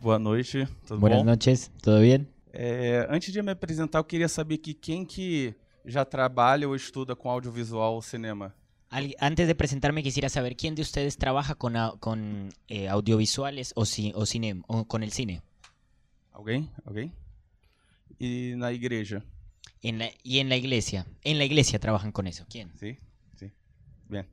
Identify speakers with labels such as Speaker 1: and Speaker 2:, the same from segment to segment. Speaker 1: Boa noite, tudo
Speaker 2: Buenas
Speaker 1: bom?
Speaker 2: noches, ¿todo bien?
Speaker 1: É, antes de me apresentar, eu queria saber que quem que já trabalha ou estuda com audiovisual ou cinema?
Speaker 2: Al- antes de presentarme quisiera saber quién de ustedes trabaja con, au- con, eh, audiovisuales o, ci- o cine o con el cine.
Speaker 1: Alguém? Alguém? E na igreja?
Speaker 2: En la- y en la iglesia. En la iglesia trabajan con eso. ¿Quién?
Speaker 1: Sim? Sim. Bem.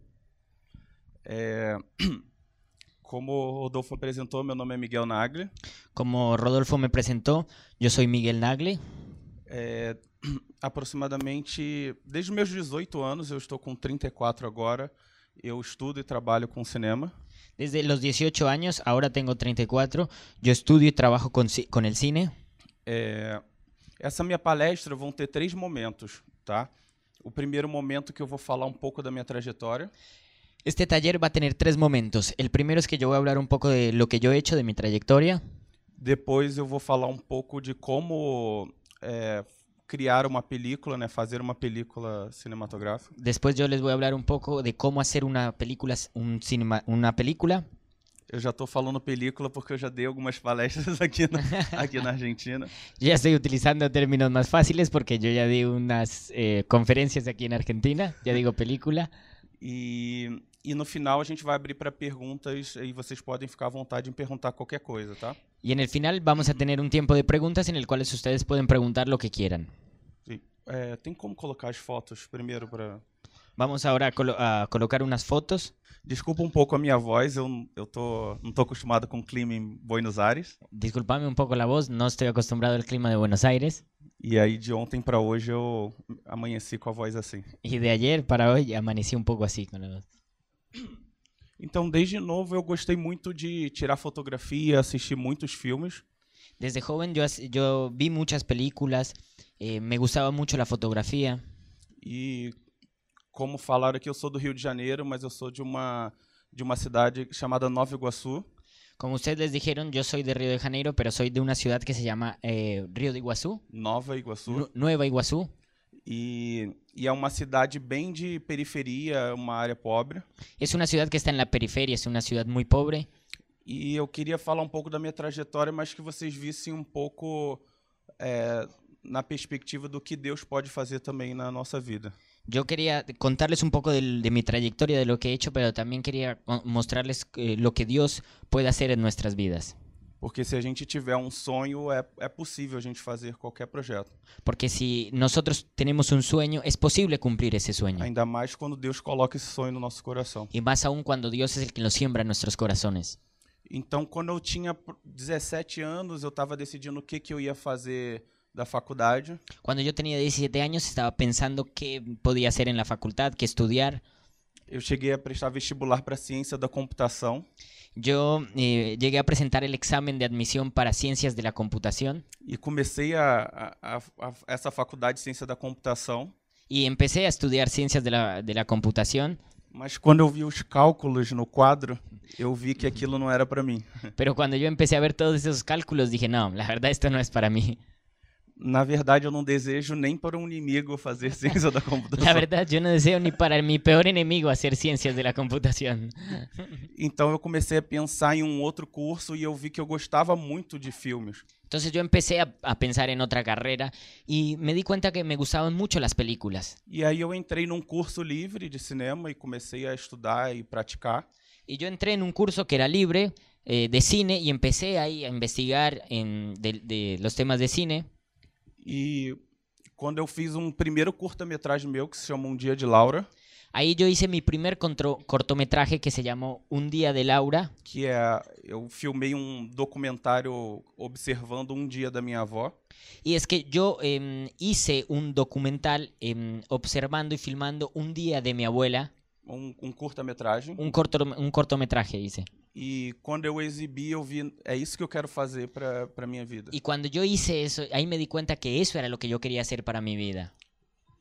Speaker 1: É, como o Rodolfo apresentou, meu nome é Miguel Nagli.
Speaker 2: Como Rodolfo me presentó, yo soy Miguel Nagle.
Speaker 1: É, aproximadamente, desde meus 18 anos, eu estou com 34 agora, eu estudo e trabalho com cinema.
Speaker 2: Desde los 18 años, ahora tengo 34, yo estudio y trabajo con, ci- con el cine.
Speaker 1: É, Essa minha palestra vão ter três momentos, tá? O primeiro momento que eu vou falar um pouco da minha trajetória.
Speaker 2: Este taller va a tener tres momentos. El primero es que yo voy a hablar un poco de lo que yo he hecho, de mi trayectoria.
Speaker 1: Depois eu vou falar um pouco de como é, criar uma película, né? Fazer uma película cinematográfica.
Speaker 2: Después yo les voy a hablar un poco de cómo hacer una película, s- un cinema- una película.
Speaker 1: Eu já estou falando película porque eu já dei algumas palestras aqui na, aqui na Argentina.
Speaker 2: Yo ya estoy utilizando términos más fáciles porque yo ya di unas eh, conferencias aquí en Argentina, ya digo película.
Speaker 1: E, e no final a gente vai abrir para perguntas e vocês podem ficar à vontade em perguntar qualquer coisa, tá?
Speaker 2: Y en el final vamos a tener un tiempo de preguntas en el cual ustedes pueden preguntar lo que quieran.
Speaker 1: Sim. É, tem como colocar as fotos primeiro para
Speaker 2: Vamos ahora a, colo- a colocar unas fotos.
Speaker 1: Desculpa um pouco a minha voz, eu, n- eu tô, não tô acostumado com o clima em Buenos Aires.
Speaker 2: Disculpame un poco la voz, no estoy acostumbrado al clima de Buenos Aires.
Speaker 1: E aí de ontem para hoje eu amanheci com a voz assim.
Speaker 2: Y de ayer para hoy amanecí un poco así con la voz.
Speaker 1: Então, desde novo, eu gostei muito de tirar fotografia, assistir muitos filmes.
Speaker 2: Desde joven yo, as- yo vi muchas películas, eh, me gustaba mucho la fotografía.
Speaker 1: E como falaram aqui, eu sou do Rio de Janeiro, mas eu sou de uma, de uma cidade chamada Nova Iguaçu.
Speaker 2: Como ustedes les dijeron, yo soy de Río de Janeiro, pero soy de una ciudad que se llama eh, Río de Iguazú,
Speaker 1: Nova Iguaçu.
Speaker 2: Nu- Nueva Iguazú,
Speaker 1: E, e é uma cidade bem de periferia, é uma área pobre.
Speaker 2: Es una ciudad que está en la periferia, es una ciudad muy pobre.
Speaker 1: E eu queria falar um pouco da minha trajetória, mas que vocês vissem um pouco é, na perspectiva do que Deus pode fazer também na nossa vida.
Speaker 2: Yo quería contarles un poco del- de mi trayectoria, de lo que he hecho, pero también quería co- mostrarles eh, lo que Dios puede hacer en nuestras vidas.
Speaker 1: Porque se a gente tiver um sonho, é, é possível a gente fazer qualquer projeto.
Speaker 2: Porque si nosotros tenemos un sueño, es posible cumplir ese sueño.
Speaker 1: Ainda mais quando Deus coloca esse sonho no nosso coração.
Speaker 2: Y más aún cuando Dios es el que lo siembra en nuestros corazones.
Speaker 1: Então, quando eu tinha pr- 17 anos, eu estava decidindo o que, que eu ia fazer da faculdade.
Speaker 2: Cuando yo tenía 17 años estaba pensando qué podía hacer en la facultad, qué estudiar.
Speaker 1: Eu cheguei a prestar vestibular para ciência da computação.
Speaker 2: Yo eh, llegué a presentar el examen de admisión para ciencias de la computación
Speaker 1: E comecei a- a- a- a, essa faculdade de ciência da computação.
Speaker 2: y empecé a estudiar ciencias de la, de la computación,
Speaker 1: Mas quando eu vi os cálculos no quadro, eu vi que aquilo não era para mim.
Speaker 2: pero cuando yo empecé a ver todos esos cálculos dije, no, la verdad esto no es para mí.
Speaker 1: Na verdade, eu não desejo nem para um inimigo fazer ciência da computação.
Speaker 2: La verdad yo no deseo ni para mi peor enemigo hacer ciencias de la computación.
Speaker 1: Então eu comecei a pensar em um outro curso e eu vi que eu gostava muito de filmes.
Speaker 2: Entonces yo empecé a, a pensar en otra carrera y me di cuenta que me gustaban mucho las películas.
Speaker 1: E aí eu entrei num curso livre de cinema e comecei a estudar e praticar.
Speaker 2: Y yo entré en un curso que era libre eh, de cine y empecé ahí a investigar en- de- de los temas de cine.
Speaker 1: E quando eu fiz um primeiro curta-metragem meu que se chama Um Dia de Laura,
Speaker 2: Ahí yo hice mi primer contro- cortometraje que se llamó Un día de Laura.
Speaker 1: que é eu filmei um documentário observando um dia da minha avó.
Speaker 2: Y es que yo em, hice un documental em, observando y filmando un día de mi abuela.
Speaker 1: Um, um curta-metragem.
Speaker 2: Un, corto- un cortometraje hice.
Speaker 1: E quando eu exibi, eu vi, é isso que eu quero fazer pra, pra minha vida.
Speaker 2: Y cuando yo hice eso, ahí me di cuenta que eso era lo que yo quería hacer para mi vida.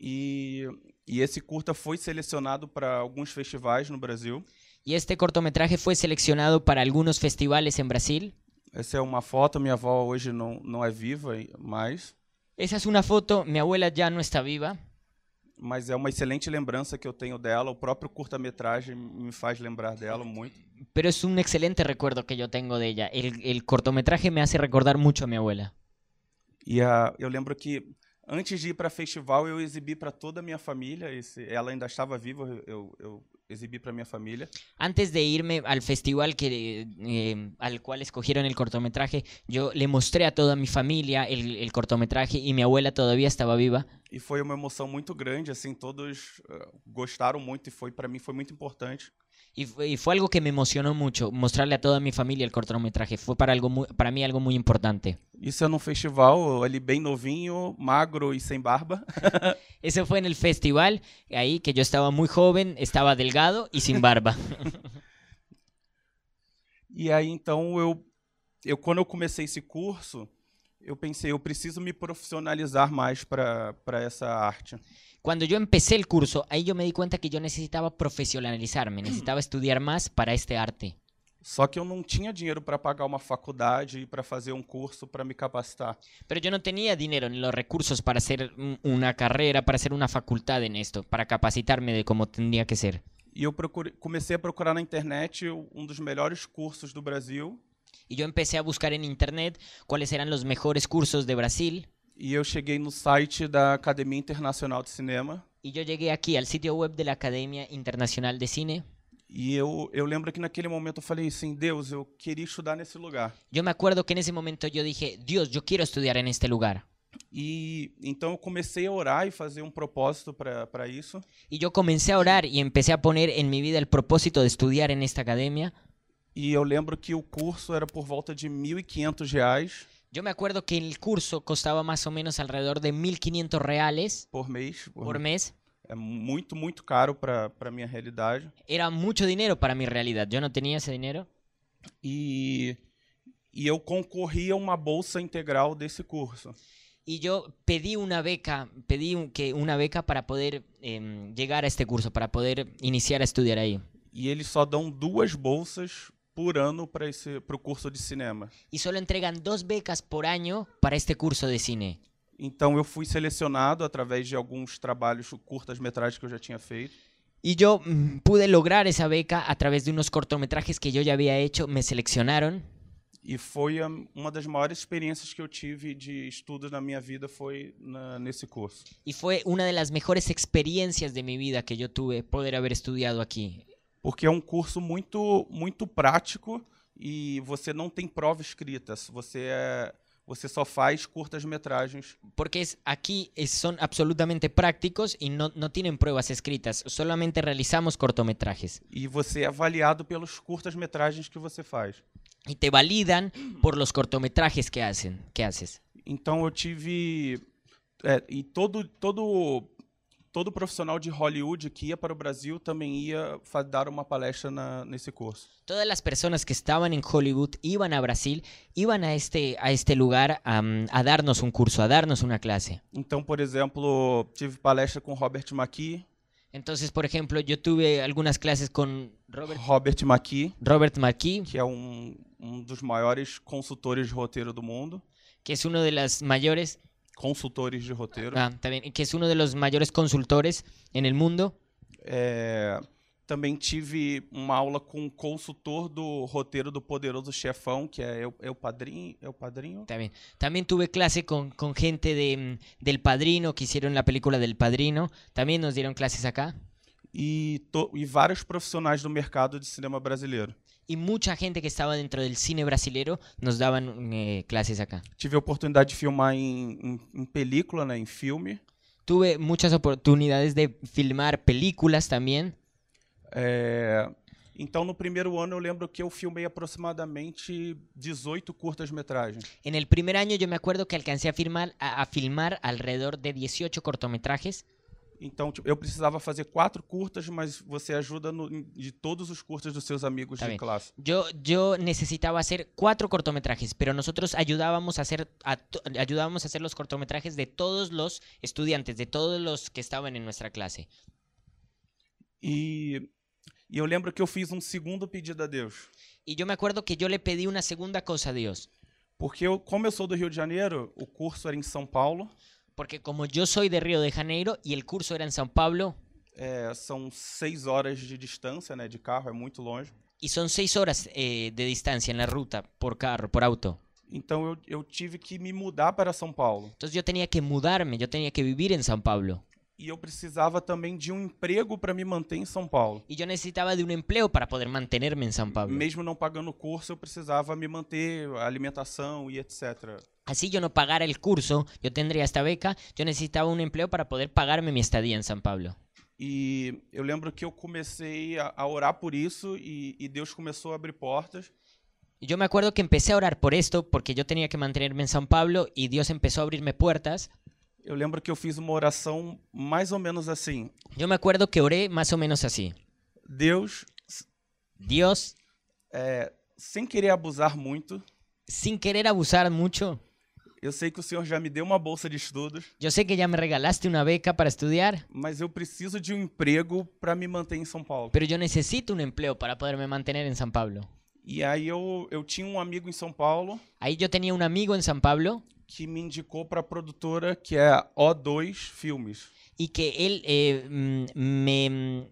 Speaker 1: E, e esse curta foi selecionado para alguns festivais no Brasil.
Speaker 2: Y este cortometraje fue seleccionado para algunos festivales en Brasil.
Speaker 1: Essa é uma foto, minha avó hoje não, não é viva e- mais.
Speaker 2: Esa es una foto, mi abuela ya no está viva.
Speaker 1: mas é uma excelente lembrança que eu tenho dela. O próprio curta-metragem me faz lembrar dela muito.
Speaker 2: Pero es un excelente recuerdo que yo tengo de ella. El, el cortometraje me hace recordar mucho a mi abuela.
Speaker 1: E a, eu lembro que antes de ir para festival, eu exibi para toda a minha família. Esse, ela ainda estava viva, eu, eu, eu exibi para minha família.
Speaker 2: Antes de irme al festival que, eh, al cual escogieron el cortometraje, yo le mostré a toda mi familia el, el cortometraje y mi abuela todavía estaba viva.
Speaker 1: E foi uma emoção muito grande, assim, todos eh, gostaram muito e foi para mim foi muito importante.
Speaker 2: Y fue, y fue algo que me emocionó mucho, mostrarle a toda mi familia el cortometraje. Fue para, algo mu- para mí algo muy importante.
Speaker 1: Isso é num festival, ali bem novinho, magro e sem barba.
Speaker 2: Eso fue en el festival, ahí que yo estaba muy joven, estaba delgado y sin barba.
Speaker 1: E aí então eu eu quando eu comecei esse curso, eu pensei, eu preciso me profissionalizar mais para para essa arte.
Speaker 2: Cuando yo empecé el curso, ahí yo me di cuenta que yo necesitaba profesionalizarme, necesitaba estudiar más para este arte.
Speaker 1: Só que eu não tinha dinheiro para pagar uma faculdade e para fazer um curso para me capacitar.
Speaker 2: Pero yo no tenía dinero ni los recursos para hacer un- una carrera, para hacer una facultad en esto, para capacitarme de cómo tendría que ser.
Speaker 1: E eu procurei, comecei a procurar na internet um dos melhores cursos do Brasil
Speaker 2: Y yo empecé a buscar en internet cuáles eran los mejores cursos de Brasil.
Speaker 1: e eu cheguei no site da Academia Internacional de Cinema
Speaker 2: Y yo llegué aquí al sitio web de la Academia Internacional de Cine.
Speaker 1: e eu, eu lembro que naquele momento eu falei assim, Deus, eu queria estudar nesse lugar.
Speaker 2: Yo me acuerdo que en ese momento yo dije, Dios, yo quiero estudiar en este lugar.
Speaker 1: E então eu comecei a orar e fazer um propósito para isso.
Speaker 2: Y yo comencé a orar y empecé a poner en mi vida el propósito de estudiar en esta academia.
Speaker 1: E eu lembro que o curso era por volta de R$ 1.500 reais
Speaker 2: Yo me acuerdo que el curso costaba más o menos alrededor de 1.500 reales
Speaker 1: por mês. Por
Speaker 2: por
Speaker 1: mês.
Speaker 2: mes.
Speaker 1: É muito, muito caro para minha realidade.
Speaker 2: Era mucho dinero para mi realidad. Yo no tenía ese dinero.
Speaker 1: E, e eu concorri a uma bolsa integral desse curso.
Speaker 2: Y yo pedí una beca, pedí un- que una beca para poder em, llegar a este curso, para poder iniciar a estudiar ahí.
Speaker 1: E eles só dão duas bolsas por ano para o curso de cinema.
Speaker 2: Y solo entregan dos becas por año para este curso de cine.
Speaker 1: Então eu fui selecionado através de alguns trabalhos curtas-metragens que eu já tinha feito.
Speaker 2: Y yo mm, pude lograr esa beca a través de unos cortometrajes que yo ya había hecho, me seleccionaron.
Speaker 1: E foi a- uma das maiores experiências que eu tive de estudos na minha vida foi na- nesse curso.
Speaker 2: Y fue una de las mejores experiencias de mi vida que yo tuve poder haber estudiado aquí.
Speaker 1: Porque é um curso muito muito prático e você não tem prova escrita, você é, você só faz curtas-metragens.
Speaker 2: Porque es, aquí es- son absolutamente prácticos y no, no tienen pruebas escritas. Solamente realizamos cortometrajes.
Speaker 1: E você é avaliado pelos curtas-metragens que você faz.
Speaker 2: Y te validan por los cortometrajes que, hacen, que haces.
Speaker 1: Então eu tive. é, e todo, todo, todo profissional de Hollywood que ia para o Brasil também ia fa- dar uma palestra na- nesse curso.
Speaker 2: Todas las personas que estaban en Hollywood iban a Brasil, iban a este, a este lugar a, mm, a darnos un curso, a darnos una clase.
Speaker 1: Então, por exemplo, tive palestra com Robert McKee.
Speaker 2: Entonces, por ejemplo, yo tuve algunas clases con Robert,
Speaker 1: Robert McKee,
Speaker 2: Robert McKee,
Speaker 1: que é um, um dos maiores consultores de roteiro do mundo.
Speaker 2: que es uno de las mayores
Speaker 1: Consultores de roteiro.
Speaker 2: Ah, está bien, que es uno de los mayores consultores en el mundo.
Speaker 1: É, também tive uma aula com o consultor do roteiro do Poderoso Chefão, que é, é o padrinho. É o padrinho?
Speaker 2: Está bien. También tuve clase con, con gente de, mm, del Padrino, que hicieron la película del Padrino. También nos dieron clases acá.
Speaker 1: e, to- e vários profissionais do mercado de cinema brasileiro.
Speaker 2: Y mucha gente que estaba dentro del cine brasilero nos daban eh, clases acá.
Speaker 1: Tive a oportunidade de filmar em, em- em película, né, em filme.
Speaker 2: Tuve muchas oportunidades de filmar películas también.
Speaker 1: É, Então, no primeiro ano, eu lembro que eu filmei aproximadamente 18 curtas-metragens.
Speaker 2: En el primer año yo me acuerdo que alcancé a filmar, a, a filmar alrededor de 18 cortometrajes.
Speaker 1: Então, tipo, eu precisava fazer quatro curtas, mas você ajuda no- em- de todos os curtas dos seus amigos
Speaker 2: Tá
Speaker 1: de
Speaker 2: bem.
Speaker 1: classe.
Speaker 2: Yo, yo necesitaba hacer cuatro cortometrajes, pero nosotros ayudábamos a hacer, a to- ayudábamos a hacer los cortometrajes de todos los estudiantes, de todos los que estaban en nuestra clase.
Speaker 1: E, e eu lembro que eu fiz um segundo pedido a Deus.
Speaker 2: Y yo me acuerdo que yo le pedí una segunda cosa a Dios,
Speaker 1: Porque, eu, como eu sou do Rio de Janeiro, o curso era em São Paulo.
Speaker 2: Porque como yo soy de Río de Janeiro y el curso era en São Paulo
Speaker 1: É, são seis horas de distância, né? De carro, é muito longe.
Speaker 2: y son seis horas eh, de distancia en la ruta por carro, por auto.
Speaker 1: Então eu, eu tive que me mudar para São Paulo.
Speaker 2: Entonces yo tenía que mudarme, yo tenía que vivir en São Paulo.
Speaker 1: E eu precisava também de um emprego para me manter em São Paulo.
Speaker 2: Y yo necesitaba de un empleo para poder mantenerme en São Pablo.
Speaker 1: Mesmo não pagando o curso, eu precisava me manter, alimentação e etc.
Speaker 2: Así yo no pagara el curso, yo tendría esta beca, yo necesitaba un empleo para poder pagarme mi estadía en San Pablo.
Speaker 1: E eu lembro que eu comecei a, a orar por isso e, e Deus começou a abrir portas.
Speaker 2: Y yo me acuerdo que empecé a orar por esto porque yo tenía que mantenerme en San Pablo y Dios empezó a abrirme puertas.
Speaker 1: Eu lembro que eu fiz uma oração mais ou menos assim:
Speaker 2: Yo me acuerdo que oré más o menos así.
Speaker 1: Deus, é,
Speaker 2: Dios,
Speaker 1: sem querer abusar muito,
Speaker 2: sin querer abusar mucho,
Speaker 1: eu sei que o Senhor já me deu uma bolsa de estudos,
Speaker 2: yo sé que ya me regalaste una beca para estudiar,
Speaker 1: mas eu preciso de um emprego para me manter em São Paulo.
Speaker 2: pero yo necesito un empleo para poderme mantener en San Pablo.
Speaker 1: E aí eu, eu tinha um amigo em São Paulo
Speaker 2: Ahí yo tenía un amigo en San Pablo
Speaker 1: que me indicou para a produtora que é a O2 Filmes.
Speaker 2: y que él eh, mm, me, mm,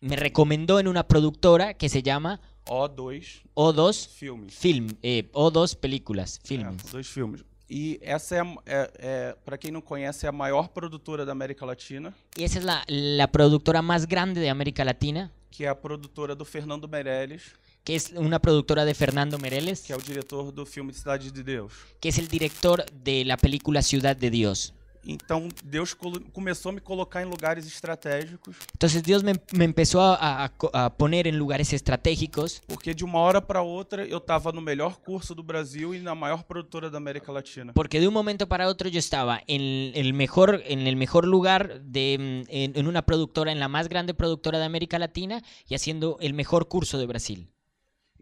Speaker 2: me recomendó en una productora que se llama
Speaker 1: O2
Speaker 2: O2
Speaker 1: Filmes.
Speaker 2: Film, eh, O2 Películas,
Speaker 1: É,
Speaker 2: Film.
Speaker 1: dois filmes. E essa é, a- é, para quem não conhece, é a maior produtora da América Latina,
Speaker 2: Y esa es la, la productora más grande de América Latina,
Speaker 1: que é a produtora do Fernando Meirelles,
Speaker 2: que es una productora de Fernando Meirelles,
Speaker 1: que é o diretor do filme Cidade de Deus.
Speaker 2: que es el director de la película Ciudad de Dios.
Speaker 1: Então, Deus colo- começou a me colocar em lugares estratégicos,
Speaker 2: Entonces Dios me, me empezó a, a- co- a poner en lugares estratégicos,
Speaker 1: porque de uma hora para outra eu estava no melhor curso do Brasil e na maior produtora da América Latina.
Speaker 2: porque de un momento para otro yo estaba en el mejor, en el mejor lugar, de, mm, en, en una productora, en la más grande productora de América Latina y haciendo el mejor curso de Brasil.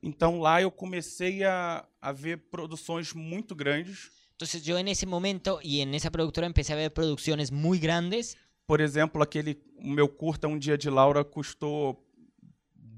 Speaker 1: Então, lá eu comecei a, a ver produções muito grandes.
Speaker 2: Entonces yo en ese momento y en esa productora empecé a ver producciones muy grandes
Speaker 1: Por exemplo, aquele o meu curta Um Dia de Laura custou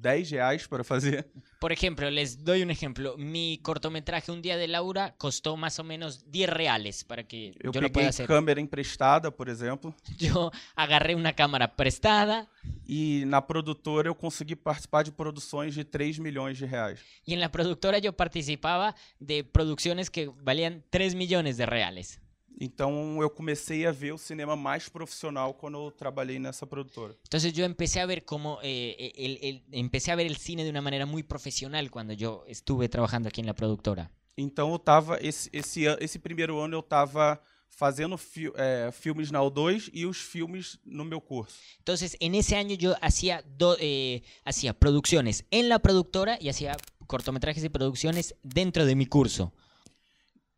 Speaker 1: 10 reais para fazer.
Speaker 2: Por ejemplo, les doy un ejemplo. Mi cortometraje Un día de Laura costó más o menos 10 reales para que
Speaker 1: Eu
Speaker 2: yo lo
Speaker 1: peguei
Speaker 2: pueda hacer.
Speaker 1: câmera emprestada, por exemplo,
Speaker 2: Yo agarré una cámara prestada
Speaker 1: e na produtora eu consegui participar de produções de 3 milhões de reais.
Speaker 2: y en la productora yo participaba de producciones que valían 3 millones de reales.
Speaker 1: Então eu comecei a ver o cinema mais profissional quando eu trabalhei nessa produtora.
Speaker 2: Entonces yo empecé a ver cómo eh, el- el- empecé a ver el cine de una manera muy profesional cuando yo estuve trabajando aquí en la productora.
Speaker 1: Então eu tava esse esse an- esse primeiro ano eu tava fazendo fi- é, filmes na O2 e os filmes no meu curso.
Speaker 2: Entonces en ese año yo hacía do- eh, hacía producciones en la productora y hacía cortometrajes y producciones dentro de mi curso.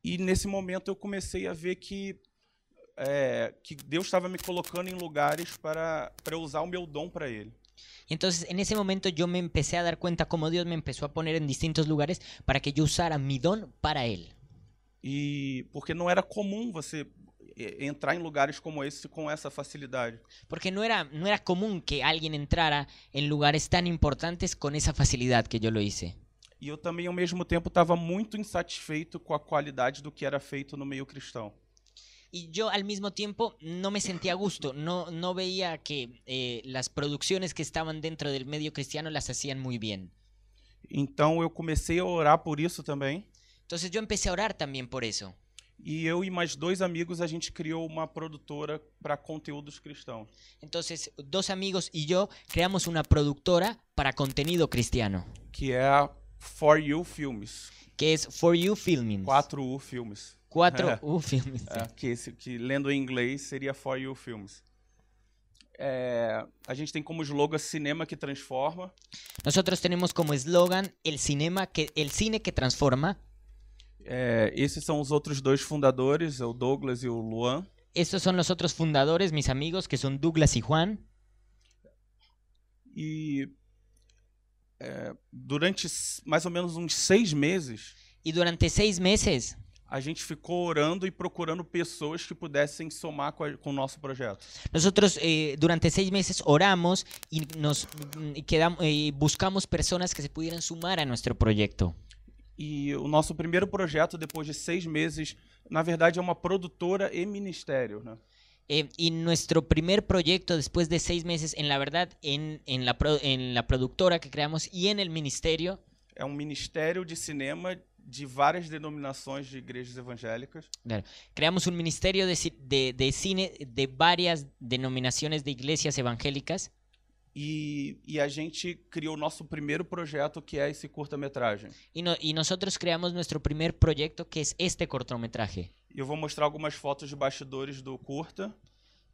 Speaker 1: E nesse momento eu comecei a ver que é, que Deus estava me colocando em lugares para para eu usar o meu dom para Ele.
Speaker 2: Y entonces en ese momento yo me empecé a dar cuenta cómo Dios me empezó a poner en distintos lugares para que yo usara mi don para Él.
Speaker 1: E porque não era comum você eh, entrar em lugares como esse com essa facilidade.
Speaker 2: Porque no era, no era común que alguien entrara en lugares tan importantes con esa facilidad que yo lo hice.
Speaker 1: E eu também ao mesmo tempo estava muito insatisfeito com a qualidade do que era feito no meio cristão.
Speaker 2: Y yo al mismo tiempo no me sentía a gusto, no, no veía que eh, las producciones que estaban dentro del medio cristiano las hacían muy bien.
Speaker 1: Então eu comecei a orar por isso também.
Speaker 2: Entonces yo empecé a orar también por eso.
Speaker 1: E eu e mais dois amigos a gente criou uma produtora para conteúdos cristãos.
Speaker 2: Entonces dos amigos y yo creamos una productora para contenido cristiano,
Speaker 1: que é a For You Filmes,
Speaker 2: que es For You Filming.
Speaker 1: 4U Filmes,
Speaker 2: Cuatro uh,
Speaker 1: É.
Speaker 2: U filmes.
Speaker 1: é, que, esse- que lendo em inglês seria For You Filmes. É, a gente tem como slogan cinema que transforma
Speaker 2: Nosotros tenemos como eslogan el cinema que el cine que transforma.
Speaker 1: É, esses são os outros dois fundadores, o Douglas e o Luan.
Speaker 2: Estos son los otros fundadores, mis amigos, que son Douglas y Juan.
Speaker 1: E é, durante s- mais ou menos uns seis meses,
Speaker 2: Y durante seis meses
Speaker 1: a gente ficou orando e procurando pessoas que pudessem somar com, a- com o nosso projeto.
Speaker 2: Nosotros eh, durante seis meses oramos y nos mm, y quedam- eh, buscamos personas que se pudieran sumar a nuestro proyecto.
Speaker 1: E o nosso primeiro projeto, depois de seis meses, na verdade é uma produtora e ministério, né?
Speaker 2: Eh, y nuestro primer proyecto después de seis meses, en la verdad, en, en, la pro- en la productora que creamos y en el ministerio,
Speaker 1: É um ministério de cinema de várias denominações de igrejas evangélicas.
Speaker 2: creamos un ministerio de, ci- de- de cine de varias denominaciones de iglesias evangélicas
Speaker 1: E, e a gente criou o nosso primeiro projeto, que é esse curta-metragem.
Speaker 2: y, no- y nosotros creamos nuestro primer proyecto que es este cortometraje.
Speaker 1: E eu vou mostrar algumas fotos de bastidores do curta,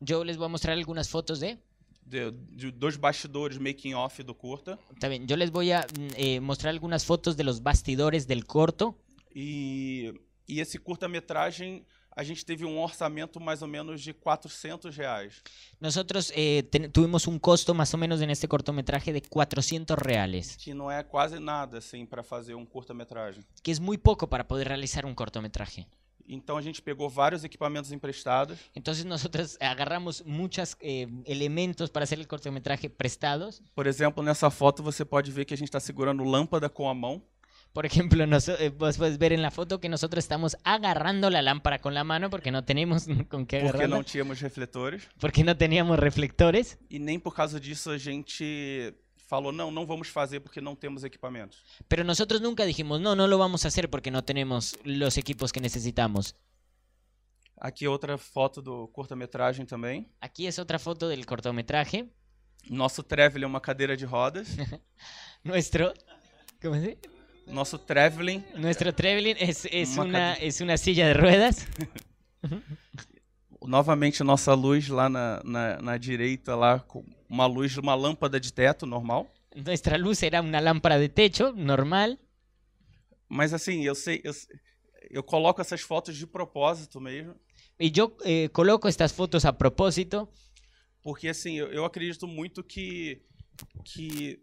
Speaker 2: Yo les voy a mostrar algunas fotos de...
Speaker 1: de, de dos bastidores making-off do curta.
Speaker 2: También, yo les voy a mm, eh, mostrar algunas fotos de los bastidores del corto.
Speaker 1: E, e esse curta-metragem, a gente teve um orçamento mais ou menos de 400 reais.
Speaker 2: Nosotros eh, ten- tuvimos un costo más o menos en este cortometraje de 400 reales.
Speaker 1: Que não é quase nada, assim, para fazer um curta-metragem.
Speaker 2: que es muy poco para poder realizar un cortometraje.
Speaker 1: Então a gente pegou vários equipamentos emprestados
Speaker 2: Entonces nosotros agarramos muchos elementos para hacer el cortometraje prestados.
Speaker 1: Por exemplo, nessa foto você pode ver que a gente está segurando lâmpada com a mão.
Speaker 2: Por ejemplo, nos- eh, vos puedes ver en la foto que nosotros estamos agarrando la lámpara con la mano porque no tenemos con qué
Speaker 1: Porque
Speaker 2: agarrarla,
Speaker 1: não tínhamos refletores.
Speaker 2: porque no teníamos reflectores.
Speaker 1: E nem por causa disso a gente falou, não, não vamos fazer porque não temos equipamentos.
Speaker 2: Pero nosotros nunca dijimos, no, no lo vamos a hacer porque no tenemos los equipos que necesitamos.
Speaker 1: Aqui outra foto do curta-metragem também.
Speaker 2: Aquí es otra foto del cortometraje.
Speaker 1: Nosso traveling é uma cadeira de rodas.
Speaker 2: Nuestro... ¿Cómo se dice?
Speaker 1: Nosso traveling
Speaker 2: Nuestro Trevelin es, es
Speaker 1: Una
Speaker 2: una,
Speaker 1: cadena.
Speaker 2: es una silla de ruedas.
Speaker 1: novamente nossa luz lá na, na, na direita, lá com uma luz, uma lâmpada de teto normal.
Speaker 2: Nuestra luz era una lámpara de techo normal.
Speaker 1: Mas assim, eu sei, eu, eu coloco essas fotos de propósito mesmo.
Speaker 2: Y yo eh, coloco estas fotos a propósito
Speaker 1: Porque assim, eu, eu acredito muito que, que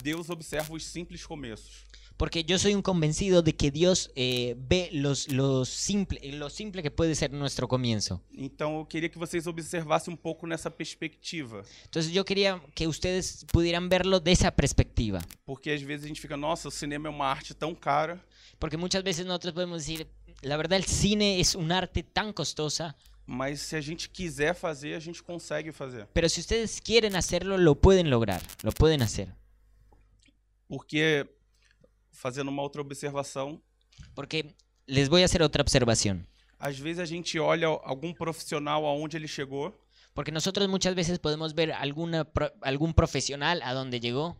Speaker 1: Deus observa os simples começos.
Speaker 2: porque yo soy un convencido de que Dios eh, ve los, los simple, lo simple que puede ser nuestro comienzo.
Speaker 1: Então eu queria que vocês observassem um pouco nessa perspectiva.
Speaker 2: Entonces yo quería que ustedes pudieran verlo de esa perspectiva.
Speaker 1: Porque às vezes a gente fica, nossa, o cinema é uma arte tão cara.
Speaker 2: Porque muchas veces nosotros podemos decir, la verdad el cine es un arte tan costosa,
Speaker 1: Mas se a gente quiser fazer, a gente consegue fazer.
Speaker 2: pero si ustedes quieren hacerlo, lo pueden lograr, lo pueden hacer.
Speaker 1: Porque, fazendo uma outra observação,
Speaker 2: Porque les voy a hacer otra observación.
Speaker 1: às vezes a gente olha algum profissional aonde ele chegou
Speaker 2: Porque nosotros muchas veces podemos ver alguna pro- algún profesional a donde llegó,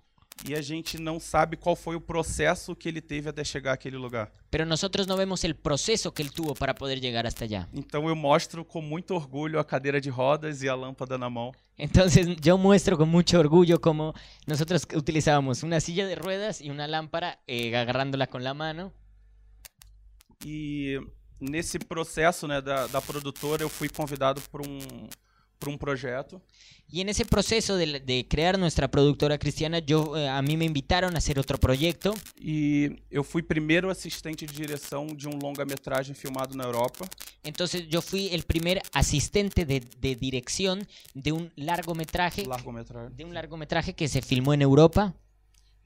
Speaker 1: e a gente não sabe qual foi o processo que ele teve até chegar àquele lugar.
Speaker 2: pero nosotros no vemos el proceso que él tuvo para poder llegar hasta allá.
Speaker 1: Então eu mostro com muito orgulho a cadeira de rodas e a lâmpada na mão.
Speaker 2: Entonces yo muestro con mucho orgullo cómo nosotros utilizábamos una silla de ruedas y una lámpara eh, agarrándola con la mano.
Speaker 1: E nesse processo né, da, da produtora, eu fui convidado para um, pra um projeto.
Speaker 2: Y en ese proceso de, la- de crear nuestra productora cristiana, yo eh, a mí me invitaron a hacer otro proyecto.
Speaker 1: E eu fui primeiro assistente de direção de um longa-metragem filmado na Europa.
Speaker 2: Entonces yo fui el primer asistente de, de dirección de un largometraje,
Speaker 1: Largometragem.
Speaker 2: de un largometraje que se filmó en Europa.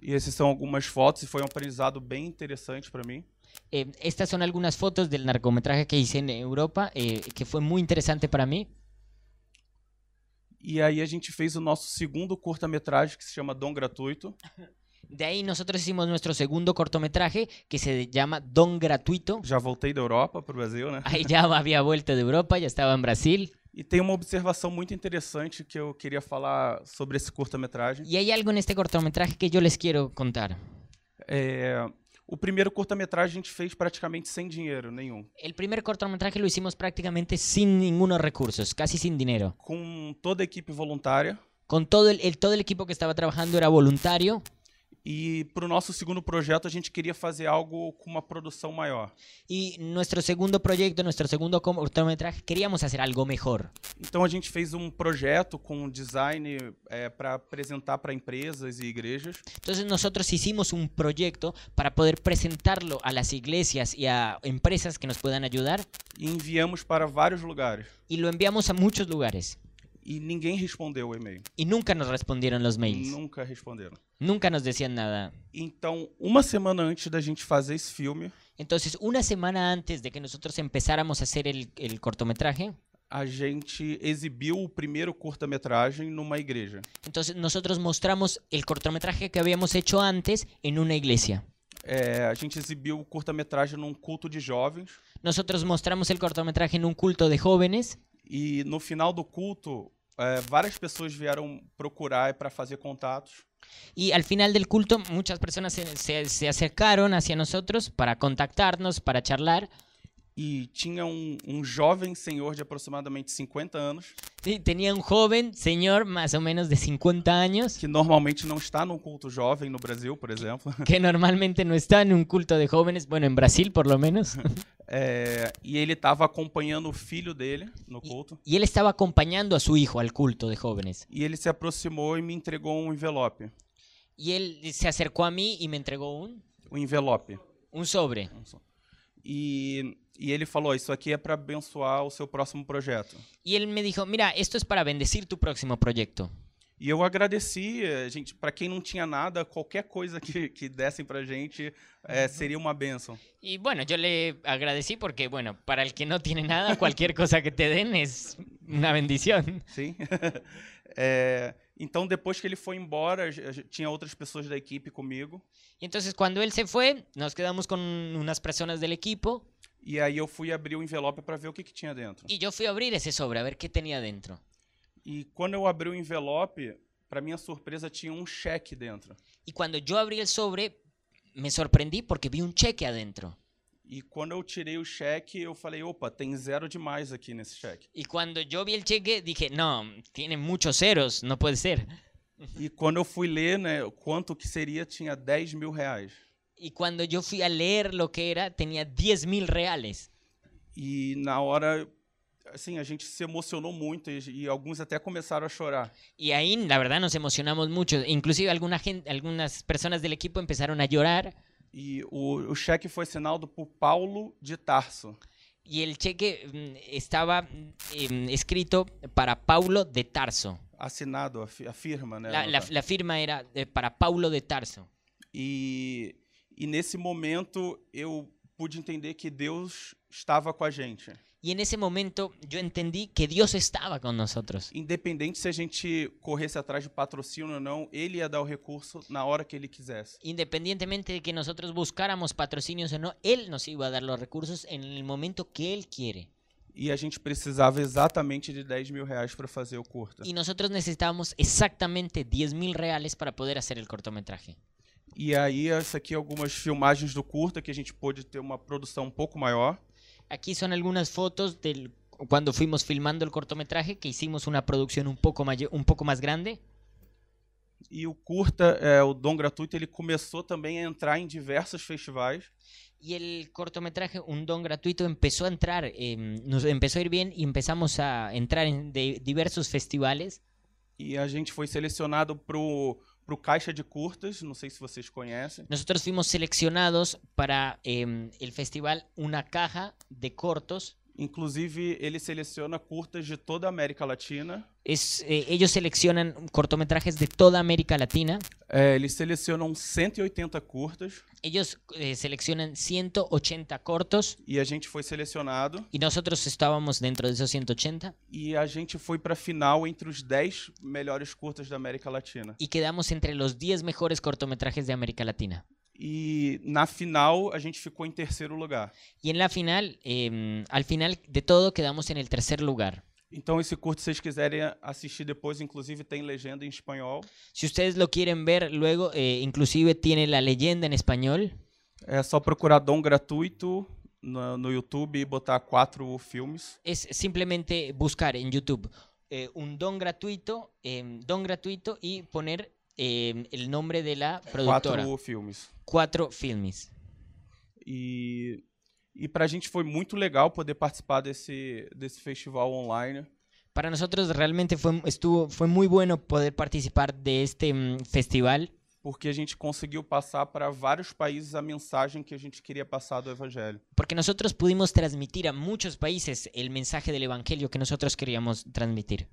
Speaker 1: E essas são algumas fotos e foi um aprendizado bem interessante para mim.
Speaker 2: Eh, estas son algunas fotos del largometraje que hice en Europa, eh, que fue muy interesante para mí.
Speaker 1: E aí a gente fez o nosso segundo curta-metragem que se chama Dom Gratuito.
Speaker 2: De ahí nosotros hicimos nuestro segundo cortometraje que se llama Don Gratuito.
Speaker 1: Já voltei da Europa para o Brasil, né?
Speaker 2: Ahí ya había vuelto de Europa, ya estaba en Brasil.
Speaker 1: E tem uma observação muito interessante que eu quería falar sobre esse curta-metragem.
Speaker 2: Y hay algo en este cortometraje que yo les quiero contar.
Speaker 1: É, o primeiro curta-metragem a gente fez praticamente sem dinheiro nenhum.
Speaker 2: El primer cortometraje lo hicimos prácticamente sin ningunos recursos, casi sin dinero.
Speaker 1: Com toda a equipe voluntária.
Speaker 2: Con todo el, el- todo el equipo que estaba trabajando era voluntario.
Speaker 1: E para o nosso segundo projeto, a gente queria fazer algo com uma produção maior.
Speaker 2: Y nuestro segundo proyecto, nuestro segundo cortometraje, queríamos hacer algo mejor.
Speaker 1: Então a gente fez um projeto com design para apresentar para empresas e igrejas.
Speaker 2: Entonces nosotros hicimos un proyecto para poder presentarlo a las iglesias y a empresas que nos puedan ayudar
Speaker 1: E enviamos para vários lugares.
Speaker 2: y lo enviamos a muchos lugares.
Speaker 1: e ninguém respondeu o e-mail.
Speaker 2: Y nunca nos respondieron los mails.
Speaker 1: Nunca responderam.
Speaker 2: Nunca nos decían nada.
Speaker 1: Então, uma semana antes da gente fazer esse filme,
Speaker 2: Entonces, una semana antes de que nosotros empezáramos a hacer el, el cortometraje,
Speaker 1: a gente exibiu o primeiro curta-metragem numa igreja.
Speaker 2: entonces nosotros mostramos el cortometraje que habíamos hecho antes en una iglesia.
Speaker 1: É, a gente exibiu o curta-metragem num culto de jovens.
Speaker 2: Nosotros mostramos el cortometraje en un culto de jóvenes
Speaker 1: E no final do culto, é, várias pessoas vieram procurar para fazer contatos.
Speaker 2: y al final del culto muchas personas se, se- se acercaron hacia nosotros para contactarnos, para charlar.
Speaker 1: E tinha um, um jovem senhor de aproximadamente 50 anos,
Speaker 2: Sí, tenía un joven señor, más o menos de 50 años,
Speaker 1: que normalmente não está num culto jovem no Brasil, por exemplo.
Speaker 2: que normalmente no está en un culto de jóvenes, bueno, en Brasil por lo menos.
Speaker 1: É, e ele estava acompanhando o filho dele no culto.
Speaker 2: Y él estaba acompañando a su hijo al culto de jóvenes.
Speaker 1: E ele se aproximou e me entregou um envelope.
Speaker 2: Y él se acercó a mí y me entregó un,
Speaker 1: Um envelope.
Speaker 2: un sobre.
Speaker 1: E, e ele falou: Isso aqui é para abençoar o seu próximo projeto.
Speaker 2: Y él me dijo, mira, esto es para bendecir tu próximo proyecto.
Speaker 1: E eu agradeci, eh, gente, para quem não tinha nada, qualquer coisa que, que dessem pra gente eh, seria uma bênção.
Speaker 2: Y bueno, yo le agradecí porque, bueno, para el que no tiene nada, cualquier cosa que te den es una bendición.
Speaker 1: Sim. É, então, depois que ele foi embora, a ge- a ge- tinha outras pessoas da equipe comigo.
Speaker 2: Y entonces cuando él se fue, nos quedamos con unas personas del equipo
Speaker 1: E aí eu fui abrir o envelope para ver o que, que tinha dentro.
Speaker 2: y yo fui a abrir ese sobre a ver qué tenía dentro.
Speaker 1: E quando eu abri o envelope, para minha surpresa, tinha um cheque dentro.
Speaker 2: Y cuando yo abrí el sobre, me sorprendí porque vi un cheque adentro.
Speaker 1: E quando eu tirei o cheque, eu falei: opa, tem zero demais aqui nesse cheque.
Speaker 2: Y cuando yo vi el cheque, dije, no, tiene muchos ceros, no puede ser.
Speaker 1: E quando eu fui ler, né, quanto que seria, tinha 10 mil reais.
Speaker 2: Y cuando yo fui a leer lo que era, tenía 10 mil reales.
Speaker 1: E na hora, assim, a gente se emocionou muito e, e alguns até começaram a chorar.
Speaker 2: Y ahí, la verdad, nos emocionamos mucho. Inclusive alguna gen- algunas personas del equipo empezaron a llorar.
Speaker 1: E o, o cheque foi assinado por Paulo de Tarso.
Speaker 2: Y el cheque mm, estaba mm, em, escrito para Paulo de Tarso.
Speaker 1: Assinado, a, fi- a firma, né?
Speaker 2: La, la- la firma era eh, para Paulo de Tarso.
Speaker 1: E, e nesse momento eu pude entender que Deus estava com a gente.
Speaker 2: Y en ese momento yo entendí que Dios estaba con nosotros.
Speaker 1: Independente se a gente corresse atrás de patrocínio ou não, ele ia dar o recurso na hora que ele quisesse.
Speaker 2: Independientemente de que nosotros buscáramos patrocinios o no, Él nos iba a dar los recursos en el momento que Él quiere.
Speaker 1: E a gente precisava exatamente de 10 mil reais para fazer o curta.
Speaker 2: Y nosotros necesitábamos exactamente 10 mil reales para poder hacer el cortometraje.
Speaker 1: E aí, essa aqui é algumas filmagens do curta que a gente pôde ter uma produção um pouco maior.
Speaker 2: Aquí son algunas fotos del cuando fuimos filmando el cortometraje, que hicimos una producción un poco, mayo- un poco más grande.
Speaker 1: E o curta, é, o Dom Gratuito, ele começou também a entrar em diversos festivais.
Speaker 2: Y el cortometraje, un don gratuito, empezó a entrar, em, nos empezó a ir bien y empezamos a entrar en de- diversos festivales.
Speaker 1: E a gente foi selecionado pro, pro Caixa de Curtas, não sei se vocês conhecem.
Speaker 2: Nosotros fuimos seleccionados para em, el festival Una Caja de Cortos.
Speaker 1: Inclusive, ele seleciona curtas de toda a América Latina.
Speaker 2: Es, eh, ellos seleccionan cortometrajes de toda América Latina.
Speaker 1: É, eles selecionam 180 curtas
Speaker 2: Ellos eh, seleccionan 180 cortos
Speaker 1: e a gente foi selecionado.
Speaker 2: y nosotros estábamos dentro de esos 180
Speaker 1: E a gente foi pra final entre os 10 melhores curtas da América Latina.
Speaker 2: y quedamos entre los 10 mejores cortometrajes de América Latina.
Speaker 1: E na final a gente ficou em terceiro lugar.
Speaker 2: Y en la final, eh, al final de todo quedamos en el tercer lugar.
Speaker 1: Então esse curto, se vocês quiserem assistir depois, inclusive tem legenda em espanhol.
Speaker 2: Si ustedes lo quieren ver luego, eh, inclusive tiene la leyenda en español.
Speaker 1: É só procurar Dom Gratuito no, no YouTube e botar quatro filmes.
Speaker 2: Es simplemente buscar en YouTube eh, un don gratuito, eh, don gratuito y poner eh, el nombre de la productora.
Speaker 1: Quatro filmes.
Speaker 2: Cuatro filmes.
Speaker 1: E, e pra gente foi muito legal poder participar desse, desse festival online.
Speaker 2: Para nosotros realmente fue, estuvo, fue muy bueno poder participar de este mm, festival
Speaker 1: Porque a gente conseguiu passar para vários países a mensagem que a gente queria passar do Evangelho.
Speaker 2: porque nosotros pudimos transmitir a muchos países el mensaje del Evangelio que nosotros queríamos transmitir.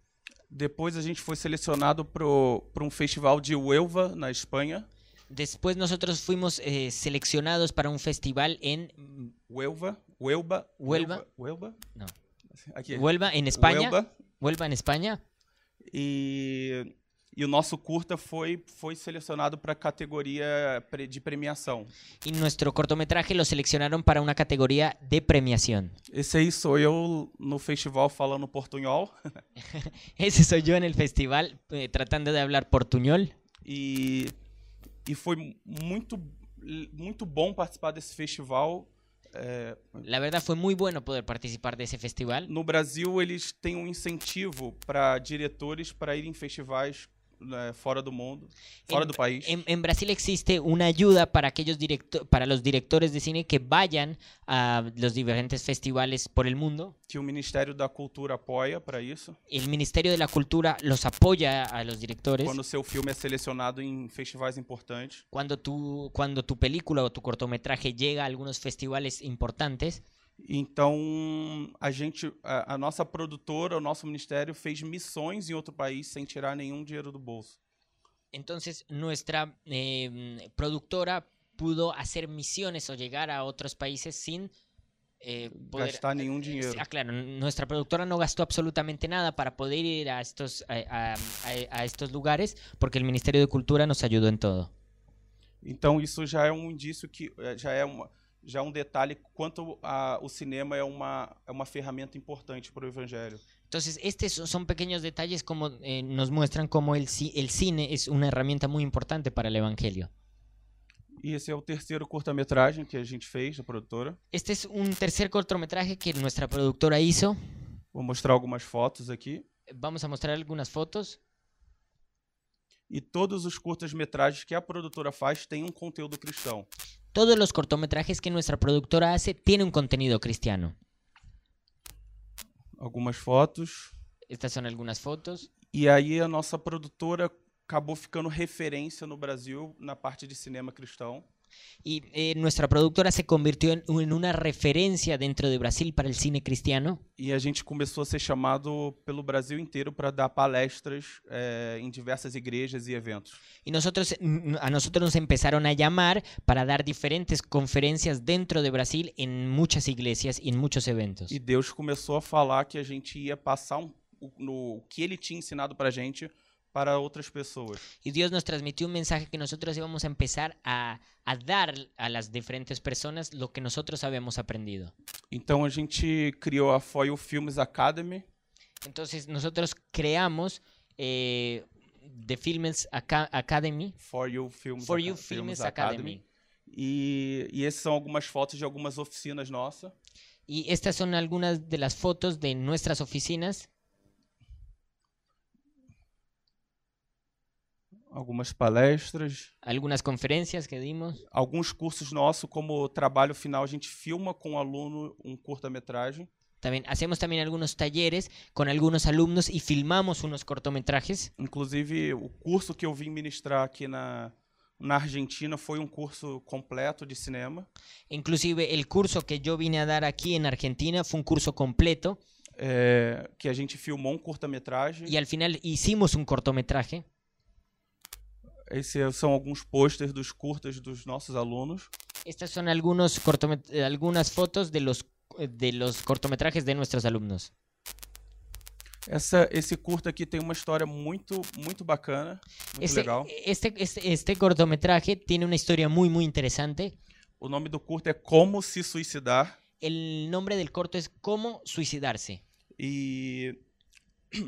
Speaker 1: Depois a gente foi selecionado para um festival de Huelva, na Espanha.
Speaker 2: Después nosotros fuimos eh, seleccionados para un festival en
Speaker 1: Huelva, Huelva,
Speaker 2: Huelva.
Speaker 1: Huelva.
Speaker 2: No.
Speaker 1: Aqui.
Speaker 2: Huelva, en España.
Speaker 1: Huelva.
Speaker 2: Huelva, en España.
Speaker 1: E, e o nosso curta foi, foi selecionado para categoría pre- de premiação.
Speaker 2: Y nuestro cortometraje lo seleccionaron para una categoría de premiación.
Speaker 1: Esse aí sou eu no festival falando portunhol.
Speaker 2: Ese soy yo en el festival eh, tratando de hablar portuñol.
Speaker 1: E, e foi muito, muito bom participar desse festival. É,
Speaker 2: La verdad fue muy bueno poder participar de ese festival.
Speaker 1: no Brasil, eles têm um incentivo para diretores para ir em festivais né, fora do mundo, fora
Speaker 2: Em-
Speaker 1: do país.
Speaker 2: En, en Brasil existe una ayuda para aquellos directo- para los directores de cine que vayan a los diferentes festivales por el mundo.
Speaker 1: que o Ministério da Cultura apoia para isso.
Speaker 2: El Ministerio de la Cultura los apoya a los directores.
Speaker 1: Quando o seu filme é selecionado em festivais importantes.
Speaker 2: Cuando tu, cuando tu película o tu cortometraje llega a algunos festivales importantes,
Speaker 1: Então, a gente, a, a nossa produtora, o nosso ministério fez missões em outro país sem tirar nenhum dinheiro do bolso.
Speaker 2: entonces nuestra eh, productora pudo hacer misiones o llegar a otros países sin eh, poder-
Speaker 1: Gastar nenhum dinheiro.
Speaker 2: Ah, claro, nuestra productora no gastó absolutamente nada para poder ir a estos, a, a- a- a estos lugares porque el Ministerio de Cultura nos ayudó en todo.
Speaker 1: Então, isso já é um indício que eh, já é uma já é um detalhe quanto a, o cinema é uma é uma ferramenta importante para o evangelho.
Speaker 2: Entonces, estos son- son pequeños detalles como eh, nos muestran cómo el, ci- el cine es una herramienta muy importante para el Evangelio.
Speaker 1: E esse é o terceiro curta-metragem que a gente fez, da produtora.
Speaker 2: Este es un tercer cortometraje que nuestra productora hizo.
Speaker 1: Vou mostrar algumas fotos aqui.
Speaker 2: Vamos a mostrar algunas fotos.
Speaker 1: E todos os curtas-metragens que a produtora faz têm um conteúdo cristão.
Speaker 2: Todos los cortometrajes que nuestra productora hace tienen un contenido cristiano.
Speaker 1: Algumas fotos.
Speaker 2: Estas son algunas fotos.
Speaker 1: E aí a nossa produtora acabou ficando referência no Brasil na parte de cinema cristão.
Speaker 2: Y eh, nuestra productora se convirtió en, en una referencia dentro de Brasil para el cine cristiano.
Speaker 1: E a gente começou a ser chamado pelo Brasil inteiro para dar palestras eh, em diversas igrejas e eventos.
Speaker 2: Y nosotros, mm, a nosotros nos empezaron a llamar para dar diferentes conferencias dentro de Brasil en muchas iglesias y en muchos eventos.
Speaker 1: E Deus começou a falar que a gente ia passar um- o, no- o que Ele tinha ensinado para a gente para outras pessoas.
Speaker 2: Y Dios nos transmitió un mensaje que nosotros íbamos a empezar a, a dar a las diferentes personas lo que nosotros habíamos aprendido.
Speaker 1: Então a gente criou a Foil Films Academy
Speaker 2: Entonces nosotros creamos eh, The Films Aca- Academy,
Speaker 1: For You Films,
Speaker 2: For
Speaker 1: Aca-
Speaker 2: You Films Academy.
Speaker 1: E, e essas são algumas fotos de algumas oficinas nossas.
Speaker 2: Y estas son algunas de las fotos de nuestras oficinas,
Speaker 1: Algumas palestras.
Speaker 2: algunas conferencias que dimos.
Speaker 1: Alguns cursos nossos, como trabalho final, a gente filma com o aluno um curta-metragem.
Speaker 2: También hacemos también algunos talleres con algunos alumnos y filmamos unos cortometrajes.
Speaker 1: Inclusive, o curso que eu vim ministrar aqui na, na Argentina foi um curso completo de cinema.
Speaker 2: Inclusive el curso que yo vine a dar aquí en Argentina fue un curso completo
Speaker 1: é, que a gente filmou um curta-metragem.
Speaker 2: y al final hicimos un cortometraje.
Speaker 1: Esses são alguns posters dos curtas dos nossos alunos.
Speaker 2: Estas son algunos cortomet- eh, algunas fotos de los, eh, de los cortometrajes de nuestros alumnos.
Speaker 1: Essa, esse curta aqui tem uma história muito, muito bacana, muito
Speaker 2: Este,
Speaker 1: legal.
Speaker 2: este, este, este cortometraje tiene una historia muy, muy interesante.
Speaker 1: O nome do curto é Como Se Suicidar.
Speaker 2: El nombre del corto es Cómo suicidarse.
Speaker 1: E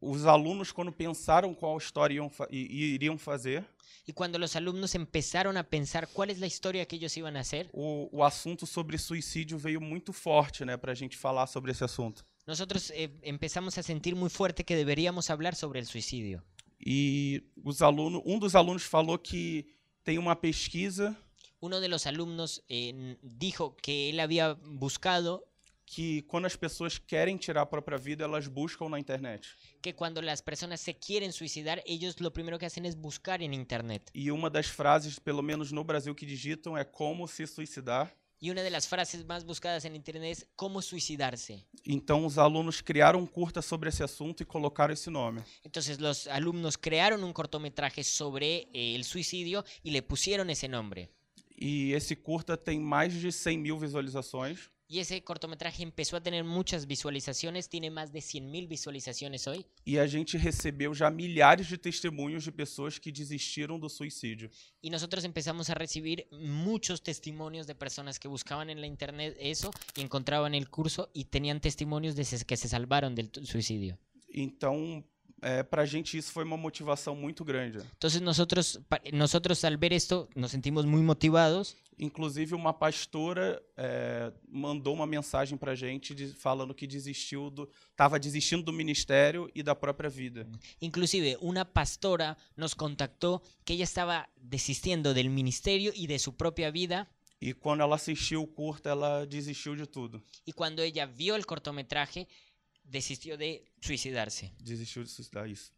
Speaker 1: os alunos, quando pensaron qual história iam fa- i- i- iriam fazer,
Speaker 2: Y cuando los alumnos empezaron a pensar cuál es la historia que ellos iban a hacer,
Speaker 1: o, o assunto sobre suicídio veio muito forte né, para a gente falar sobre esse assunto.
Speaker 2: nosotros eh, empezamos a sentir muy fuerte que deberíamos hablar sobre el suicidio.
Speaker 1: E os alunos, um dos alunos falou que tem uma pesquisa
Speaker 2: Uno de los alumnos eh, dijo que él había buscado
Speaker 1: que quando as pessoas querem tirar a própria vida, elas buscam na internet.
Speaker 2: que cuando las personas se quieren suicidar, ellos lo primero que hacen es buscar en Internet.
Speaker 1: E uma das frases, pelo menos no Brasil, que digitam é como se suicidar.
Speaker 2: Y una de las frases más buscadas en internet es cómo suicidarse.
Speaker 1: Então os alunos criaram um curta sobre esse assunto e colocaram esse nome.
Speaker 2: Entonces los alumnos crearon un cortometraje sobre eh, el suicidio y le pusieron ese nombre.
Speaker 1: E esse curta tem mais de 100 mil visualizações.
Speaker 2: Y ese cortometraje empezó a tener muchas visualizaciones, tiene más de 100.000 visualizaciones hoy.
Speaker 1: E a gente recebeu já milhares de testemunhos de pessoas que desistiram do suicídio.
Speaker 2: Y nosotros empezamos a recibir muchos testimonios de personas que buscaban en la internet eso y encontraban el curso y tenían testimonios de ses- que se salvaron del tu- suicidio.
Speaker 1: Então, é, pra gente isso foi uma motivação muito grande.
Speaker 2: Entonces nosotros, pa- nosotros al ver esto nos sentimos muy motivados
Speaker 1: Inclusive, uma pastora é, mandou uma mensagem pra gente de- falando que desistiu do. estava desistindo do ministério e da própria vida.
Speaker 2: Inclusive una pastora nos contactó que ella estaba desistiendo del ministerio y de su propia vida
Speaker 1: E quando ela assistiu o curta, ela desistiu de tudo.
Speaker 2: y cuando ella vio el cortometraje desistió de suicidarse.
Speaker 1: Desistiu de suicidar isso.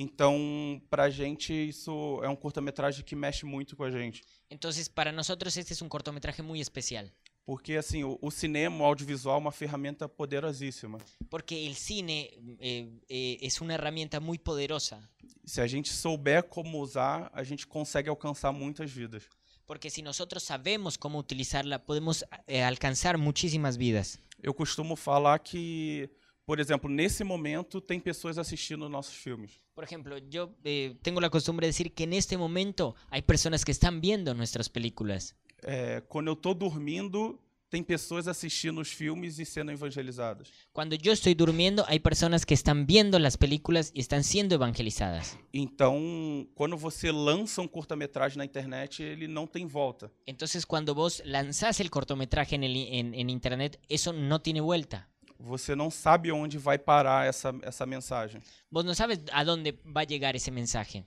Speaker 1: Então, pra gente, isso é um curta-metragem que mexe muito com a gente.
Speaker 2: Entonces para nosotros este es un cortometraje muy especial
Speaker 1: Porque, assim, o, o cinema, o audiovisual é uma ferramenta poderosísima.
Speaker 2: porque el cine eh, eh, es una herramienta muy poderosa
Speaker 1: Se a gente souber como usar, a gente consegue alcançar muitas vidas.
Speaker 2: porque si nosotros sabemos cómo utilizarla podemos eh, alcanzar muchísimas vidas.
Speaker 1: Eu costumo falar que, por exemplo, nesse momento tem pessoas assistindo nossos filmes.
Speaker 2: Por ejemplo, yo eh, tengo la costumbre de decir que en este momento hay personas que están viendo nuestras películas.
Speaker 1: É, quando eu tô dormindo, tem pessoas assistindo os filmes e sendo evangelizadas.
Speaker 2: Cuando yo estoy durmiendo, hay personas que están viendo las películas y están siendo evangelizadas.
Speaker 1: Então, quando você lança um curta-metragem na internet, ele não tem volta.
Speaker 2: Entonces, cuando vos lanzás el cortometraje en, el i- en- en internet, eso no tiene vuelta.
Speaker 1: Você não sabe onde vai parar essa, esa mensagem.
Speaker 2: Vos no sabes a dónde va a llegar ese mensaje.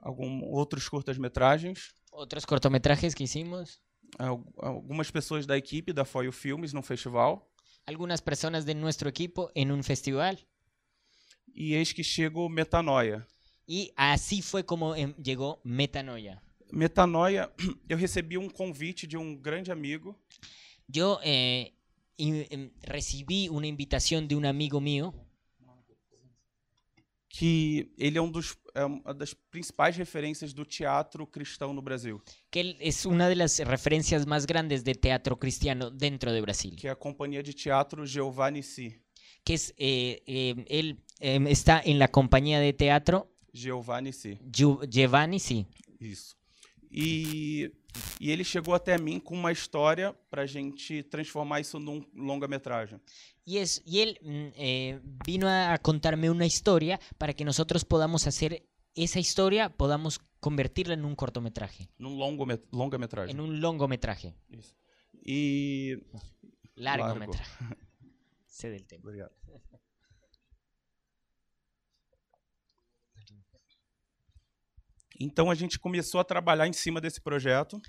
Speaker 1: Algum, outros curtas-metragens.
Speaker 2: Otros cortometrajes que hicimos,
Speaker 1: al- Algumas pessoas da equipe da Foil Filmes no festival.
Speaker 2: algunas personas de nuestro equipo en un festival.
Speaker 1: E eis que chega o Metanoia.
Speaker 2: Y así fue como em, llegó Metanoia.
Speaker 1: Metanoia, eu recebi um convite de um grande amigo
Speaker 2: Yo eh, in- em, recibí una invitación de un amigo mío
Speaker 1: que ele é um dos é uma das principais referências do teatro cristão no Brasil,
Speaker 2: que él es una de las referencias más grandes de teatro cristiano dentro de Brasil.
Speaker 1: que é a companhia de teatro Jeová Nissi.
Speaker 2: que es eh, eh, él em, está en la compañía de teatro
Speaker 1: Jeová Nissi,
Speaker 2: Giu- Giovanni, sí.
Speaker 1: isso. E, e ele chegou até mim com uma história pra gente transformar isso num longa-metragem.
Speaker 2: Y, es, y él mm, eh, vino a a contarme una historia para que nosotros podamos hacer esa historia, podamos convertirla en un cortometraje,
Speaker 1: Num longo-met- longa-metragem.
Speaker 2: en un longometraje,
Speaker 1: Isso. E.
Speaker 2: largometraje. Sé del tema.
Speaker 1: Obrigado. Então a gente começou a trabalhar em cima desse projeto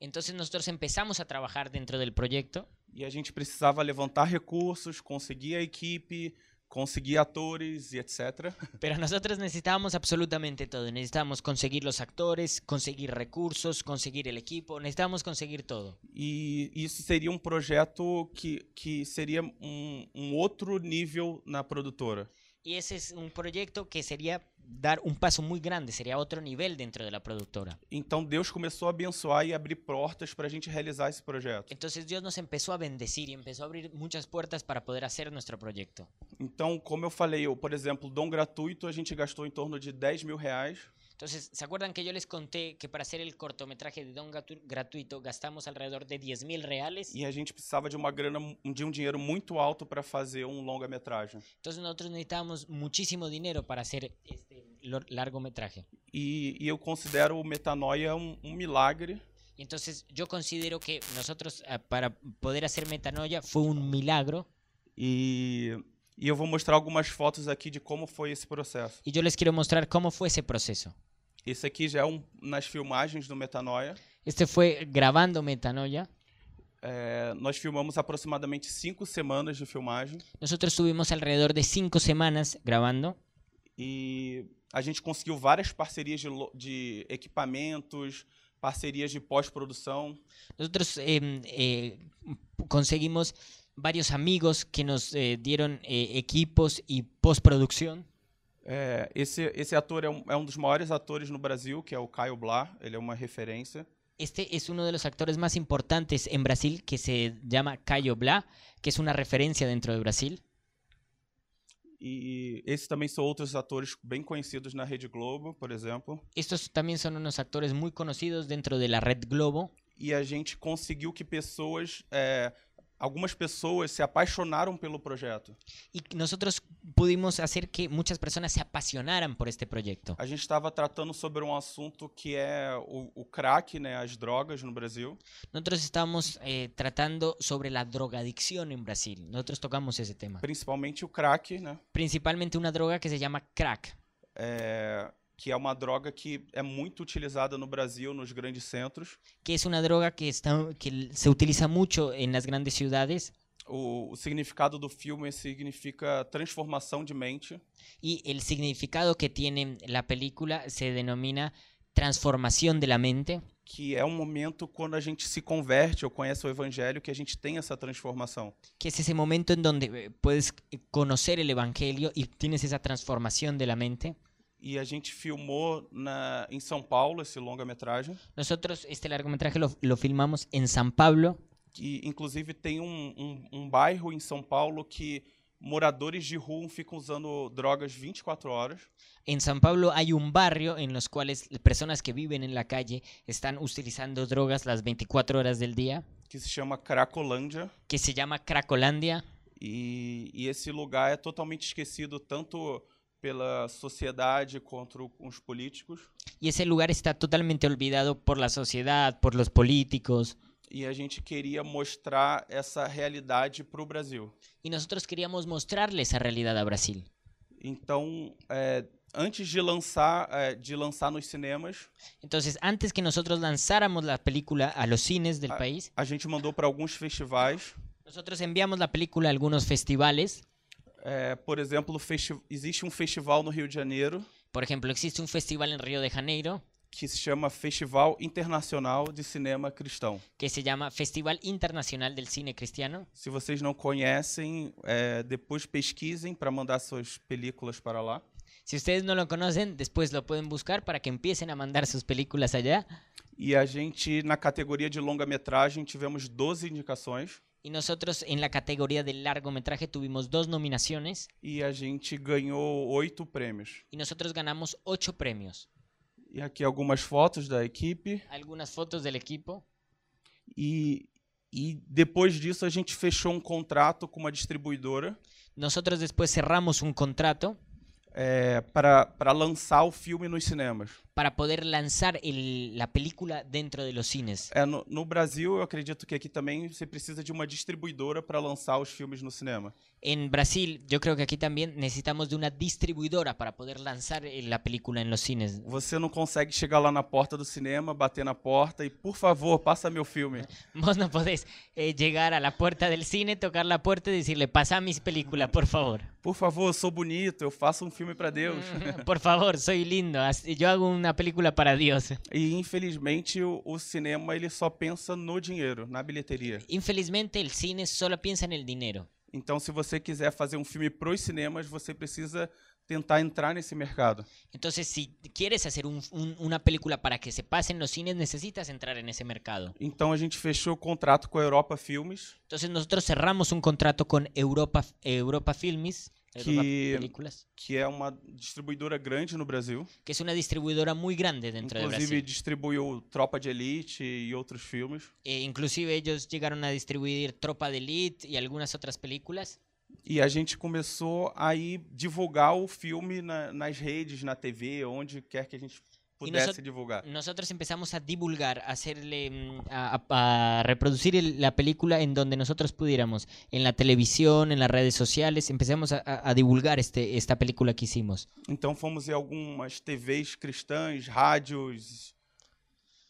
Speaker 2: Entonces nosotros empezamos a trabajar dentro del proyecto
Speaker 1: e a gente precisava levantar recursos, conseguir a equipe, conseguir atores e etc.
Speaker 2: Pero nosotros necesitábamos absolutamente todo. Necesitábamos conseguir los actores, conseguir recursos, conseguir el equipo, necesitábamos conseguir todo.
Speaker 1: E isso seria um projeto que, que seria um, um outro nível na produtora.
Speaker 2: Y ese es un proyecto que sería dar un paso muy grande, sería otro nivel dentro de la productora.
Speaker 1: Então Deus começou a abençoar e abrir portas para a gente realizar esse projeto.
Speaker 2: Entonces Dios nos empezó a bendecir y empezó a abrir muchas puertas para poder hacer nuestro proyecto.
Speaker 1: Então, como eu falei, eu, por exemplo, dom gratuito, a gente gastou em torno de 10 mil reais.
Speaker 2: Entonces, ¿se acuerdan que yo les conté que para hacer el cortometraje de Don Gatu- Gratuito gastamos alrededor de 10 mil reales?
Speaker 1: E a gente precisava de uma grana, de um dinheiro muito alto para fazer um longa-metragem.
Speaker 2: Entonces nosotros necesitábamos muchísimo dinero para hacer este lo- largometraje.
Speaker 1: E, e eu considero o Metanoia um, um milagre,
Speaker 2: Y entonces yo considero que nosotros ah, para poder hacer Metanoia fue un milagro
Speaker 1: e, e eu vou mostrar algumas fotos aqui de como foi esse processo.
Speaker 2: y yo les quiero mostrar cómo fue esse proceso.
Speaker 1: Esse aqui já é um, nas filmagens do Metanoia.
Speaker 2: Este fue grabando Metanoia.
Speaker 1: É, nós filmamos aproximadamente cinco semanas de filmagem
Speaker 2: Nosotros estuvimos alrededor de cinco semanas grabando
Speaker 1: e a gente conseguiu várias parcerias de, lo- de equipamentos, parcerias de pós-produção.
Speaker 2: Nosotros eh, eh, conseguimos varios amigos que nos eh, dieron eh, equipos y postproducción.
Speaker 1: É, esse, esse ator é um, é um dos maiores atores no Brasil, que é o Caio Blá, ele é uma referência.
Speaker 2: Este es uno de los actores más importantes en Brasil que se llama Cayo Blá, que es una referencia dentro de Brasil.
Speaker 1: E esses também são outros atores bem conhecidos na Rede Globo, por exemplo.
Speaker 2: Estos también son unos actores muy conocidos dentro de la Red Globo.
Speaker 1: E a gente conseguiu que pessoas, é, algumas pessoas se apaixonaram pelo projeto.
Speaker 2: Y nosotros pudimos hacer que muchas personas se apasionaran por este proyecto.
Speaker 1: A gente estava tratando sobre um assunto que é o, o crack, né, as drogas no Brasil.
Speaker 2: Nosotros estábamos eh, tratando sobre la drogadicción en Brasil. Nosotros tocamos ese tema.
Speaker 1: Principalmente o crack, né?
Speaker 2: Principalmente una droga que se llama crack,
Speaker 1: é, que é uma droga que é muito utilizada no Brasil, nos grandes centros.
Speaker 2: que es una droga que, está, que se utiliza mucho en las grandes ciudades
Speaker 1: O, o significado do filme significa transformação de mente.
Speaker 2: y el significado que tiene la película se denomina transformación de la mente,
Speaker 1: Que é um momento quando a gente se converte ou conhece o evangelho que a gente tem essa transformação.
Speaker 2: que es ese momento en donde eh, puedes conocer el Evangelio y tienes esa transformación de la mente.
Speaker 1: E a gente filmou na, em São Paulo esse longa-metragem.
Speaker 2: Nosotros este largometraje lo, lo filmamos en San Pablo.
Speaker 1: que inclusive tem um, um, um bairro em São Paulo que moradores de rua ficam usando drogas 24 horas.
Speaker 2: En San Pablo hay un barrio en los cuales personas que viven en la calle están utilizando drogas las 24 horas del día,
Speaker 1: que se chama Cracolândia.
Speaker 2: que se llama Cracolandia.
Speaker 1: E, e esse lugar é totalmente esquecido tanto pela sociedade quanto os políticos.
Speaker 2: Y ese lugar está totalmente olvidado por la sociedad, por los políticos.
Speaker 1: E a gente queria mostrar essa realidade para o Brasil.
Speaker 2: Y nosotros queríamos mostrarle esa realidad a Brasil.
Speaker 1: Então, é, antes de lançar, é, de lançar nos cinemas,
Speaker 2: Entonces, antes que nosotros lanzáramos la película a los cines del
Speaker 1: Ah.
Speaker 2: país,
Speaker 1: a gente mandou para alguns festivais.
Speaker 2: nosotros enviamos la película a algunos festivales.
Speaker 1: É, por exemplo, o festi- existe um festival no Rio de Janeiro
Speaker 2: Por ejemplo, existe un festival en Río de Janeiro
Speaker 1: que se chama Festival Internacional de Cinema Cristão.
Speaker 2: que se llama Festival Internacional del Cine Cristiano.
Speaker 1: Se vocês não conhecem, é, depois pesquisem para mandar suas películas para lá.
Speaker 2: Si ustedes no lo conocen, después lo pueden buscar para que empiecen a mandar sus películas allá.
Speaker 1: E a gente, na categoria de longa-metragem, tivemos 12 indicações
Speaker 2: Y nosotros en la categoría del largometraje tuvimos dos nominaciones
Speaker 1: e a gente ganhou oito prêmios.
Speaker 2: y nosotros ganamos ocho premios.
Speaker 1: E aqui algumas fotos da equipe.
Speaker 2: Algunas fotos del equipo.
Speaker 1: E, e depois disso, a gente fechou um contrato com uma distribuidora
Speaker 2: Nosotros después cerramos un contrato
Speaker 1: é, para lançar o filme nos cinemas.
Speaker 2: para poder lanzar el- la película dentro de los cines.
Speaker 1: É, no, no Brasil, eu acredito que aqui também você precisa de uma distribuidora para lançar os filmes no cinema.
Speaker 2: En Brasil, yo creo que aquí también necesitamos de una distribuidora para poder lanzar eh, la película en los cines.
Speaker 1: Você não consegue chegar lá na porta do cinema, bater na porta e, por favor, passa meu filme.
Speaker 2: Vos no podés eh, llegar a la puerta del cine, tocar la puerta y decirle, pasa mis películas, por favor.
Speaker 1: Por favor, eu sou bonito, eu faço um filme para Deus.
Speaker 2: Por favor, soy lindo, haz- yo hago una película para Dios.
Speaker 1: E, infelizmente, o, o cinema ele só pensa no dinheiro, na bilheteria.
Speaker 2: Infelizmente, el cine solo piensa en el dinero.
Speaker 1: Então, se você quiser fazer um filme pros cinemas, você precisa tentar entrar nesse mercado.
Speaker 2: Entonces, si quieres hacer un- un- una película para que se pase en los cines, necesitas entrar en ese mercado.
Speaker 1: Então, a gente fechou o contrato com a Europa Filmes.
Speaker 2: Entonces, nosotros cerramos un contrato con Europa, Europa Filmes, Europa
Speaker 1: Que-
Speaker 2: Películas,
Speaker 1: Que é uma distribuidora grande no Brasil.
Speaker 2: que es una distribuidora muy grande dentro de
Speaker 1: Inclusive
Speaker 2: Brasil.
Speaker 1: distribuiu Tropa de Elite e outros filmes.
Speaker 2: Eh, inclusive ellos llegaron a distribuir Tropa de Elite y algunas otras películas.
Speaker 1: E a gente começou a ir divulgar o filme na- nas redes, na TV, onde quer que a gente pudesse
Speaker 2: nosso-
Speaker 1: divulgar.
Speaker 2: Nosotros empezamos a divulgar, a hacerle, mm, a, a- a reproducir el- la película en donde nosotros pudiéramos, en la televisión, en las redes sociales, empezamos a, a- a divulgar este, esta película que hicimos.
Speaker 1: Então fomos em algumas TVs cristãs, rádios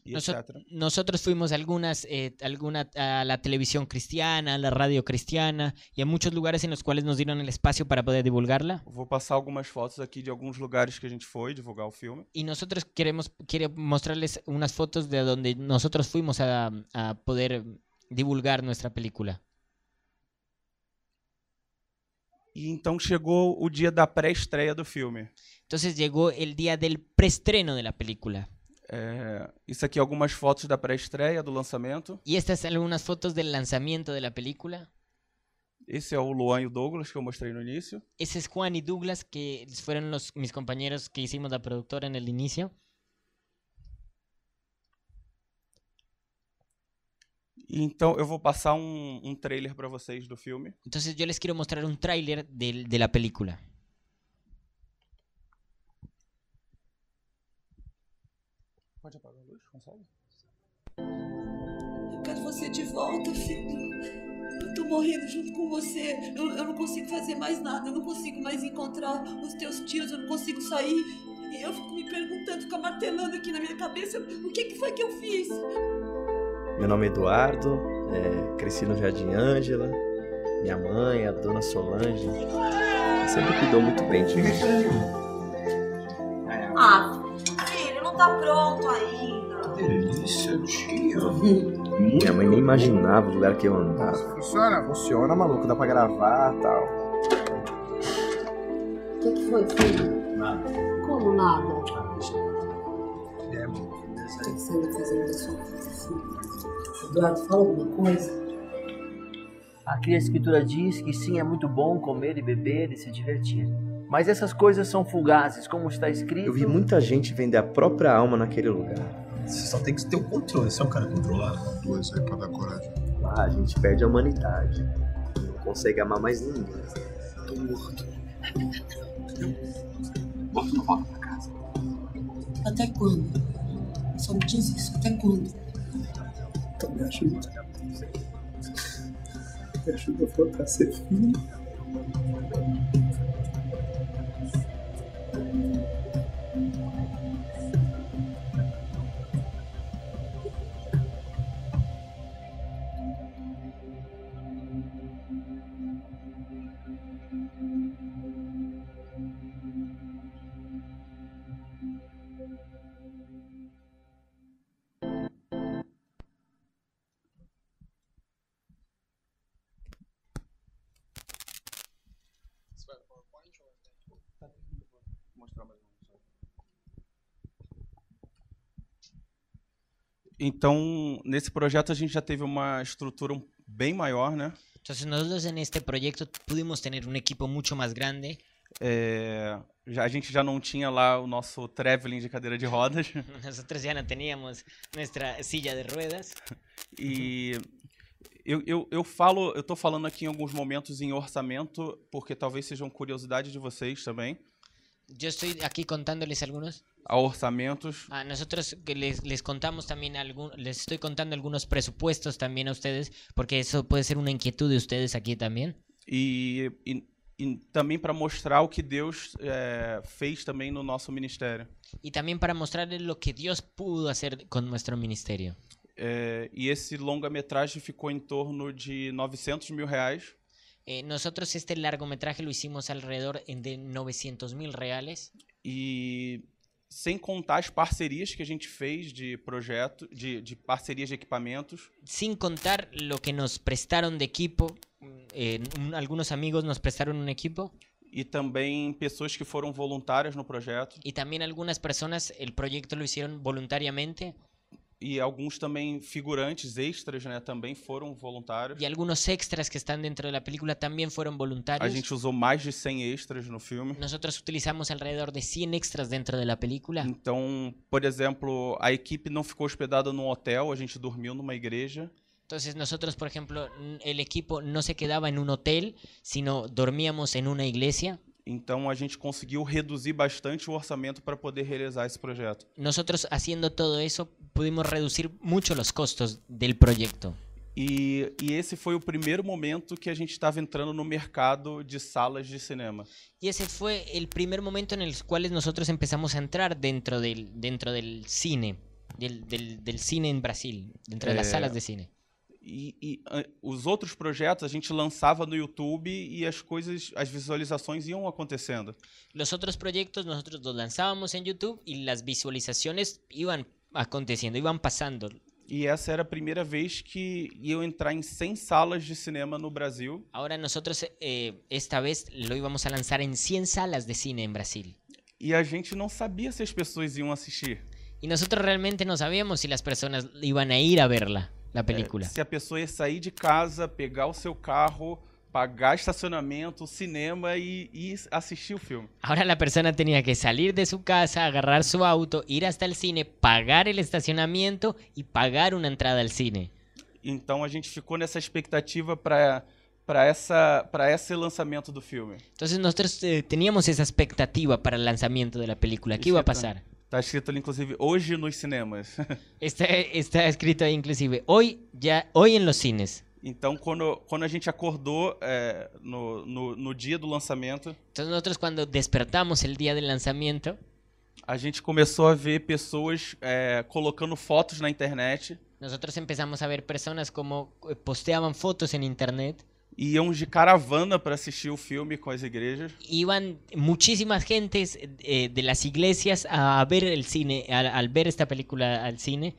Speaker 1: y
Speaker 2: Noso-
Speaker 1: etc.
Speaker 2: Nosotros fuimos a algunas, eh, alguna, a la televisión cristiana, a la radio cristiana y a muchos lugares en los cuales nos dieron el espacio para poder divulgarla.
Speaker 1: Vou passar algumas fotos aqui de alguns lugares que a gente foi divulgar o filme.
Speaker 2: Y nosotros queremos quiero mostrarles unas fotos de donde nosotros fuimos a, a poder divulgar nuestra película.
Speaker 1: E então chegou o dia da pré-estreia do filme.
Speaker 2: Entonces llegó el día del preestreno de la película.
Speaker 1: É, isso aqui algumas fotos da pré-estreia, do lançamento.
Speaker 2: Y estas son algunas fotos del lanzamiento de la película.
Speaker 1: Esse é o Luan e o Douglas que eu mostrei no início.
Speaker 2: Ese es Juan y Douglas, que fueron los, mis compañeros que hicimos la productora en el inicio.
Speaker 1: E então eu vou passar um, um trailer para vocês do filme.
Speaker 2: Entonces yo les quiero mostrar un tráiler del- de, la película.
Speaker 1: Pode apagar a luz, consegue?
Speaker 3: Eu quero você de volta, filho. Eu tô morrendo junto com você. Eu, eu não consigo fazer mais nada. Eu não consigo mais encontrar os teus tios. Eu não consigo sair. E eu fico me perguntando, fica martelando aqui na minha cabeça o que, que foi que eu fiz.
Speaker 4: Meu nome é Eduardo, é, cresci no Jardim Ângela. Minha mãe, a dona Solange, sempre cuidou muito bem de mim.
Speaker 5: Ah, filho, não tá pronto ainda.
Speaker 6: Delícia, tia.
Speaker 4: Minha mãe nem imaginava o lugar que eu andava.
Speaker 6: Funciona? Funciona, maluco. Dá pra gravar tá? e tal.
Speaker 5: O que, que foi, filho?
Speaker 6: Nada.
Speaker 5: Como nada?
Speaker 6: É, mano.
Speaker 5: O que, que você anda fazendo da sua vida, filho? Eduardo, fala alguma coisa.
Speaker 7: Aqui a escritura diz que sim, é muito bom comer e beber e se divertir. Mas essas coisas são fugazes, como está escrito.
Speaker 4: Eu vi muita gente vender a própria alma naquele lugar.
Speaker 6: Você só tem que ter o controle. Você é um cara controlado. Duas aí pra dar coragem.
Speaker 4: Lá Ah, a gente perde a humanidade. Não consegue amar mais ninguém.
Speaker 6: Tô morto.
Speaker 3: Até quando? Só me diz isso, até quando?
Speaker 6: Então me ajuda. Me ajuda a voltar a ser filho.
Speaker 1: Então, nesse projeto a gente já teve uma estrutura um- bem maior, né?
Speaker 2: Entonces nosotros en este proyecto pudimos tener un equipo mucho más grande.
Speaker 1: É, já, a gente já não tinha lá o nosso traveling de cadeira de rodas.
Speaker 2: Nosotros ya no teníamos nuestra silla de ruedas.
Speaker 1: E eu, eu, eu falo, eu tô falando aqui em alguns momentos em orçamento, porque talvez sejam curiosidade de vocês também.
Speaker 2: Yo estoy aquí contándoles algunos.
Speaker 1: Há orçamentos.
Speaker 2: A nosotros que les, les contamos también algún, les estoy contando algunos presupuestos también a ustedes, porque eso puede ser una inquietud de ustedes aquí también.
Speaker 1: E, e, e também para mostrar o que Deus é, fez também no nosso ministério.
Speaker 2: Y también para mostrarles lo que Dios pudo hacer con nuestro ministerio.
Speaker 1: É, e esse longa-metragem ficou em torno de 900 mil reais.
Speaker 2: Eh, nosotros este largometraje lo hicimos alrededor en de 900 mil reales.
Speaker 1: E sem contar as parcerias que a gente fez de projeto, de, de parcerias de equipamentos.
Speaker 2: sin contar lo que nos prestaron de equipo, mm, eh, un- algunos amigos nos prestaron un equipo
Speaker 1: E também pessoas que foram voluntárias no projeto.
Speaker 2: y también algunas personas el proyecto lo hicieron voluntariamente
Speaker 1: E alguns também figurantes extras, né? Também foram voluntários.
Speaker 2: y algunos extras que están dentro de la película también fueron
Speaker 1: A
Speaker 2: voluntarios.
Speaker 1: gente usou mais de 100 extras no filme.
Speaker 2: Nosotros utilizamos alrededor de 100 extras dentro de la
Speaker 1: Mm.
Speaker 2: película.
Speaker 1: Então, por exemplo, a equipe não ficou hospedada num hotel, a gente dormiu numa igreja.
Speaker 2: Entonces nosotros, por ejemplo, n- el equipo no se quedaba en un hotel, sino dormíamos en una iglesia.
Speaker 1: Então, a gente conseguiu reduzir bastante o orçamento para poder realizar esse projeto.
Speaker 2: Nosotros haciendo todo eso pudimos reducir mucho los costos del proyecto.
Speaker 1: E, e esse foi o primeiro momento que a gente estava entrando no mercado de salas de cinema.
Speaker 2: Y ese fue el primer momento en el cual nosotros empezamos a entrar dentro del, dentro del cine. del, del- del cine en Brasil, dentro de las
Speaker 1: É.
Speaker 2: salas de cine.
Speaker 1: E, e, ah, os outros projetos a gente lançava no YouTube e as coisas, as visualizações iam acontecendo.
Speaker 2: Los otros proyectos nosotros los lanzábamos en YouTube y las visualizaciones iban aconteciendo, iban pasando.
Speaker 1: E essa era a primeira vez que iam entrar em 100 salas de cinema no Brasil.
Speaker 2: Ahora nosotros eh, esta vez lo íbamos a lanzar en 100 salas de cine en Brasil.
Speaker 1: E a gente não sabia se as pessoas iam assistir.
Speaker 2: Y nosotros realmente no sabíamos si las personas iban a ir a verla, la película.
Speaker 1: É, Se a pessoa ia sair de casa, pegar o seu carro, pagar estacionamento, cinema e, e assistir o filme.
Speaker 2: Ahora la persona tenía que salir de su casa, agarrar su auto, ir hasta el cine, pagar el estacionamiento y pagar una entrada al cine.
Speaker 1: Então a gente ficou nessa expectativa para para essa para esse lançamento do filme.
Speaker 2: Entonces nosotros eh, teníamos esa expectativa para el lanzamiento de la película. ¿Qué iba a pasar?
Speaker 1: Tá escrito ali inclusive hoje nos cinemas.
Speaker 2: Está, está escrito ahí inclusive, hoy, ya, hoy en los cines.
Speaker 1: Então quando quando a gente acordou é, no, no no dia do lançamento,
Speaker 2: Entonces nosotros cuando despertamos el día del lanzamiento,
Speaker 1: a gente começou a ver pessoas é, colocando fotos na internet
Speaker 2: nosotros empezamos a ver personas como eh, posteaban fotos en internet.
Speaker 1: e iam de caravana para assistir o filme com as igrejas.
Speaker 2: Iban muchísimas gentes eh, de las iglesias a ver el cine, al, al ver esta película al cine.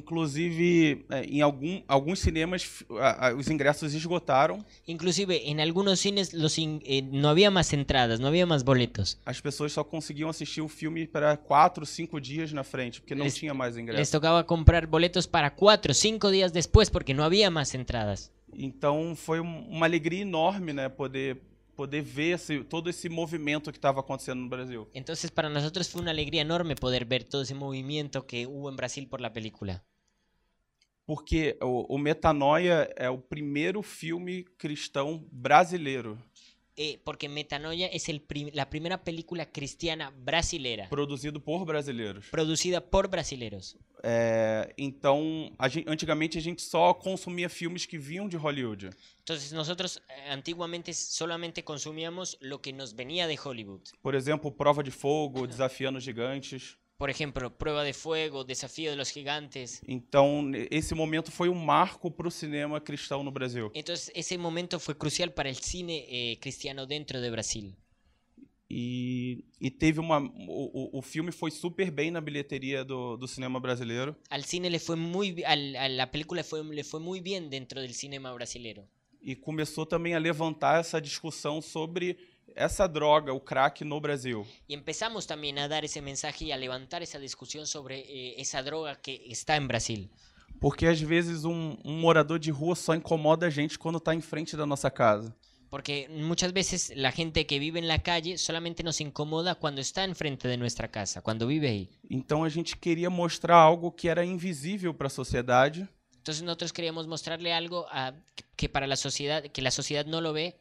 Speaker 1: Inclusive, é, em algum, alguns cinemas, f- a- a- os ingressos esgotaram.
Speaker 2: Inclusive en algunos cines los in- eh, no había más entradas, no había más boletos.
Speaker 1: As pessoas só conseguiam assistir o filme para quatro, cinco dias na frente, porque não
Speaker 2: Eles-
Speaker 1: tinha mais
Speaker 2: Les
Speaker 1: ingresso.
Speaker 2: tocaba comprar boletos para cuatro, cinco días después porque no había más entradas.
Speaker 1: Então, foi um- uma alegria enorme, né? Poder, poder ver esse, todo esse movimento que estava acontecendo no Brasil.
Speaker 2: Entonces para nosotros fue una alegría enorme poder ver todo ese movimiento que hubo en Brasil por la película.
Speaker 1: Porque o, o Metanoia é o primeiro filme cristão brasileiro
Speaker 2: Eh, porque Metanoia es el prim- la primera película cristiana brasilera
Speaker 1: produzido por brasileiros.
Speaker 2: producida por brasileros.
Speaker 1: É, então, a gen- antigamente a gente só consumia filmes que vinham de Hollywood.
Speaker 2: Entonces nosotros eh, antiguamente solamente consumíamos lo que nos venía de Hollywood.
Speaker 1: Por exemplo, Prova de Fogo, Desafiando os Gigantes.
Speaker 2: Por ejemplo, Prueba de Fuego, Desafío de los Gigantes.
Speaker 1: Então, ne- esse momento foi um marco para o cinema cristão no Brasil.
Speaker 2: Entonces ese momento fue crucial para el cine eh, cristiano dentro de Brasil.
Speaker 1: E, e teve uma. O, o- o filme foi super bem na bilheteria do, do cinema brasileiro.
Speaker 2: Al cine le fue muy bi- al- a la película fue, le fue muy bien dentro del cinema brasilero.
Speaker 1: E começou também a levantar essa discussão sobre essa droga, o crack, no Brasil.
Speaker 2: Y empezamos también a dar ese mensaje y a levantar esa discusión sobre eh, esa droga que está en Brasil.
Speaker 1: Porque às vezes um, um morador de rua só incomoda a gente quando está em frente da nossa casa.
Speaker 2: Porque muchas veces la gente que vive en la calle solamente nos incomoda cuando está enfrente de nuestra casa, cuando vive ahí.
Speaker 1: Então a gente queria mostrar algo que era invisível para a sociedade
Speaker 2: Entonces nosotros queríamos mostrarle algo a- que para la sociedad, que la sociedad no lo ve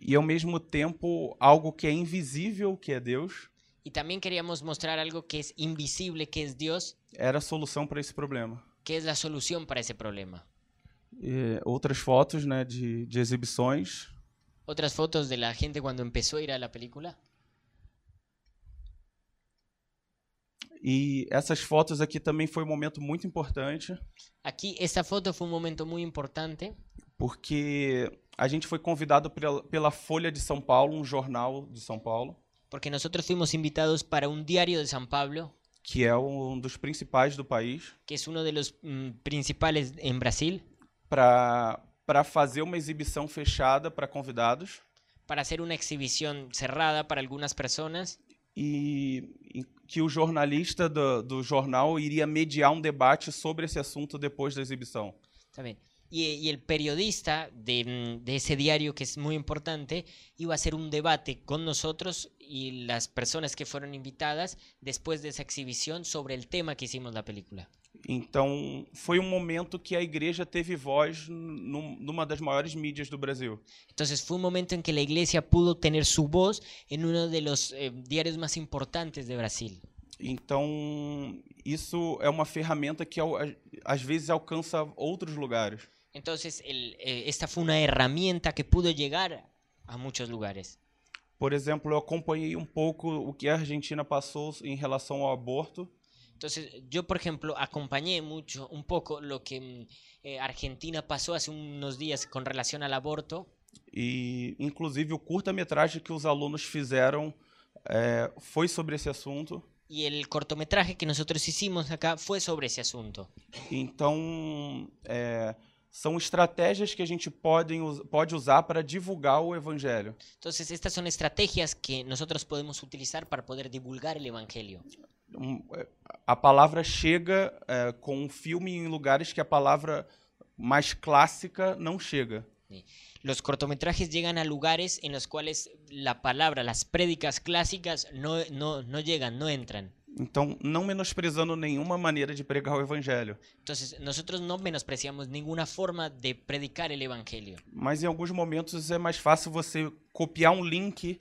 Speaker 1: e ao mesmo tempo algo que é invisível, que é Deus,
Speaker 2: y también queríamos mostrar algo que es invisible, que es Dios,
Speaker 1: era a solução para esse problema.
Speaker 2: que es la solución para ese problema.
Speaker 1: É, outras fotos, né, de, de exibições.
Speaker 2: Otras fotos de la gente cuando empezó a ir a la película.
Speaker 1: E essas fotos aqui também foi um momento muito importante,
Speaker 2: Aquí esta foto fue un momento muy importante
Speaker 1: porque a gente foi convidado pela, pela Folha de São Paulo, um jornal de São Paulo,
Speaker 2: porque nosotros fuimos invitados para un diario de San Pablo,
Speaker 1: que é um dos principais do país,
Speaker 2: que es uno de los mm, principales en Brasil,
Speaker 1: para para fazer uma exibição fechada para convidados.
Speaker 2: para hacer una exhibición cerrada para algunas personas
Speaker 1: e e que o jornalista do, do jornal iria mediar um debate sobre esse assunto depois da exibição.
Speaker 2: Está bien. Y, y el periodista de, mm, de ese diario, que es muy importante, iba a hacer un debate con nosotros y las personas que fueron invitadas después de esa exhibición sobre el tema que hicimos la película.
Speaker 1: Então, foi um momento que a igreja teve voz num- numa das maiores mídias do Brasil.
Speaker 2: Entonces fue un momento en que la iglesia pudo tener su voz en uno de los eh, diarios más importantes de Brasil.
Speaker 1: Então, isso é uma ferramenta que ao- a- às vezes alcança outros lugares.
Speaker 2: Entonces el, eh, esta fue una herramienta que pudo llegar a muchos lugares.
Speaker 1: Por exemplo, eu acompanhei um pouco o que a Argentina passou em relação ao aborto
Speaker 2: Entonces, yo, por ejemplo, acompañé mucho, un poco lo que mm, eh, Argentina pasó hace unos días con relación al aborto.
Speaker 1: E, inclusive, o curta-metragem que os alunos fizeram é, foi sobre esse assunto.
Speaker 2: Y el cortometraje que nosotros hicimos acá fue sobre ese asunto.
Speaker 1: Então, é, são estratégias que a gente podem us- pode usar para divulgar o evangelho.
Speaker 2: Entonces, estas son estrategias que nosotros podemos utilizar para poder divulgar el Evangelio.
Speaker 1: Um, é, a palavra chega é, com um filme em lugares que a palavra mais clássica não chega.
Speaker 2: Los cortometrajes llegan a lugares en los cuales la palabra, las prédicas clásicas no, no, no llegan, no entran.
Speaker 1: Então, não menosprezando nenhuma maneira de pregar o evangelho,
Speaker 2: Entonces, nosotros no menospreciamos ninguna forma de predicar el Evangelio.
Speaker 1: mas em alguns momentos é mais fácil você copiar um link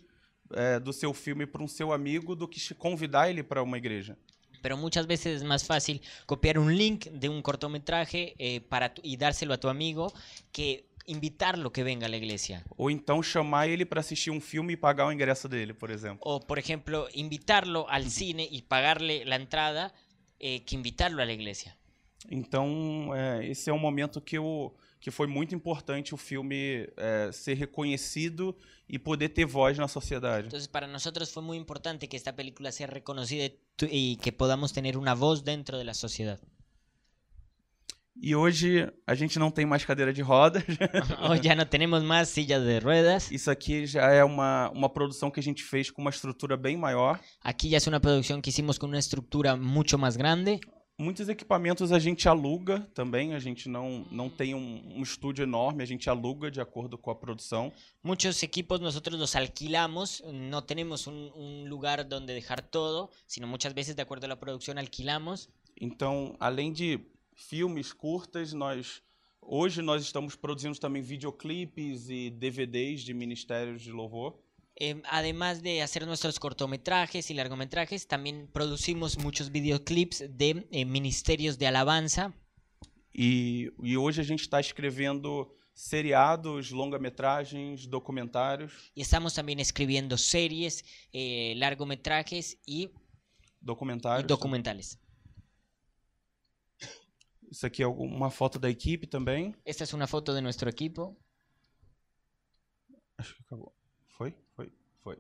Speaker 1: é, do seu filme para um seu amigo do que se convidar ele para uma igreja.
Speaker 2: Pero muchas veces es más fácil copiar un link de un cortometraje eh, para tu- y dárselo a tu amigo que invitarlo que venga a la iglesia.
Speaker 1: Ou então chamar ele para assistir um filme e pagar o ingresso dele, por exemplo.
Speaker 2: O, por ejemplo, invitarlo al cine y pagarle la entrada eh, que invitarlo a la iglesia.
Speaker 1: Então, é, esse é um momento que, o, que foi muito importante o filme é, ser reconhecido e poder ter voz na sociedade.
Speaker 2: Entonces, para nosotros fue muy importante que esta película sea reconocida y tu- y que podamos tener una voz dentro de la sociedad.
Speaker 1: E hoje a gente não tem mais cadeira de rodas.
Speaker 2: Hoy Oh, ya no tenemos más sillas de ruedas.
Speaker 1: Isso aqui já é uma, uma produção que a gente fez com uma estrutura bem maior.
Speaker 2: Aquí ya es una producción que hicimos con una estructura mucho más grande.
Speaker 1: Muitos equipamentos a gente aluga também, a gente não, não tem um, um estúdio enorme, a gente aluga de acordo com a produção.
Speaker 2: Muchos equipos nosotros los alquilamos, no tenemos un, un lugar donde dejar todo, sino muchas veces de acuerdo a la producción alquilamos.
Speaker 1: Então, além de filmes curtas, nós hoje nós estamos produzindo também videoclipes e DVDs de ministérios de louvor.
Speaker 2: Eh, además de hacer nuestros cortometrajes y largometrajes, también producimos muchos videoclips de eh, ministerios de alabanza.
Speaker 1: E, e hoje a gente está escrevendo seriados, longa-metragens, documentários.
Speaker 2: Y estamos también escribiendo series, eh, largometrajes y, y
Speaker 1: Documentários.
Speaker 2: documentales.
Speaker 1: Isso aqui é uma foto da equipe também.
Speaker 2: Esta es una foto de nuestro equipo.
Speaker 1: Acho que acabou. Foi? Foi? Foi.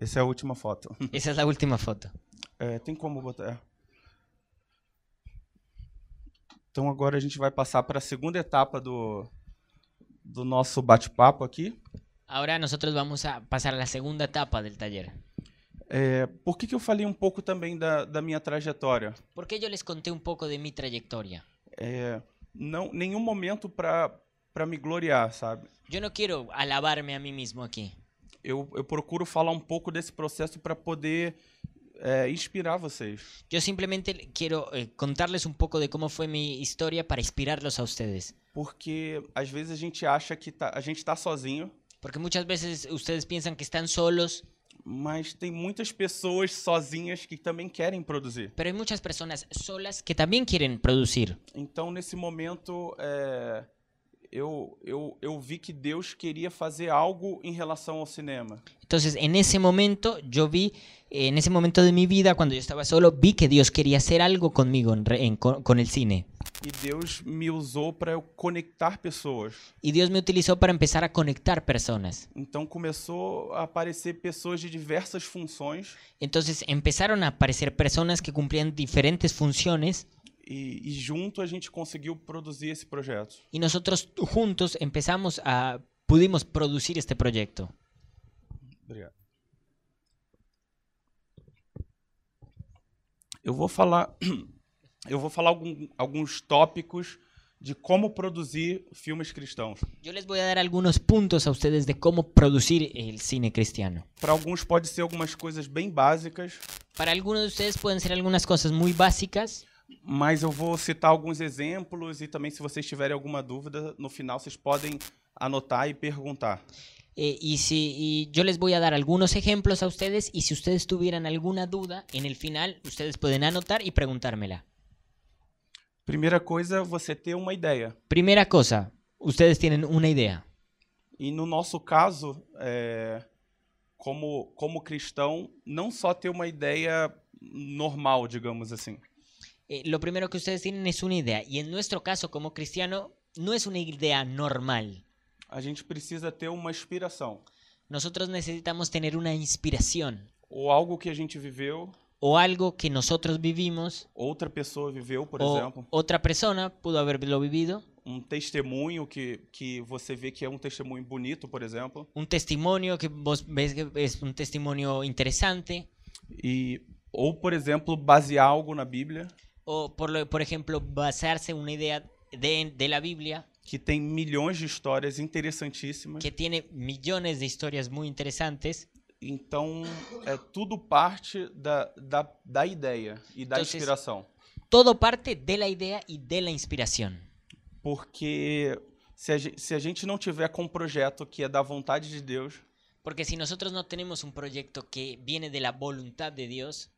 Speaker 1: Essa é a última foto.
Speaker 2: Esa es la última foto.
Speaker 1: É, tem como botar. é. Então agora a gente vai passar para a segunda etapa do, do nosso bate-papo aqui.
Speaker 2: Ahora nosotros vamos a pasar a la segunda etapa del taller.
Speaker 1: É, por que, que eu falei um pouco também da, da minha trajetória?
Speaker 2: ¿Por qué yo les conté un poco de mi trayectoria?
Speaker 1: É, não, nenhum momento para me gloriar, sabe?
Speaker 2: Yo no quiero alabarme a mí mismo aquí.
Speaker 1: Eu, eu procuro falar um pouco desse processo para poder é, inspirar vocês.
Speaker 2: Yo simplemente le- quiero eh, contarles un poco de cómo fue mi historia para inspirarlos a ustedes.
Speaker 1: Porque às vezes a gente acha que tá, a gente está sozinho,
Speaker 2: Porque muchas veces ustedes piensan que están solos,
Speaker 1: mas tem muitas pessoas sozinhas que também querem produzir.
Speaker 2: pero hay muchas personas solas que también quieren producir.
Speaker 1: Então, nesse momento, é, eu, eu, eu vi que Deus queria fazer algo em relação ao cinema.
Speaker 2: Entonces, en ese momento, yo vi, eh, en ese momento de mi vida, cuando yo estaba solo, vi que Dios quería hacer algo conmigo, en re- en- con, con el cine.
Speaker 1: E Deus me usou para eu conectar pessoas.
Speaker 2: Y Dios me utilizó para empezar a conectar personas.
Speaker 1: Então, começou a aparecer pessoas de diversas funções
Speaker 2: Entonces, empezaron a aparecer personas que cumplían diferentes funciones
Speaker 1: e, e junto a gente conseguiu produzir esse projeto.
Speaker 2: y nosotros juntos empezamos a pudimos producir este proyecto.
Speaker 1: Obrigado. Eu vou falar, eu vou falar algum- alguns tópicos de como produzir filmes cristãos.
Speaker 2: Yo les voy a dar algunos puntos a ustedes de cómo producir el cine cristiano.
Speaker 1: Para alguns pode ser algumas coisas bem básicas,
Speaker 2: Para algunos de ustedes pueden ser algunas cosas muy básicas,
Speaker 1: mas eu vou citar alguns exemplos e também se vocês tiverem alguma dúvida no final vocês podem anotar e perguntar.
Speaker 2: eh, y si y yo les voy a dar algunos ejemplos a ustedes y si ustedes tuvieran alguna duda en el final ustedes pueden anotar y preguntármela.
Speaker 1: Primeira coisa, você ter uma ideia.
Speaker 2: Primera cosa, ustedes tienen una idea.
Speaker 1: E no nosso caso, é, como como cristão, não só ter uma ideia normal, digamos assim.
Speaker 2: eh, lo primero que ustedes tienen es una idea. Y en nuestro caso, como cristiano, no es una idea normal.
Speaker 1: A gente precisa ter uma inspiração.
Speaker 2: Nosotros necesitamos tener una inspiración
Speaker 1: Ou algo que a gente viveu,
Speaker 2: o algo que nosotros vivimos
Speaker 1: outra pessoa viveu, por
Speaker 2: o
Speaker 1: exemplo.
Speaker 2: otra persona pudo haberlo vivido,
Speaker 1: Um testemunho que, que você vê que é um testemunho bonito, por exemplo.
Speaker 2: un testimonio que vos ves que es un testimonio interesante,
Speaker 1: E, ou, por exemplo, basear algo na Bíblia,
Speaker 2: o por, lo- por ejemplo basarse en una idea de, de la Biblia
Speaker 1: que tem milhões de histórias interessantíssimas.
Speaker 2: que tiene millones de historias muy interesantes.
Speaker 1: Então, é tudo parte da, da, da ideia e da
Speaker 2: Então, vocês-
Speaker 1: inspiração.
Speaker 2: Todo parte de la idea y de la inspiración.
Speaker 1: Porque se a, gente, se a gente não tiver com um projeto que é da vontade de Deus,
Speaker 2: Porque si nosotros no tenemos un proyecto que viene de la voluntad de Dios,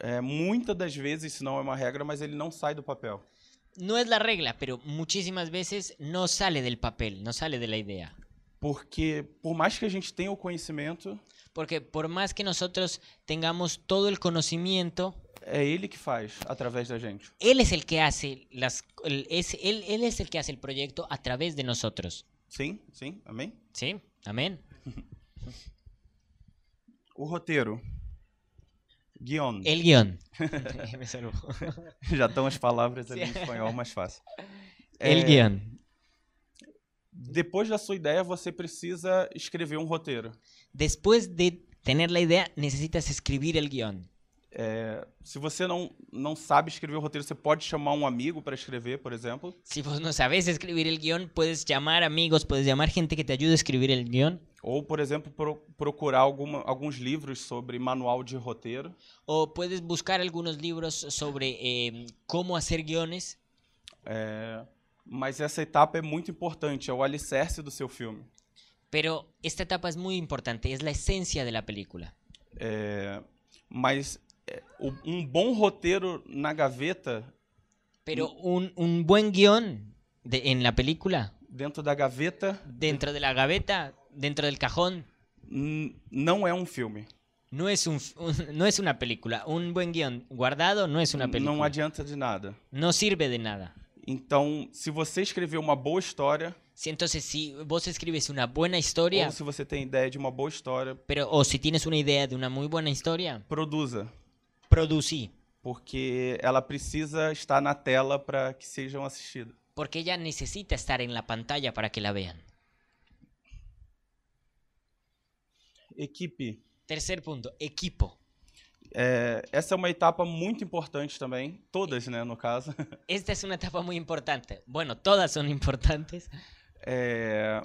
Speaker 1: é, muitas das vezes, isso não é uma regra, mas ele não sai do papel.
Speaker 2: no es la regla, pero muchísimas veces no sale del papel, no sale de la idea.
Speaker 1: Porque, por mais que a gente tenha o conhecimento,
Speaker 2: Porque por más que nosotros tengamos todo el conocimiento,
Speaker 1: é ele que faz através da gente.
Speaker 2: Él es el que hace las el- es- él, él es el que hace el proyecto a través de nosotros.
Speaker 1: Sim, sim, amém?
Speaker 2: ¿Sí? Amén.
Speaker 1: O roteiro. Guion.
Speaker 2: El guión. Me salvó.
Speaker 1: Já estão as palavras ali em espanhol mais fácil.
Speaker 2: El guión.
Speaker 1: Depois da sua ideia, você precisa escrever um roteiro.
Speaker 2: Después de tener la idea, necesitas escribir el guión.
Speaker 1: Se você não, não sabe escrever o roteiro, você pode chamar um amigo para escrever, por exemplo.
Speaker 2: Si vos no sabes escribir el guión, puedes llamar amigos, puedes llamar gente que te ayude a escribir el guión.
Speaker 1: Ou, por exemplo, pro- procurar alguma, alguns livros sobre manual de roteiro.
Speaker 2: O puedes buscar algunos libros sobre eh, cómo hacer guiones.
Speaker 1: Mas essa etapa é muito importante, é o alicerce do seu filme.
Speaker 2: Pero esta etapa es muy importante, es la esencia de la película.
Speaker 1: Mas é, o- um bom roteiro na gaveta,
Speaker 2: Pero un, un buen guión de- en la película
Speaker 1: dentro da gaveta,
Speaker 2: dentro de la gaveta, dentro del cajón,
Speaker 1: n- não é um filme.
Speaker 2: no es, un, f- un- no es una película. Un buen guión guardado no es una película.
Speaker 1: Não
Speaker 2: No,
Speaker 1: adianta de nada.
Speaker 2: sirve de nada.
Speaker 1: Então, se você escrever uma boa história,
Speaker 2: Si, entonces, si vos escribes una buena historia,
Speaker 1: ou se você tem ideia de uma boa história,
Speaker 2: pero, o si tienes una idea de una muy buena historia,
Speaker 1: produza.
Speaker 2: producí.
Speaker 1: Porque ela precisa estar na tela para que sejam assistidas.
Speaker 2: Porque ella necesita estar en la pantalla para que la vean.
Speaker 1: Equipe.
Speaker 2: Tercer punto, equipo.
Speaker 1: É, essa é uma etapa muito importante também. Todas, né, no caso.
Speaker 2: Esta es una etapa muy importante. Bueno, todas son importantes.
Speaker 1: É,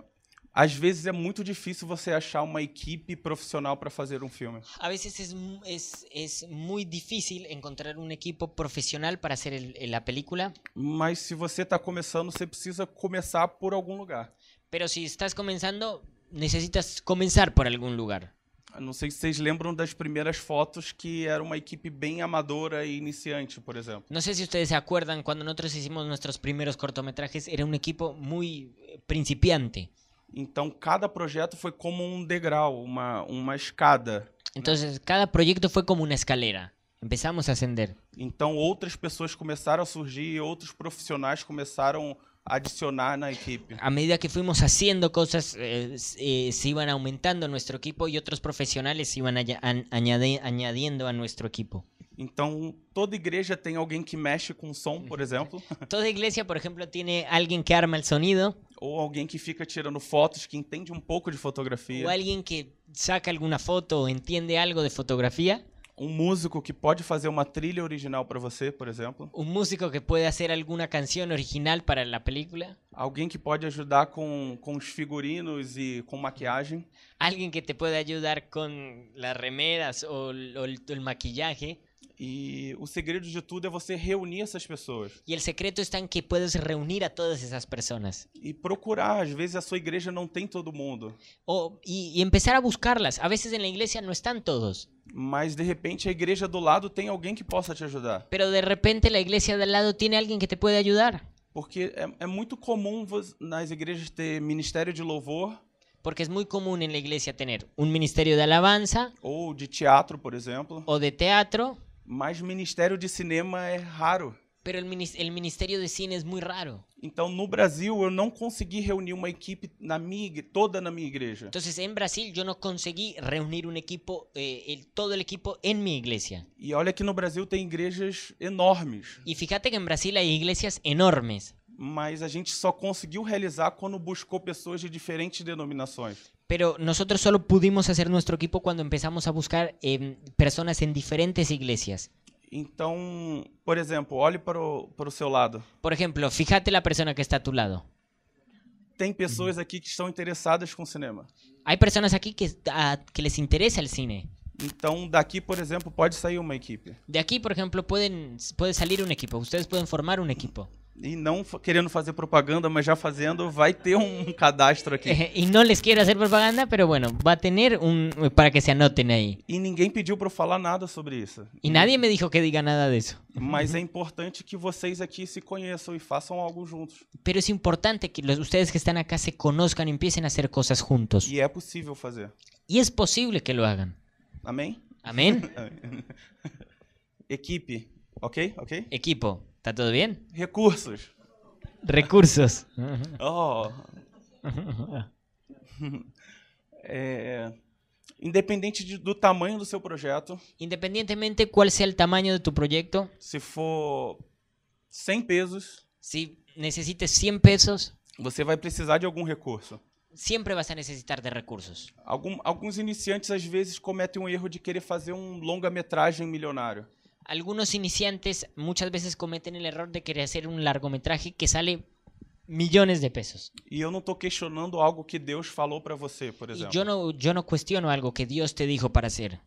Speaker 1: às vezes é muito difícil você achar uma equipe profissional para fazer um filme.
Speaker 2: A veces es, mu- es- es muy difícil encontrar un equipo profesional para hacer el- la película.
Speaker 1: Mas se você está começando, você precisa começar por algum lugar.
Speaker 2: Pero si estás comenzando, necesitas comenzar por algún lugar.
Speaker 1: Eu Não sei se vocês lembram das primeiras fotos que era uma equipe bem amadora e iniciante, por exemplo.
Speaker 2: No sé si ustedes se acuerdan, cuando nosotros hicimos nuestros primeros cortometrajes, era un equipo muy eh, principiante.
Speaker 1: Então cada projeto foi como um degrau, uma, uma escada.
Speaker 2: Entonces, cada proyecto fue como una escalera. Empezamos a ascender.
Speaker 1: Então outras pessoas começaram a surgir e outros profissionais começaram a adicionar na equipe.
Speaker 2: A medida que fuimos haciendo cosas, eh, s- eh, se iban aumentando nuestro equipo y otros profesionales se iban aña- an- añade- añadiendo a nuestro equipo.
Speaker 1: Então toda igreja tem alguém que mexe com som, por exemplo,
Speaker 2: Toda iglesia, por ejemplo, tiene alguien que arma el sonido
Speaker 1: ou alguém que fica tirando fotos, que entende um pouco de
Speaker 2: o
Speaker 1: fotografia,
Speaker 2: alguien que saca alguna foto o entiende algo de fotografía.
Speaker 1: um músico que pode fazer uma trilha original para você, por exemplo.
Speaker 2: un músico que puede hacer alguna canción original para la película,
Speaker 1: Alguém que pode ajudar com, com os figurinos e com maquiagem.
Speaker 2: alguien que te puede ayudar con las remeras o, el- o el, el maquillaje.
Speaker 1: E o segredo de tudo é você reunir essas pessoas
Speaker 2: Y el secreto está en que puedes reunir a todas esas personas
Speaker 1: e procurar. Às vezes a sua igreja não tem todo mundo,
Speaker 2: o, y, y empezar a buscarlas. A veces en la iglesia no están todos,
Speaker 1: mas de repente a igreja do lado tem alguém que possa te ajudar.
Speaker 2: pero de repente la iglesia de al lado tiene alguien que te puede ayudar.
Speaker 1: Porque é, é muito comum vos- nas igrejas ter ministério de louvor
Speaker 2: Porque es muy común en la iglesia tener un ministerio de alabanza
Speaker 1: ou de teatro, por exemplo,
Speaker 2: o de teatro,
Speaker 1: mas ministério de cinema é raro.
Speaker 2: Pero el, minis- el Ministerio de Cine es muy raro.
Speaker 1: Então, no Brasil, eu não consegui reunir uma equipe na minha, igre- toda na minha igreja.
Speaker 2: Entonces, en Brasil yo no conseguí reunir un equipo, eh, el- todo el equipo en mi iglesia.
Speaker 1: E olha que no Brasil tem igrejas enormes,
Speaker 2: Y fíjate que en Brasil hay iglesias enormes,
Speaker 1: mas a gente só conseguiu realizar quando buscou pessoas de diferentes denominações.
Speaker 2: pero nosotros solo pudimos hacer nuestro equipo cuando empezamos a buscar em, personas en diferentes iglesias.
Speaker 1: Então, por exemplo, olhe para o, para o seu lado.
Speaker 2: Por ejemplo, fíjate la persona que está a tu lado.
Speaker 1: Tem pessoas aqui que estão interessadas com cinema.
Speaker 2: Hay personas aquí que, a- que les interesa el cine.
Speaker 1: Então, daqui, por exemplo, pode sair uma equipe.
Speaker 2: De aquí, por ejemplo, pueden, puede salir un equipo. Ustedes pueden formar un equipo.
Speaker 1: E não fa- querendo fazer propaganda, mas já fazendo, vai ter um cadastro aqui.
Speaker 2: y no les quiero hacer propaganda, pero bueno, va a tener un... para que se anoten ahí.
Speaker 1: E ninguém pediu para eu falar nada sobre isso.
Speaker 2: Y nadie me dijo que diga nada de eso.
Speaker 1: Mas é importante que vocês aqui se conheçam e façam algo juntos.
Speaker 2: Pero es importante que los, ustedes que están acá se conozcan y empiecen a hacer cosas juntos.
Speaker 1: E é possível fazer.
Speaker 2: Y es posible que lo hagan.
Speaker 1: Amém?
Speaker 2: Amén.
Speaker 1: Equipe, ok? Ok?
Speaker 2: Equipo, ¿está todo bien?
Speaker 1: Recursos.
Speaker 2: Recursos.
Speaker 1: Oh. É, independente de- do tamanho do seu projeto,
Speaker 2: Independientemente cuál sea el tamaño de tu proyecto,
Speaker 1: se for 100 pesos,
Speaker 2: si necesites 100 pesos,
Speaker 1: você vai precisar de algum recurso.
Speaker 2: siempre vas a necesitar de recursos.
Speaker 1: Algum- alguns iniciantes às vezes cometem um erro de querer fazer um longa-metragem milionário.
Speaker 2: Algunos iniciantes muchas veces cometen el error de querer hacer un largometraje que sale millones de pesos.
Speaker 1: E eu não tô questionando algo que Deus falou para você, por
Speaker 2: Y
Speaker 1: exemplo.
Speaker 2: yo no, yo no cuestiono algo que Dios te dijo para hacer.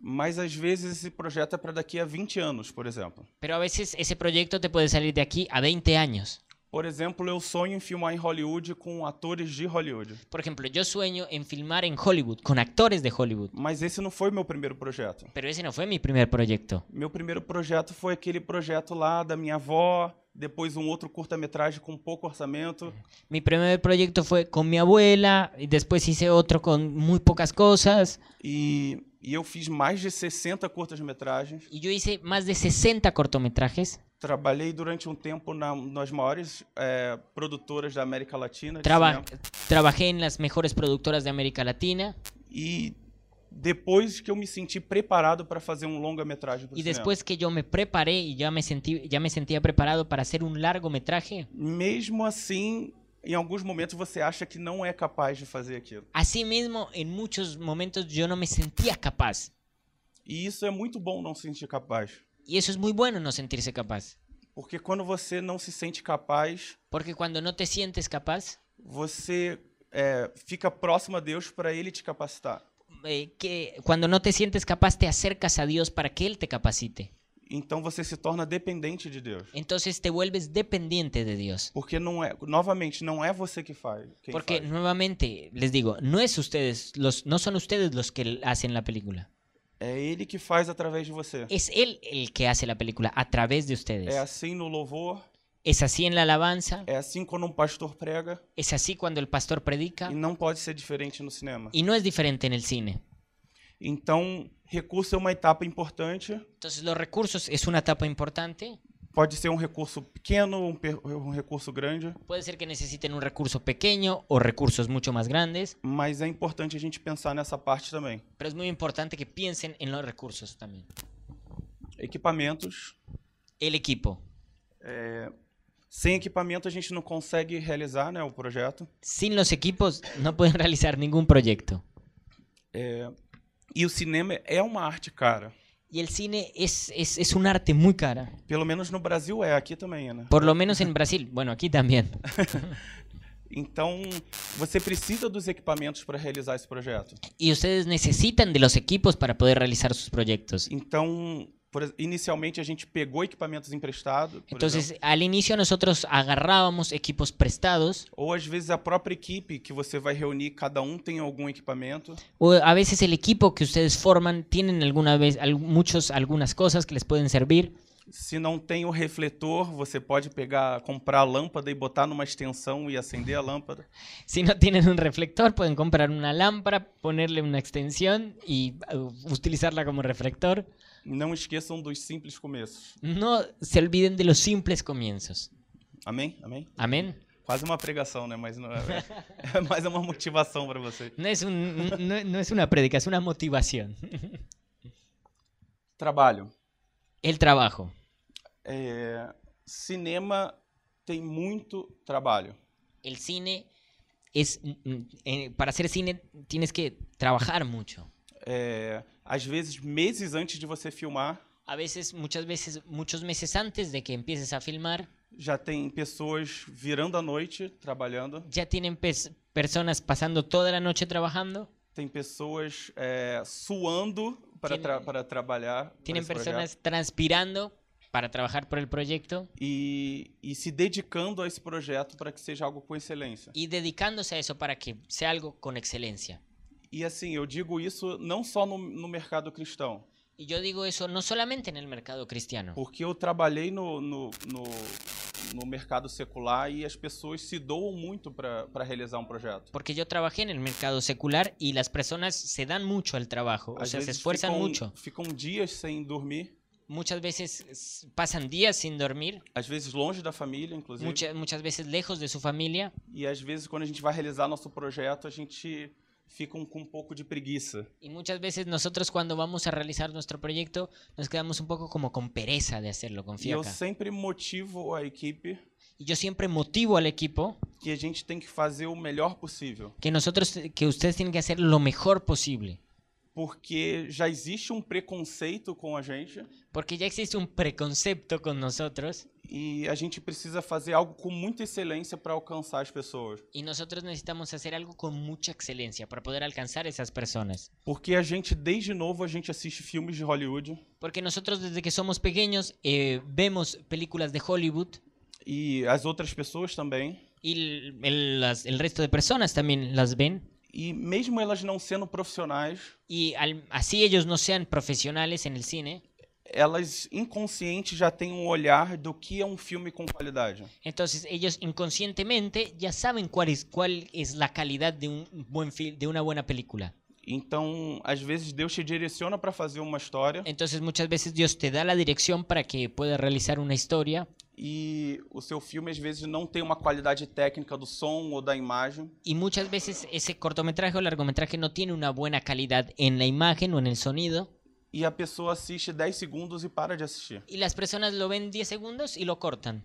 Speaker 1: Mas às vezes esse projeto é para daqui a 20 anos, por exemplo.
Speaker 2: Pero a veces ese proyecto te puede salir de aquí a 20 años.
Speaker 1: Por exemplo, eu sonho em filmar em Hollywood com atores de Hollywood.
Speaker 2: Por ejemplo, yo sueño en filmar en Hollywood, con actores de Hollywood.
Speaker 1: Mas esse não foi meu primeiro projeto.
Speaker 2: Pero ese no fue mi primer proyecto.
Speaker 1: Meu primeiro projeto foi aquele projeto lá da minha avó, depois um outro curta-metragem com pouco orçamento.
Speaker 2: Mi primer proyecto fue con mi abuela, y después hice otro con muy pocas cosas.
Speaker 1: E, e eu fiz mais de 60 curtas-metragens.
Speaker 2: Y yo hice más de 60 cortometrajes.
Speaker 1: Trabalhei durante um tempo na, nas maiores eh, produtoras da América Latina. de
Speaker 2: Traba-
Speaker 1: cinema.
Speaker 2: trabajé en las mejores productoras de América Latina.
Speaker 1: E depois que eu me senti preparado para fazer um longa-metragem pro
Speaker 2: Y
Speaker 1: cinema.
Speaker 2: después que yo me preparé y ya me, sentí, ya me sentía preparado para hacer un largometraje,
Speaker 1: Mesmo assim, em alguns momentos você acha que não é capaz de fazer aquilo.
Speaker 2: así mismo en muchos momentos yo no me sentía capaz.
Speaker 1: E isso é muito bom não se sentir capaz.
Speaker 2: Y eso es muy bueno no sentirse capaz.
Speaker 1: Porque quando você não se sente capaz,
Speaker 2: Porque cuando no te sientes capaz,
Speaker 1: você é, fica próximo a Deus para Ele te capacitar.
Speaker 2: eh, que cuando no te sientes capaz te acercas a Dios para que Él te capacite.
Speaker 1: Então você se torna dependente de Deus.
Speaker 2: Entonces te vuelves dependiente de Dios.
Speaker 1: Porque não é, novamente, não é você que faz. Quem
Speaker 2: Porque
Speaker 1: faz.
Speaker 2: nuevamente les digo, no es ustedes, los, no son ustedes los que l- hacen la película.
Speaker 1: É Ele que faz através de você.
Speaker 2: Es él el que hace la película a través de ustedes.
Speaker 1: É assim no louvor,
Speaker 2: Es así en la alabanza,
Speaker 1: é assim quando um pastor prega,
Speaker 2: es así cuando el pastor predica
Speaker 1: e não pode ser diferente no cinema.
Speaker 2: y no es diferente en el cine.
Speaker 1: Então, recurso é uma etapa importante.
Speaker 2: Entonces los recursos es una etapa importante.
Speaker 1: Pode ser um recurso pequeno, um, per- um recurso grande,
Speaker 2: Puede ser que necesiten un recurso pequeño o recursos mucho más grandes.
Speaker 1: mas é importante a gente pensar nessa parte também.
Speaker 2: Pero es muy importante que piensen en los recursos también.
Speaker 1: Equipamentos.
Speaker 2: El equipo.
Speaker 1: Sem equipamento a gente não consegue realizar né, o projeto.
Speaker 2: Sin los equipos no pueden realizar ningún proyecto.
Speaker 1: E o cinema é uma arte cara.
Speaker 2: Y el cine es, es, es un arte muy cara.
Speaker 1: Pelo menos no Brasil é, aqui também, é, né?
Speaker 2: Por lo menos en Brasil. Bueno, aquí también.
Speaker 1: Então, você precisa dos equipamentos para realizar esse projeto.
Speaker 2: Y ustedes necesitan de los equipos para poder realizar sus proyectos.
Speaker 1: Então, por ex- inicialmente a gente pegou equipamentos emprestados, por exemplo,
Speaker 2: Entonces, al inicio nosotros agarrábamos equipos prestados.
Speaker 1: ou às vezes a própria equipe que você vai reunir, cada um tem algum equipamento.
Speaker 2: O a veces el equipo que ustedes forman tienen alguna vez, al- muchos, algunas cosas que les pueden servir.
Speaker 1: Se não tem o refletor, você pode pegar, comprar a lâmpada e botar numa extensão e acender a lâmpada.
Speaker 2: Si no tienen un reflector, pueden comprar una lámpara, ponerle una extensión y uh, utilizarla como reflector.
Speaker 1: Não esqueçam dos simples começos.
Speaker 2: No se olviden de los simples comienzos.
Speaker 1: Amém? Amém?
Speaker 2: Amén.
Speaker 1: Quase uma pregação, né? Mas não é, é mais uma motivación para você.
Speaker 2: No es, un- no- no es una prédica, es una motivación.
Speaker 1: Trabalho.
Speaker 2: El trabajo.
Speaker 1: É, cinema tem muito trabalho.
Speaker 2: El cine es, mm, mm, eh, para hacer cine tienes que trabajar mucho.
Speaker 1: É, às vezes, meses antes de você filmar,
Speaker 2: A veces, muchas veces, muchos meses antes de que empieces a filmar,
Speaker 1: já tem pessoas virando a noite trabalhando,
Speaker 2: ya tienen pers- personas pasando toda la noche trabajando,
Speaker 1: tem pessoas é, suando para,
Speaker 2: Tiene-
Speaker 1: tra- para trabalhar. para
Speaker 2: tienen
Speaker 1: esse projeto.
Speaker 2: personas transpirando para trabajar por el proyecto
Speaker 1: E, e se dedicando a esse projeto para que seja algo com excelência.
Speaker 2: y dedicándose a eso para que sea algo con excelencia.
Speaker 1: E assim, eu digo isso não só no, no mercado cristão,
Speaker 2: Y yo digo eso no solamente en el mercado cristiano,
Speaker 1: porque eu trabalhei no, no, no- no mercado secular e as pessoas se doam muito para realizar um projeto.
Speaker 2: porque yo trabajé en el mercado secular y las personas se dan mucho al trabajo, o
Speaker 1: Às
Speaker 2: sea, se
Speaker 1: vezes
Speaker 2: esfuerzan
Speaker 1: ficam,
Speaker 2: mucho.
Speaker 1: ficam dias sem dormir,
Speaker 2: Muchas veces s- pasan días sin dormir,
Speaker 1: às vezes longe da família, inclusive.
Speaker 2: mucha- muchas veces lejos de su familia
Speaker 1: E às vezes, quando a gente vai realizar nosso projeto, a gente fica um- com um pouco de preguiça.
Speaker 2: y muchas veces nosotros cuando vamos a realizar nuestro proyecto nos quedamos un poco como con pereza de hacerlo, con
Speaker 1: E eu
Speaker 2: fiaca.
Speaker 1: sempre motivo a equipe
Speaker 2: Y yo siempre motivo al equipo
Speaker 1: que a gente tem que fazer o melhor possível.
Speaker 2: que nosotros, que ustedes tienen que hacer lo mejor posible,
Speaker 1: Porque já existe um preconceito com a gente
Speaker 2: porque ya existe un preconcepto con nosotros
Speaker 1: e a gente precisa fazer algo com muita excelência para alcançar as pessoas.
Speaker 2: y nosotros necesitamos hacer algo con mucha excelencia para poder alcanzar esas personas.
Speaker 1: Porque a gente, desde novo, a gente assiste filmes de Hollywood
Speaker 2: Porque nosotros desde que somos pequeños eh, vemos películas de Hollywood
Speaker 1: e as outras pessoas também.
Speaker 2: y el, el- las- el resto de personas también las ven.
Speaker 1: E mesmo elas não sendo profissionais,
Speaker 2: Y al- así ellos no sean profesionales en el cine,
Speaker 1: elas inconscientes já têm um olhar do que é um filme com qualidade.
Speaker 2: entonces ellos inconscientemente ya saben cuál es, cuál es la calidad de, un buen fil- de una buena película.
Speaker 1: Então, às vezes Deus te direciona para fazer uma história
Speaker 2: Entonces muchas veces Dios te da la dirección para que puedas realizar una historia
Speaker 1: e o seu filme às vezes não tem uma qualidade técnica do som ou da imagem,
Speaker 2: y muchas veces ese cortometraje o largometraje no tiene una buena calidad en la imagen o en el sonido
Speaker 1: e a pessoa assiste 10 segundos e para de assistir,
Speaker 2: y las personas lo ven 10 segundos y lo cortan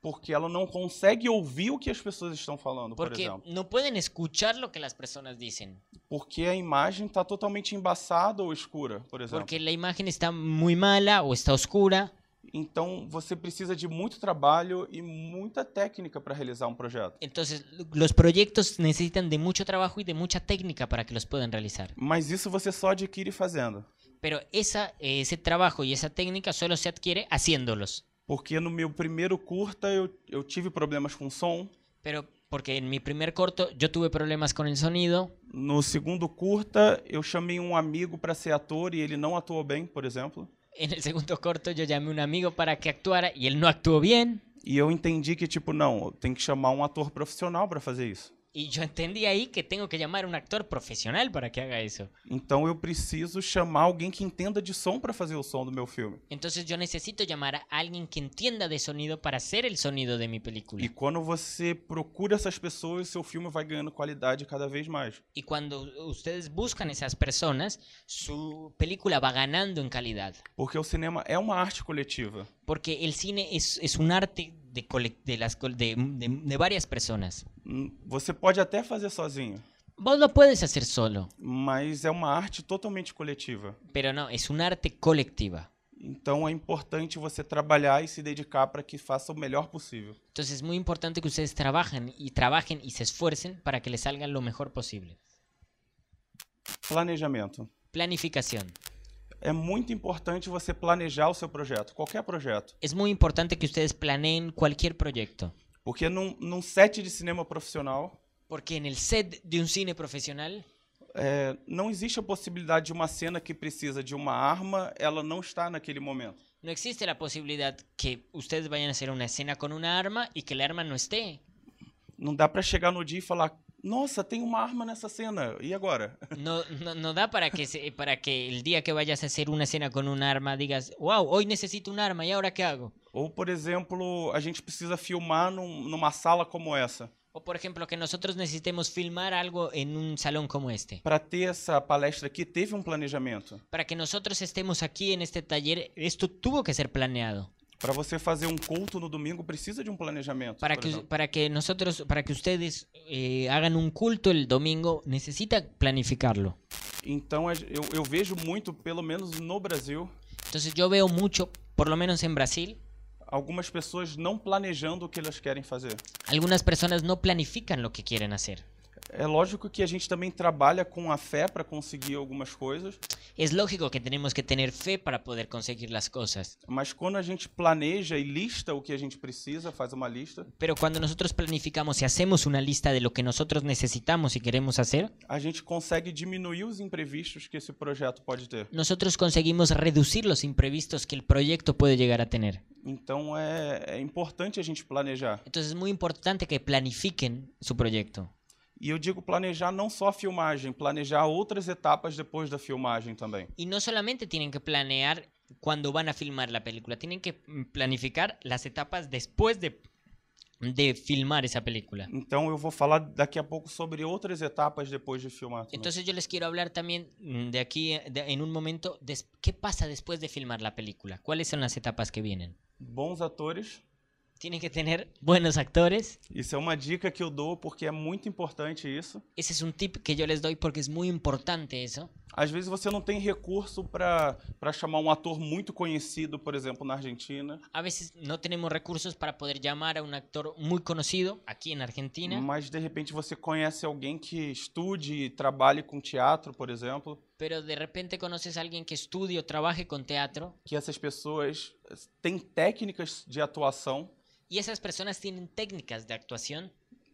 Speaker 1: porque ela não consegue ouvir o que as pessoas estão falando, por
Speaker 2: porque
Speaker 1: exemplo,
Speaker 2: no pueden escuchar lo que las personas dicen
Speaker 1: porque a imagem está totalmente embaçada ou escura, por exemplo.
Speaker 2: porque la imagen está muy mala o está oscura
Speaker 1: Então, você precisa de muito trabalho e muita técnica para realizar um projeto.
Speaker 2: entonces los proyectos necesitan de mucho trabajo y de mucha técnica para que los puedan realizar
Speaker 1: Mas isso você só adquire fazendo.
Speaker 2: pero esa, eh, ese trabajo y esa técnica solo se adquiere haciéndolos
Speaker 1: Porque no meu primeiro curta eu, eu tive problemas com som.
Speaker 2: pero porque en mi primer corto yo tuve problemas con el sonido
Speaker 1: No segundo curta eu chamei um amigo para ser ator e ele não atuou bem, por exemplo.
Speaker 2: En el segundo corto yo llamé a un amigo para que actuara y él no actuó bien.
Speaker 1: E eu entendi que, tipo, não, tem que chamar um ator profissional para fazer isso.
Speaker 2: Y yo entendí ahí que tengo que llamar a un actor profesional para que haga eso.
Speaker 1: Então eu preciso chamar alguém que entenda de som para fazer o som do meu filme.
Speaker 2: Entonces yo necesito llamar a alguien que entienda de sonido para hacer el sonido de mi película.
Speaker 1: E
Speaker 2: Y,
Speaker 1: quando você procura essas pessoas, seu filme vai ganhando qualidade cada vez mais.
Speaker 2: cuando ustedes buscan esas personas, su película va ganando en calidad.
Speaker 1: Porque o cinema é uma arte coletiva.
Speaker 2: Porque el cine es, es un arte de, colec- de, las, col- de, de- de varias personas.
Speaker 1: Hum, Você pode até fazer sozinho,
Speaker 2: Vos lo puedes hacer solo,
Speaker 1: mas é uma arte totalmente coletiva.
Speaker 2: pero no, es un arte colectiva.
Speaker 1: Então é importante você trabalhar e se dedicar para que faça o melhor possível.
Speaker 2: Entonces es muy importante que ustedes trabajen y trabajen y se esfuercen para que les salga lo mejor posible.
Speaker 1: Planejamento.
Speaker 2: Planificación.
Speaker 1: É muito importante você planejar o seu projeto, qualquer projeto.
Speaker 2: Es muy importante que ustedes planeen cualquier proyecto.
Speaker 1: Porque num, num set de cinema profissional,
Speaker 2: Porque en el set de un cine profesional,
Speaker 1: é, não existe a possibilidade de uma cena que precisa de uma arma, ela não está naquele momento.
Speaker 2: No existe la posibilidad que ustedes vayan a hacer una escena con una arma y que el arma no esté.
Speaker 1: Não dá pra chegar no dia e falar, nossa, tem uma arma nessa cena, e agora?
Speaker 2: No, no, no da para que, se- para que el día que vayas a hacer una escena con un arma digas, wow, hoy necesito un arma, ¿y ahora qué hago?
Speaker 1: Ou, por exemplo, a gente precisa filmar num- numa sala como essa.
Speaker 2: O por ejemplo, que nosotros necesitemos filmar algo en un salón como este.
Speaker 1: Pra ter essa palestra aqui, teve um planejamento.
Speaker 2: Para que nosotros estemos aquí en este taller, esto tuvo que ser planeado.
Speaker 1: Pra você fazer um culto no domingo, precisa de um planejamento.
Speaker 2: Para
Speaker 1: por
Speaker 2: que,
Speaker 1: exemplo.
Speaker 2: para que nosotros, para que ustedes eh, hagan un culto el domingo, necesita planificarlo.
Speaker 1: Então, a ge- eu, eu vejo muito, pelo menos no Brasil,
Speaker 2: Entonces yo veo mucho, por lo menos en Brasil,
Speaker 1: algumas pessoas não planejando o que elas querem fazer.
Speaker 2: algunas personas no planifican lo que quieren hacer.
Speaker 1: É lógico que a gente também trabalha com a fé pra conseguir algumas coisas,
Speaker 2: Es lógico que tenemos que tener fe para poder conseguir las cosas,
Speaker 1: mas quando a gente planeja e lista o que a gente precisa, faz uma lista,
Speaker 2: pero cuando nosotros planificamos y hacemos una lista de lo que nosotros necesitamos y queremos hacer,
Speaker 1: a gente consegue diminuir os imprevistos que esse projeto pode ter.
Speaker 2: nosotros conseguimos reducir los imprevistos que el proyecto puede llegar a tener.
Speaker 1: Então é, é importante a gente planejar.
Speaker 2: Entonces es muy importante que planifiquen su proyecto.
Speaker 1: E eu digo planejar não só a filmagem, planejar outras etapas depois da filmagem também.
Speaker 2: Y no solamente tienen que planear cuando van a filmar la película, tienen que mm, planificar las etapas después de, de filmar esa película.
Speaker 1: Então eu vou falar daqui a pouco sobre outras etapas depois de filmar. também.
Speaker 2: Entonces yo les quiero hablar también mm, de aquí eh, de- en un momento des- qué pasa después de filmar la película, cuáles son las etapas que vienen.
Speaker 1: Bons atores.
Speaker 2: Tienen que tener buenos actores.
Speaker 1: Isso é uma dica que eu dou porque é muito importante isso.
Speaker 2: Ese es un tip que yo les doy porque es muy importante eso.
Speaker 1: Às vezes você não tem recurso para chamar um ator muito conhecido, por exemplo, na Argentina,
Speaker 2: A veces no tenemos recursos para poder llamar a un actor muy conocido aquí en Argentina,
Speaker 1: mas de repente você conhece alguém que estude e trabalhe com teatro, por exemplo,
Speaker 2: pero de repente conoces a alguien que estudie o trabaje con teatro
Speaker 1: que essas pessoas eh, têm técnicas de atuação
Speaker 2: Y esas personas tienen técnicas de actuación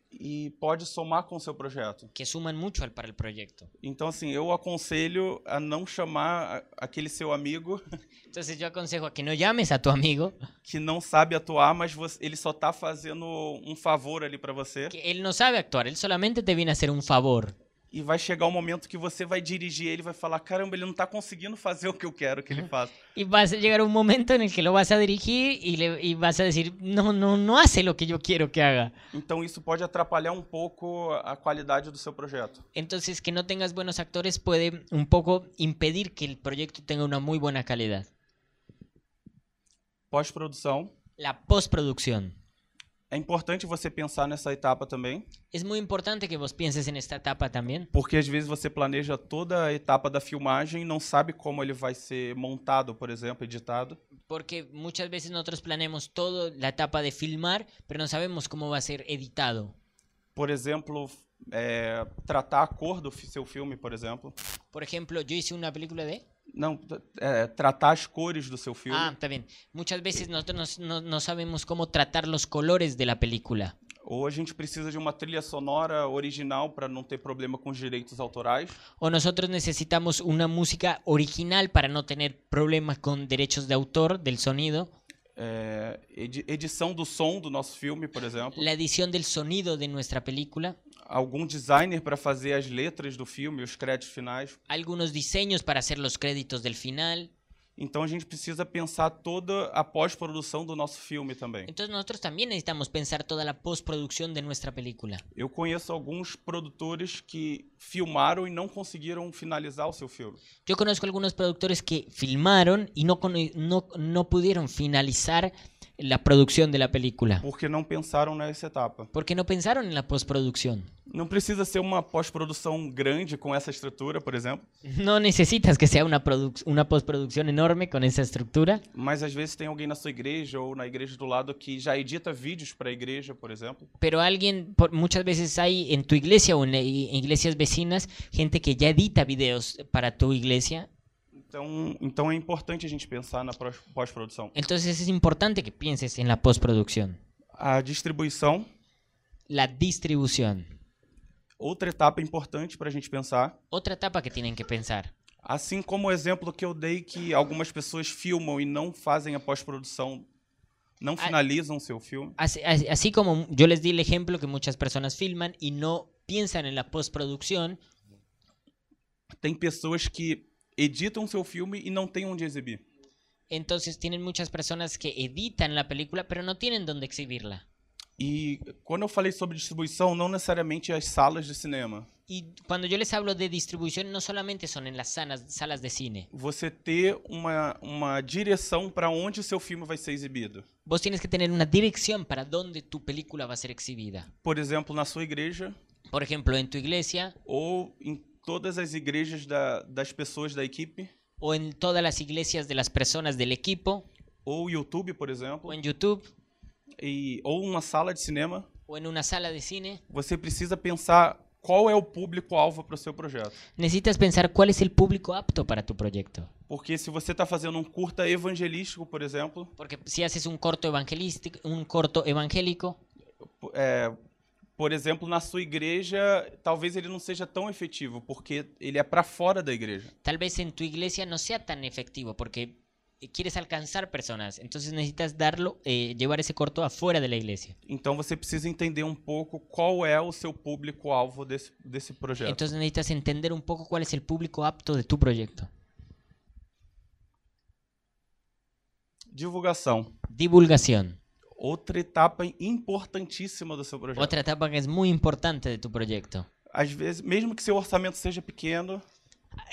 Speaker 1: e pode somar com o seu projeto.
Speaker 2: que suman mucho al, para el proyecto.
Speaker 1: Então, assim, eu aconselho a não chamar a- aquele seu amigo
Speaker 2: Entonces yo aconsejo a que no llames a tu amigo,
Speaker 1: que não sabe atuar, mas você- ele só tá fazendo um favor ali para você.
Speaker 2: que él no sabe actuar, él solamente te viene a hacer un favor.
Speaker 1: E vai chegar o momento que você vai dirigir ele e vai falar: caramba, ele não tá conseguindo fazer o que eu quero que ele faça.
Speaker 2: Y vas a llegar un momento en el que lo vas a dirigir y, le, y vas a decir, no, no, no hace lo que yo quiero que haga.
Speaker 1: Então isso pode atrapalhar um pouco a qualidade do seu projeto.
Speaker 2: Entonces que no tengas buenos actores puede un poco impedir que el proyecto tenga una muy buena calidad.
Speaker 1: Pós-produção.
Speaker 2: La postproducción.
Speaker 1: É importante você pensar nessa etapa também,
Speaker 2: Es muy importante que vos pienses en esta etapa también.
Speaker 1: porque às vezes você planeja toda a etapa da filmagem e não sabe como ele vai ser montado, por exemplo, editado.
Speaker 2: Porque muchas veces nosotros planeamos toda la etapa de filmar, pero no sabemos cómo va a ser editado.
Speaker 1: Por exemplo, é, tratar a cor do fi- seu filme, por exemplo.
Speaker 2: Por ejemplo, yo hice una película de...
Speaker 1: Não, t- é, tratar as cores do seu filme.
Speaker 2: Ah, está bien. Muchas veces nosotros no, no- no sabemos cómo tratar los colores de la película.
Speaker 1: Ou a gente precisa de uma trilha sonora original para não ter problema com os direitos autorais.
Speaker 2: O nosotros necesitamos una música original para no tener problemas con derechos de autor del sonido.
Speaker 1: É, edi- edição do som do nosso filme, por exemplo.
Speaker 2: La edición del sonido de nuestra película.
Speaker 1: Algum designer para fazer as letras do filme, os créditos finais.
Speaker 2: Algunos diseños para hacer los créditos del final.
Speaker 1: Então a gente precisa pensar toda a pós-produção do nosso filme também.
Speaker 2: Entonces nosotros también necesitamos pensar toda la postproducción de nuestra película.
Speaker 1: Eu conheço alguns produtores que filmaram e não conseguiram finalizar o seu filme.
Speaker 2: Yo conozco algunos productores que filmaron y no, cono- no, no pudieron finalizar la producción de la película.
Speaker 1: Porque não pensaram nessa etapa.
Speaker 2: Porque no pensaron en la postproducción.
Speaker 1: Não precisa ser uma pós-produção grande com essa estrutura, por exemplo.
Speaker 2: No necesitas que sea una, produc- una postproducción enorme con esa estructura.
Speaker 1: Mas às vezes tem alguém na sua igreja ou na igreja do lado que já edita vídeos para a igreja, por exemplo.
Speaker 2: Pero alguien, por- muchas veces hay en tu iglesia o en la i- en iglesias vecinas, gente que ya edita videos para tu iglesia.
Speaker 1: Então, então é importante a gente pensar na prós- pós-produção.
Speaker 2: Entonces es importante que pienses en la postproducción.
Speaker 1: A distribuição
Speaker 2: La distribución.
Speaker 1: Outra etapa importante para a gente pensar,
Speaker 2: Otra etapa que tienen que pensar.
Speaker 1: assim como o exemplo que eu dei que algumas pessoas filmam e não fazem a pós-produção, não
Speaker 2: Ah.
Speaker 1: finalizam seu filme.
Speaker 2: Así, así- así como yo les di el ejemplo que muchas personas filman y no piensan en la postproducción,
Speaker 1: Tem pessoas que editam seu filme e não têm onde exibir.
Speaker 2: entonces tienen muchas personas que editan la película pero no tienen dónde exhibirla.
Speaker 1: E quando eu falei sobre distribuição, não necessariamente as salas de cinema.
Speaker 2: Y cuando yo les hablo de distribución, no solamente son en las salas, salas de cine.
Speaker 1: Você ter uma, uma direção para onde o seu filme vai ser exibido.
Speaker 2: Vos tienes que tener una dirección para dónde tu película va a ser exhibida.
Speaker 1: Por exemplo, na sua igreja
Speaker 2: Por ejemplo, en tu iglesia
Speaker 1: ou em todas as igrejas da, das pessoas da equipe,
Speaker 2: o en todas las iglesias de las personas del equipo
Speaker 1: ou YouTube, por exemplo,
Speaker 2: o en YouTube
Speaker 1: e, ou uma sala de cinema.
Speaker 2: o en una sala de cine.
Speaker 1: Você precisa pensar qual é o público-alvo para o seu projeto.
Speaker 2: Necesitas pensar cuál es el público apto para tu proyecto.
Speaker 1: Porque se você está fazendo um curta evangelístico, por exemplo,
Speaker 2: Porque si haces un corto evangelístico, un corto evangélico,
Speaker 1: é, por exemplo, na sua igreja, talvez ele não seja tão efetivo, porque ele é para fora da igreja.
Speaker 2: tal vez en tu iglesia no sea tan efectivo porque eh, quieres alcanzar personas. Entonces necesitas darlo, eh, llevar ese corto afuera de la iglesia.
Speaker 1: Então você precisa entender um pouco qual é o seu público-alvo desse, desse projeto.
Speaker 2: Entonces necesitas entender un poco cuál es el público apto de tu proyecto.
Speaker 1: Divulgação.
Speaker 2: Divulgación.
Speaker 1: Outra etapa importantíssima do seu projeto.
Speaker 2: Otra etapa que es muy importante de tu proyecto.
Speaker 1: Às vezes, mesmo que seu orçamento seja pequeno,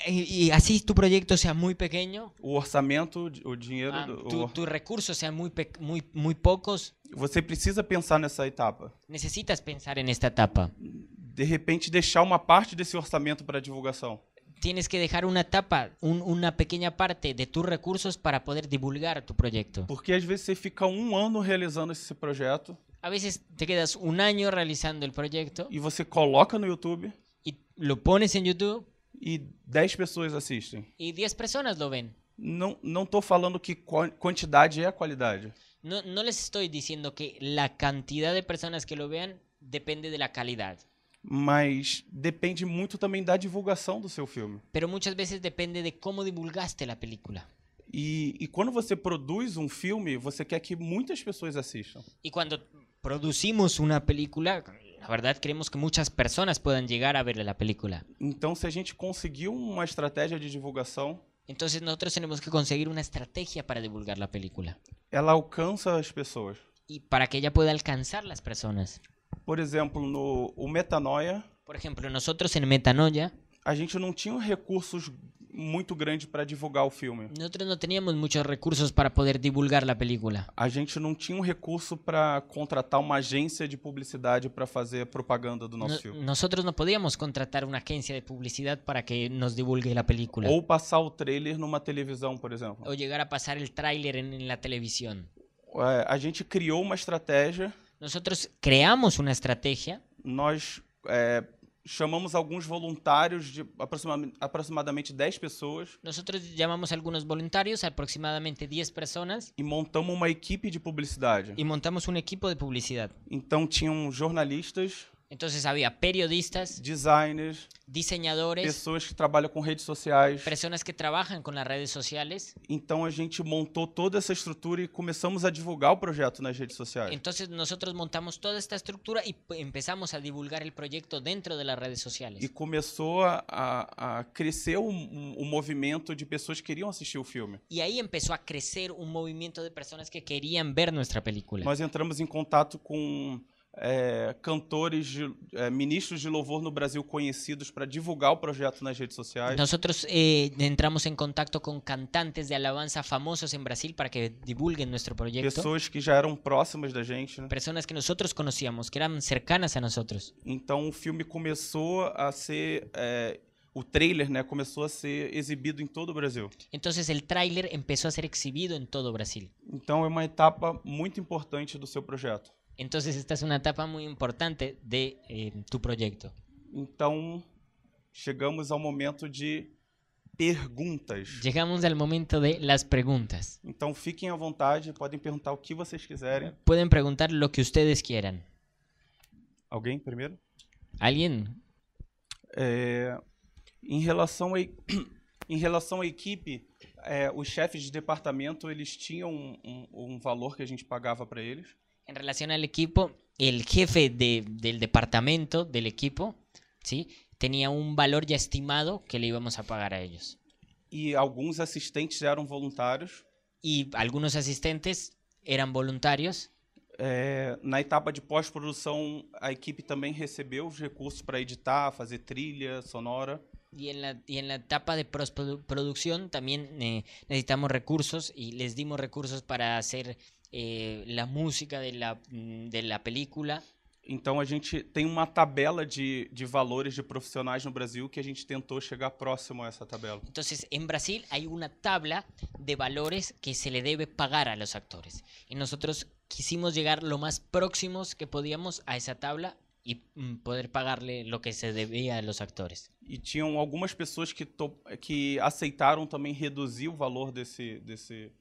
Speaker 2: Y, y así tu proyecto sea muy pequeño,
Speaker 1: o orçamento, o dinheiro,
Speaker 2: ah,
Speaker 1: do-
Speaker 2: tu-
Speaker 1: o-
Speaker 2: tus recursos sean muy, pe- muy, muy pocos,
Speaker 1: você precisa pensar nessa etapa.
Speaker 2: necesitas pensar en esta etapa.
Speaker 1: De repente, deixar uma parte desse orçamento para divulgação.
Speaker 2: Tienes que dejar una etapa, un- una pequeña parte de tus recursos para poder divulgar tu proyecto.
Speaker 1: Porque às vezes você fica um ano realizando esse projeto
Speaker 2: A veces te quedas un año realizando el proyecto
Speaker 1: e você coloca no YouTube
Speaker 2: y lo pones en YouTube
Speaker 1: e 10 pessoas assistem.
Speaker 2: y 10 personas lo ven.
Speaker 1: Não, não tô falando que qua- quantidade é a qualidade.
Speaker 2: No, no les estoy diciendo que la cantidad de personas que lo vean depende de la calidad.
Speaker 1: mas depende muito também da divulgação do seu filme.
Speaker 2: pero muchas veces depende de cómo divulgaste la película.
Speaker 1: E, e quando você produz um filme, você quer que muitas pessoas assistam.
Speaker 2: Y cuando producimos una película, la verdad queremos que muchas personas puedan llegar a ver la película.
Speaker 1: Então, se a gente conseguiu uma estratégia de divulgação,
Speaker 2: Entonces nosotros tenemos que conseguir una estrategia para divulgar la película
Speaker 1: ela alcança as pessoas.
Speaker 2: y para que ella pueda alcanzar las personas.
Speaker 1: Por exemplo, no o Metanoia,
Speaker 2: Por ejemplo, nosotros en Metanoia,
Speaker 1: a gente não tinha recursos muito grandes para divulgar o filme.
Speaker 2: nosotros no teníamos muchos recursos para poder divulgar la película.
Speaker 1: A gente não tinha um recurso para contratar uma agência de publicidade para fazer propaganda do nosso
Speaker 2: No-
Speaker 1: filme.
Speaker 2: nosotros no podíamos contratar una agencia de publicidad para que nos divulgue la película
Speaker 1: Ou passar o trailer numa televisão, por exemplo.
Speaker 2: o llegar a pasar el tráiler en- en la televisión.
Speaker 1: É, a gente criou uma estratégia,
Speaker 2: Nosotros creamos una estrategia,
Speaker 1: nós é, chamamos alguns voluntários de aproxima- aproximadamente 10 pessoas
Speaker 2: nosotros llamamos a algunos voluntarios, aproximadamente 10 personas,
Speaker 1: e montamos uma equipe de publicidade.
Speaker 2: y montamos un equipo de publicidad.
Speaker 1: Então tinham jornalistas,
Speaker 2: Entonces había periodistas,
Speaker 1: designers,
Speaker 2: diseñadores,
Speaker 1: pessoas que trabalham com redes sociais.
Speaker 2: personas que trabajan con las redes sociales.
Speaker 1: Então a gente montou toda essa estrutura e começamos a divulgar o projeto nas redes sociais.
Speaker 2: Entonces nosotros montamos toda esta estructura y p- empezamos a divulgar el proyecto dentro de las redes
Speaker 1: E
Speaker 2: sociales.
Speaker 1: começou a, a- a crescer o, o movimento de pessoas que queriam assistir o filme.
Speaker 2: Y ahí empezó a crecer un movimiento de personas que querían ver nuestra película.
Speaker 1: Nós entramos em contato com é, cantores, de, é, ministros de louvor no Brasil conhecidos para divulgar o projeto nas redes sociais.
Speaker 2: Nosotros eh, entramos en contacto con cantantes de alabanza famosos en Brasil para que divulguen nuestro proyecto.
Speaker 1: Pessoas que já eram próximas da gente. Né?
Speaker 2: personas que nosotros conocíamos, que eran cercanas a nosotros.
Speaker 1: Então o filme começou a ser. é, o trailer né, começou a ser exibido em todo o Brasil.
Speaker 2: Entonces el tráiler empezó a ser exhibido en todo Brasil.
Speaker 1: Então é uma etapa muito importante do seu projeto.
Speaker 2: Entonces esta es una etapa muy importante de eh, tu proyecto.
Speaker 1: Então chegamos ao momento de perguntas.
Speaker 2: Llegamos al momento de las preguntas.
Speaker 1: Então fiquem à vontade, podem perguntar o que vocês quiserem.
Speaker 2: Pueden preguntar lo que ustedes quieran.
Speaker 1: Alguém primeiro?
Speaker 2: ¿Alguien?
Speaker 1: É, em relação a, e- em relação à equipe, é, os chefes de departamento eles tinham um, um- um valor que a gente pagava para eles.
Speaker 2: En relación al equipo, el jefe de- del departamento del equipo, ¿sí? Tenía un valor ya estimado que le íbamos a pagar a ellos.
Speaker 1: E alguns assistentes eram voluntários.
Speaker 2: Y algunos asistentes eran voluntarios.
Speaker 1: É, na etapa de pós-produção, a equipe também recebeu os recursos para editar, fazer trilha sonora.
Speaker 2: Y en la, y en la etapa de prosprodu- producción también eh, necesitamos recursos y les dimos recursos para hacer eh, la música de la, mm, de la película.
Speaker 1: Então a gente tem uma tabela de, de valores de profissionais no Brasil que a gente tentou chegar próximo a essa tabela.
Speaker 2: Entonces, en Brasil hay una tabla de valores que se le debe pagar a los actores. Y nosotros quisimos llegar lo más próximos que podíamos a esa tabla y mm, poder pagarle lo que se debía a los actores.
Speaker 1: E tinham algumas pessoas que, to- que aceitaram também reduzir o valor desse, desse.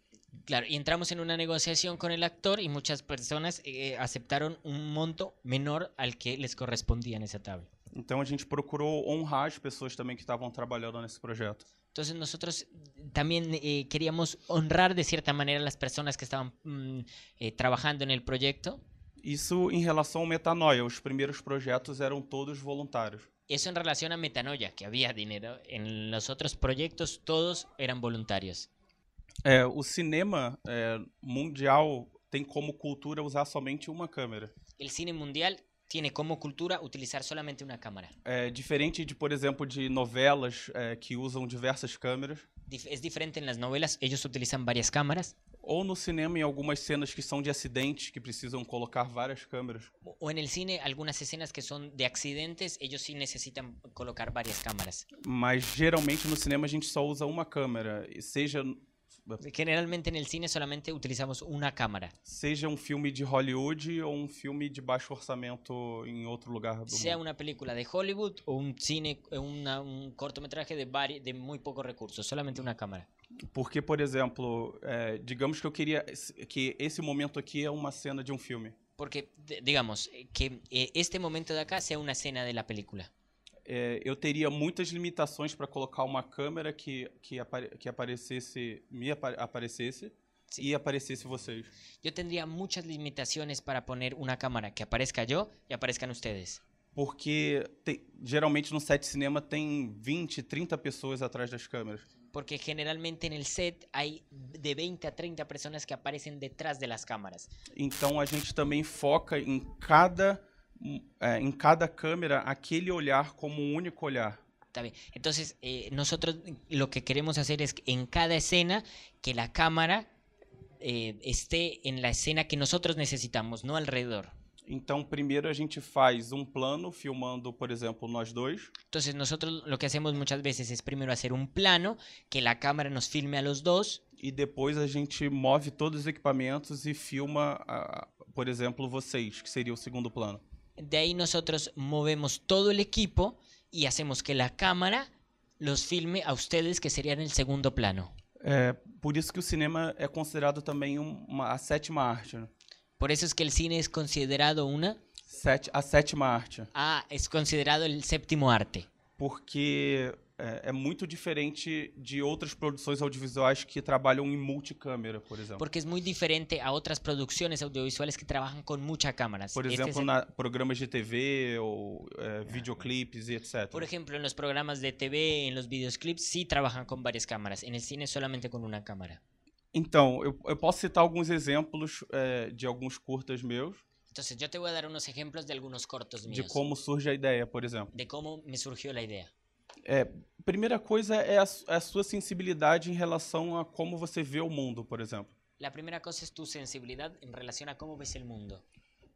Speaker 2: Claro, y entramos en una negociación con el actor y muchas personas eh, aceptaron un monto menor al que les correspondía en esa tabla.
Speaker 1: Então a gente procurou honrar as pessoas também que estavam trabalhando nesse projeto.
Speaker 2: Entonces nosotros también eh, queríamos honrar de cierta manera a las personas que estaban mm, eh, trabajando en el proyecto.
Speaker 1: Isso em relação ao Metanoia. Os primeiros projetos eram todos voluntários.
Speaker 2: Eso en relación a Metanoia, que había dinero. En los otros proyectos todos eran voluntarios.
Speaker 1: É, o cinema é, mundial tem como cultura usar somente uma câmera.
Speaker 2: El cine mundial tiene como cultura utilizar solamente una cámara.
Speaker 1: É, diferente de, por exemplo, de novelas é, que usam diversas câmeras,
Speaker 2: Dif- es diferente en las novelas, ellos utilizan varias cámaras.
Speaker 1: ou no cinema em algumas cenas que são de acidentes que precisam colocar várias câmeras.
Speaker 2: O o en el cine, algunas escenas que son de accidentes, ellos sí necesitan colocar varias cámaras.
Speaker 1: Mas geralmente no cinema a gente só usa uma câmera, e seja
Speaker 2: Generalmente en el cine solamente utilizamos una cámara.
Speaker 1: seja um filme de Hollywood ou um filme de baixo orçamento em outro lugar do
Speaker 2: sea
Speaker 1: mundo.
Speaker 2: una película de Hollywood o un cine, eh, una- un cortometraje de, vari- de muy pocos recursos, solamente una cámara.
Speaker 1: Porque, por exemplo, é, digamos que eu queria es- que esse momento aqui é uma cena de um filme.
Speaker 2: Porque, de- digamos, eh, que eh, este momento de acá sea una escena de la película.
Speaker 1: É, eu teria muitas limitações para colocar uma câmera que que, apare- que aparecesse me apa- aparecesse
Speaker 2: Sim.
Speaker 1: e aparecesse vocês.
Speaker 2: Yo tendría muchas limitaciones para poner una cámara que aparezca yo y aparezcan ustedes.
Speaker 1: Porque te- geralmente no set de cinema tem 20, 30 pessoas atrás das câmeras.
Speaker 2: Porque generalmente en el set hay de 20 a 30 personas que aparecen detrás de las cámaras.
Speaker 1: Então a gente também foca em cada é, em cada câmera aquele olhar como um único olhar.
Speaker 2: Está bien. Entonces, eh, nosotros lo que queremos hacer es que en cada escena que la cámara eh, esté en la escena que nosotros necesitamos, no alrededor.
Speaker 1: Então primeiro a gente faz um plano filmando, por exemplo, nós dois.
Speaker 2: Entonces, nosotros lo que hacemos muchas veces es primero hacer un plano, que la cámara nos filme a los dos,
Speaker 1: E depois a gente move todos os equipamentos e filma, a- a- por exemplo, vocês, que seria o segundo plano.
Speaker 2: de ahí nosotros movemos todo el equipo y hacemos que la cámara los filme a ustedes, que serían el segundo plano.
Speaker 1: É, por isso que o cinema é considerado também um- uma, a sétima arte. né?
Speaker 2: Por eso es que el cine es considerado una...
Speaker 1: Sete, a sétima arte.
Speaker 2: Ah, es considerado el séptimo arte.
Speaker 1: porque é, é muito diferente de outras produções audiovisuais que trabalham em multicâmera, por exemplo.
Speaker 2: Porque es muy diferente a otras producciones audiovisuales que trabajan con muchas cámaras.
Speaker 1: Por
Speaker 2: Este es
Speaker 1: exemplo,
Speaker 2: el-
Speaker 1: na programas de TV ou é, videoclipes e etc.
Speaker 2: por ejemplo, en los programas de TV, en los videoclips, sí trabajan con varias cámaras. En el cine solamente con una cámara.
Speaker 1: Então, eu, eu posso citar alguns exemplos é, de alguns curtas meus,
Speaker 2: Entonces yo te voy a dar unos ejemplos de algunos cortos
Speaker 1: de
Speaker 2: míos.
Speaker 1: como surge a ideia, por exemplo.
Speaker 2: de cómo me surgió la idea.
Speaker 1: Primeira coisa é a, su- é a sua sensibilidade em relação a como você vê o mundo, por exemplo.
Speaker 2: La primera cosa es tu sensibilidad en relación a cómo ves el mundo.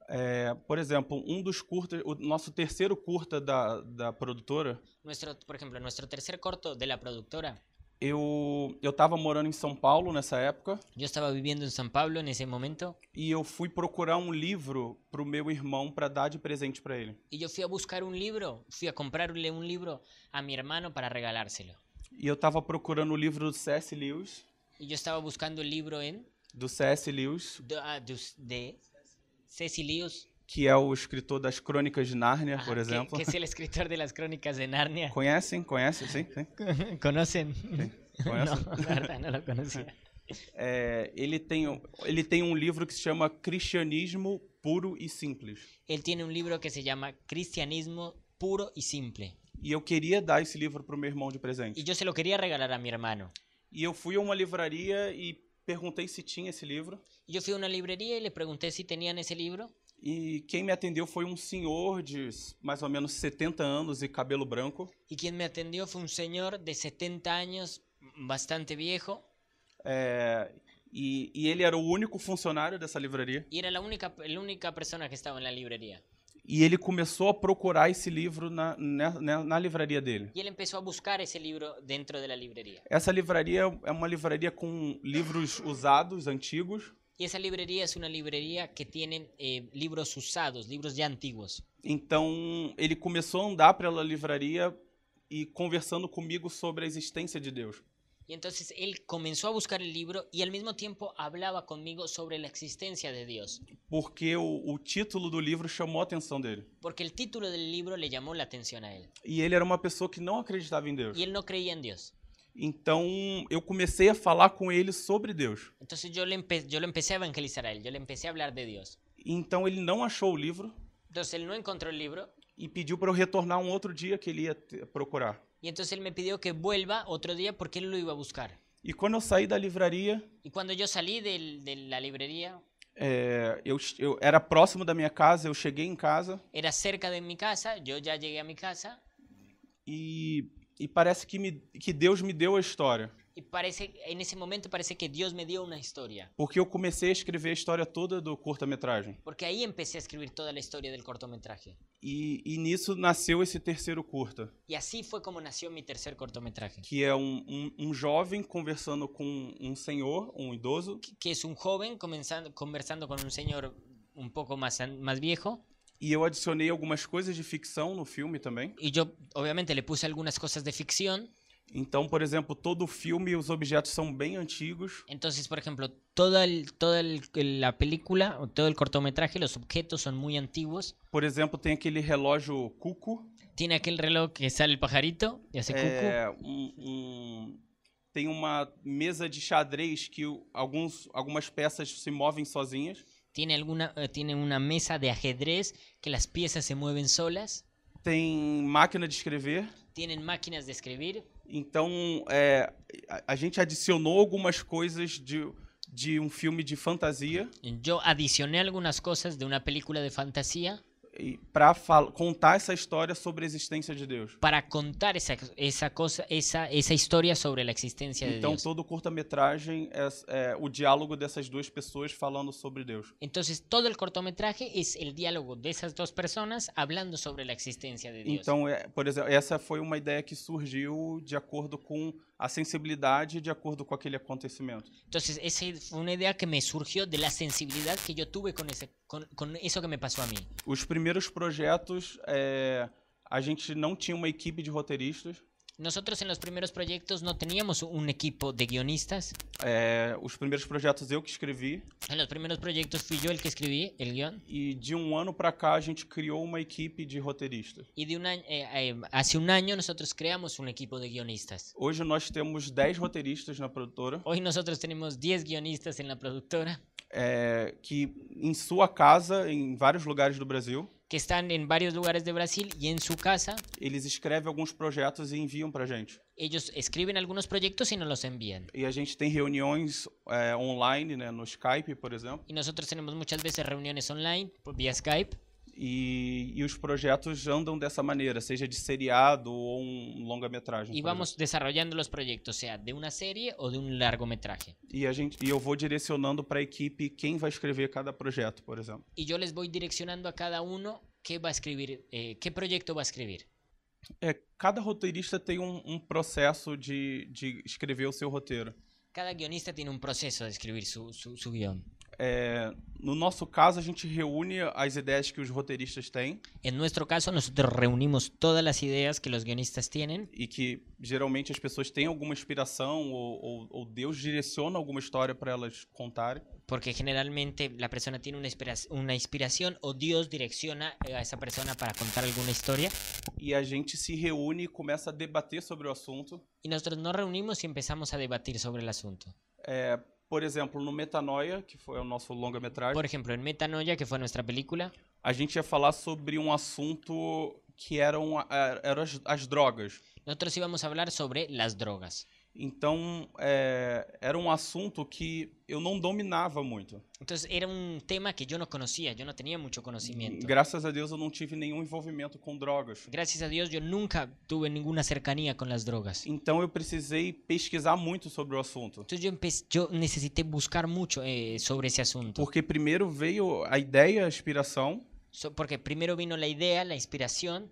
Speaker 1: É, por exemplo, um dos curtas, o nosso terceiro curta da, da produtora,
Speaker 2: Nuestro, por ejemplo, nuestro tercer corto de la productora.
Speaker 1: Eu, eu tava morando em São Paulo nessa época
Speaker 2: Yo estaba viviendo en San Pablo en ese momento
Speaker 1: e eu fui procurar um livro pro meu irmão pra dar de presente pra ele.
Speaker 2: y yo fui a buscar un libro, fui a comprarle un libro a mi hermano para regalárselo.
Speaker 1: E eu tava procurando o livro do C.S. Lewis,
Speaker 2: Y yo estaba buscando el libro en
Speaker 1: do C.S. Lewis,
Speaker 2: de, ah, de us- de Cecilius
Speaker 1: que é o escritor das Crônicas de Nárnia, por
Speaker 2: Ah, que-
Speaker 1: exemplo.
Speaker 2: Que, é. es el escritor de las crónicas de Narnia.
Speaker 1: Conhecem? Conhecem? Sim, sim.
Speaker 2: ¿Conocen?
Speaker 1: conhecen.
Speaker 2: No, la verdad no lo conocía.
Speaker 1: É, ele, tem, um- ele tem um livro que se chama Cristianismo Puro e Simples.
Speaker 2: Él tiene un libro que se llama Cristianismo puro y simple.
Speaker 1: E eu queria dar esse livro pro meu irmão de
Speaker 2: Y
Speaker 1: presente.
Speaker 2: yo se lo quería regalar a mi hermano.
Speaker 1: E eu fui a uma livraria e perguntei se tinha esse livro.
Speaker 2: Y Yo fui a una librería y le pregunté si tenían ese libro.
Speaker 1: E quem me atendeu foi um senhor de mais ou menos 70 anos e cabelo branco.
Speaker 2: Y quien me atendió fue un señor de 70 años, bastante viejo,
Speaker 1: É, e, e ele era o único funcionário dessa livraria.
Speaker 2: y era la única, la única persona que estaba en la librería.
Speaker 1: E ele começou a procurar esse livro na, na, na- na livraria dele.
Speaker 2: Y él empezó a buscar ese libro dentro de la librería.
Speaker 1: Essa livraria é uma livraria com livros usados, antigos.
Speaker 2: Y esa librería es una librería que tiene eh, libros usados, libros ya antiguos.
Speaker 1: Então ele começou a andar pela livraria e conversando comigo sobre a existência de Deus.
Speaker 2: Y entonces él comenzó a buscar el libro y al mismo tiempo hablaba conmigo sobre la existencia de Dios,
Speaker 1: Porque o, o título do livro chamou a atenção dele.
Speaker 2: porque el título del libro le llamó la atención a él.
Speaker 1: E ele era uma pessoa que não acreditava em Deus.
Speaker 2: Y él no creía en Dios.
Speaker 1: Então eu comecei a falar com ele sobre Deus.
Speaker 2: Entonces yo le, empe- yo lo empecé a evangelizar a él, yo le empecé a hablar de Dios.
Speaker 1: Então ele não achou o livro
Speaker 2: Entonces él no encontró el libro
Speaker 1: e pediu para eu retornar um outro dia que ele ia te- procurar.
Speaker 2: y entonces él me pidió que vuelva otro día porque él lo iba a buscar.
Speaker 1: E quando eu saí da livraria,
Speaker 2: Y cuando yo salí del- de la librería,
Speaker 1: é, eu, che- eu era próximo da minha casa, eu cheguei em casa
Speaker 2: era cerca de mi casa, yo ya lleguei a mi casa
Speaker 1: e, e parece que, me, que Deus me deu a história.
Speaker 2: y parece, en ese momento parece que Dios me dio una historia.
Speaker 1: Porque eu comecei a escrever a história toda do curta-metragem.
Speaker 2: Porque ahí empecé a escribir toda la historia del cortometraje.
Speaker 1: E, e nisso nasceu esse terceiro curta,
Speaker 2: Y así fue como nació mi tercer cortometraje,
Speaker 1: que é um, um, um jovem conversando com um senhor, um idoso,
Speaker 2: que- que es un joven comenzando, conversando con un señor un poco más, an- más viejo.
Speaker 1: e eu adicionei algumas coisas de ficção no filme também.
Speaker 2: Y yo obviamente le puse algunas cosas de ficción.
Speaker 1: Então, por exemplo, todo o filme os objetos são bem antigos.
Speaker 2: Entonces, por ejemplo, toda, el- toda el- la película, o todo el cortometraje, los objetos son muy antiguos.
Speaker 1: Por exemplo, tem aquele relógio Cuco.
Speaker 2: Tiene aquel reloj que sale el pajarito y hace cucu.
Speaker 1: É, um, um- tem uma mesa de xadrez que o- alguns, algumas peças se movem sozinhas.
Speaker 2: Tiene, alguna, eh, tiene una mesa de ajedrez que las piezas se mueven solas.
Speaker 1: Tem máquina de escrever.
Speaker 2: Tienen máquinas de escribir.
Speaker 1: Então, é, a, a gente adicionou algumas coisas de, de um filme de fantasia
Speaker 2: Yo adicioné algunas cosas de una película de fantasía
Speaker 1: para contar essa história sobre a existência de Deus.
Speaker 2: para contar esa, esa, cosa, esa, esa historia sobre la existencia de
Speaker 1: Então,
Speaker 2: Dios.
Speaker 1: todo curta-metragem é, é o diálogo dessas duas pessoas falando sobre Deus.
Speaker 2: Entonces, todo el cortometraje es el diálogo de esas dos personas hablando sobre la existencia de Dios.
Speaker 1: Então, é, por exemplo, essa foi uma ideia que surgiu de acordo com a sensibilidade, de acordo com aquele acontecimento.
Speaker 2: Entonces, esa fue una idea que me surgió de la sensibilidad que yo tuve con, ese, con, con eso que me pasó a mí.
Speaker 1: Os primeiros projetos, é, a gente não tinha uma equipe de roteiristas.
Speaker 2: Nosotros en los primeros proyectos no teníamos un equipo de guionistas.
Speaker 1: É, os primeiros projetos eu que escrevi.
Speaker 2: En los primeros proyectos fui yo el que escribí el guión.
Speaker 1: E de um ano para cá, a gente criou uma equipe de roteiristas.
Speaker 2: Y de un año, eh, eh, hace un año nosotros creamos un equipo de guionistas.
Speaker 1: Hoje nós temos 10 roteiristas na produtora,
Speaker 2: Hoy nosotros tenemos 10 guionistas en la productora
Speaker 1: é, que em sua casa, em vários lugares do Brasil,
Speaker 2: que están en varios lugares de Brasil y en su casa
Speaker 1: eles escrevem alguns projetos e enviam para gente.
Speaker 2: ellos escriben algunos proyectos y nos los envían.
Speaker 1: E a gente tem reuniões é, online, né, no Skype, por exemplo,
Speaker 2: Y nosotros tenemos muchas veces reuniones online, por- vía Skype.
Speaker 1: e, e os projetos andam dessa maneira, seja de seriado ou um longa-metragem.
Speaker 2: y
Speaker 1: por
Speaker 2: vamos desarrollando los proyectos, sea de una serie o de un largometraje.
Speaker 1: exemplo. E, a gente, e eu vou direcionando para a equipe quem vai escrever cada projeto, por exemplo.
Speaker 2: Y yo les voy direccionando a cada uno qué va a escribir, eh, qué proyecto va a escribir.
Speaker 1: É, cada roteirista tem um, um processo de, de escrever o seu roteiro.
Speaker 2: Cada guionista tiene un proceso de escribir su, su, su guión.
Speaker 1: é, no nosso caso, a gente reúne as ideias que os roteiristas têm
Speaker 2: En nuestro caso, nosotros reunimos todas las ideas que los guionistas tienen
Speaker 1: e que geralmente as pessoas têm alguma inspiração ou, ou- ou Deus direciona alguma história para elas contarem.
Speaker 2: porque generalmente la persona tiene una, inspira- una inspiración o Dios direcciona eh, a esa persona para contar alguna historia.
Speaker 1: E a gente se reúne e começa a debater sobre o assunto.
Speaker 2: Y nosotros nos reunimos y empezamos a debatir sobre el asunto.
Speaker 1: É, por exemplo, no Metanoia, que foi o nosso longa-metragem,
Speaker 2: Por ejemplo, en Metanoia, que fue nuestra película,
Speaker 1: a gente ia falar sobre um assunto que eram, a- eram as, as drogas.
Speaker 2: nosotros íbamos a hablar sobre las drogas.
Speaker 1: Então, é, era um assunto que eu não dominava muito.
Speaker 2: Entonces era un tema que yo no conocía, yo no tenía mucho conocimiento.
Speaker 1: Graças a Deus eu não tive nenhum envolvimento com drogas.
Speaker 2: Gracias a Dios yo nunca tuve ninguna cercanía con las drogas.
Speaker 1: Então eu precisei pesquisar muito sobre o assunto.
Speaker 2: Entonces yo, empe- yo necesité buscar mucho eh, sobre ese asunto.
Speaker 1: Porque primeiro veio a ideia, a inspiração,
Speaker 2: So- porque primero vino la idea, la inspiración,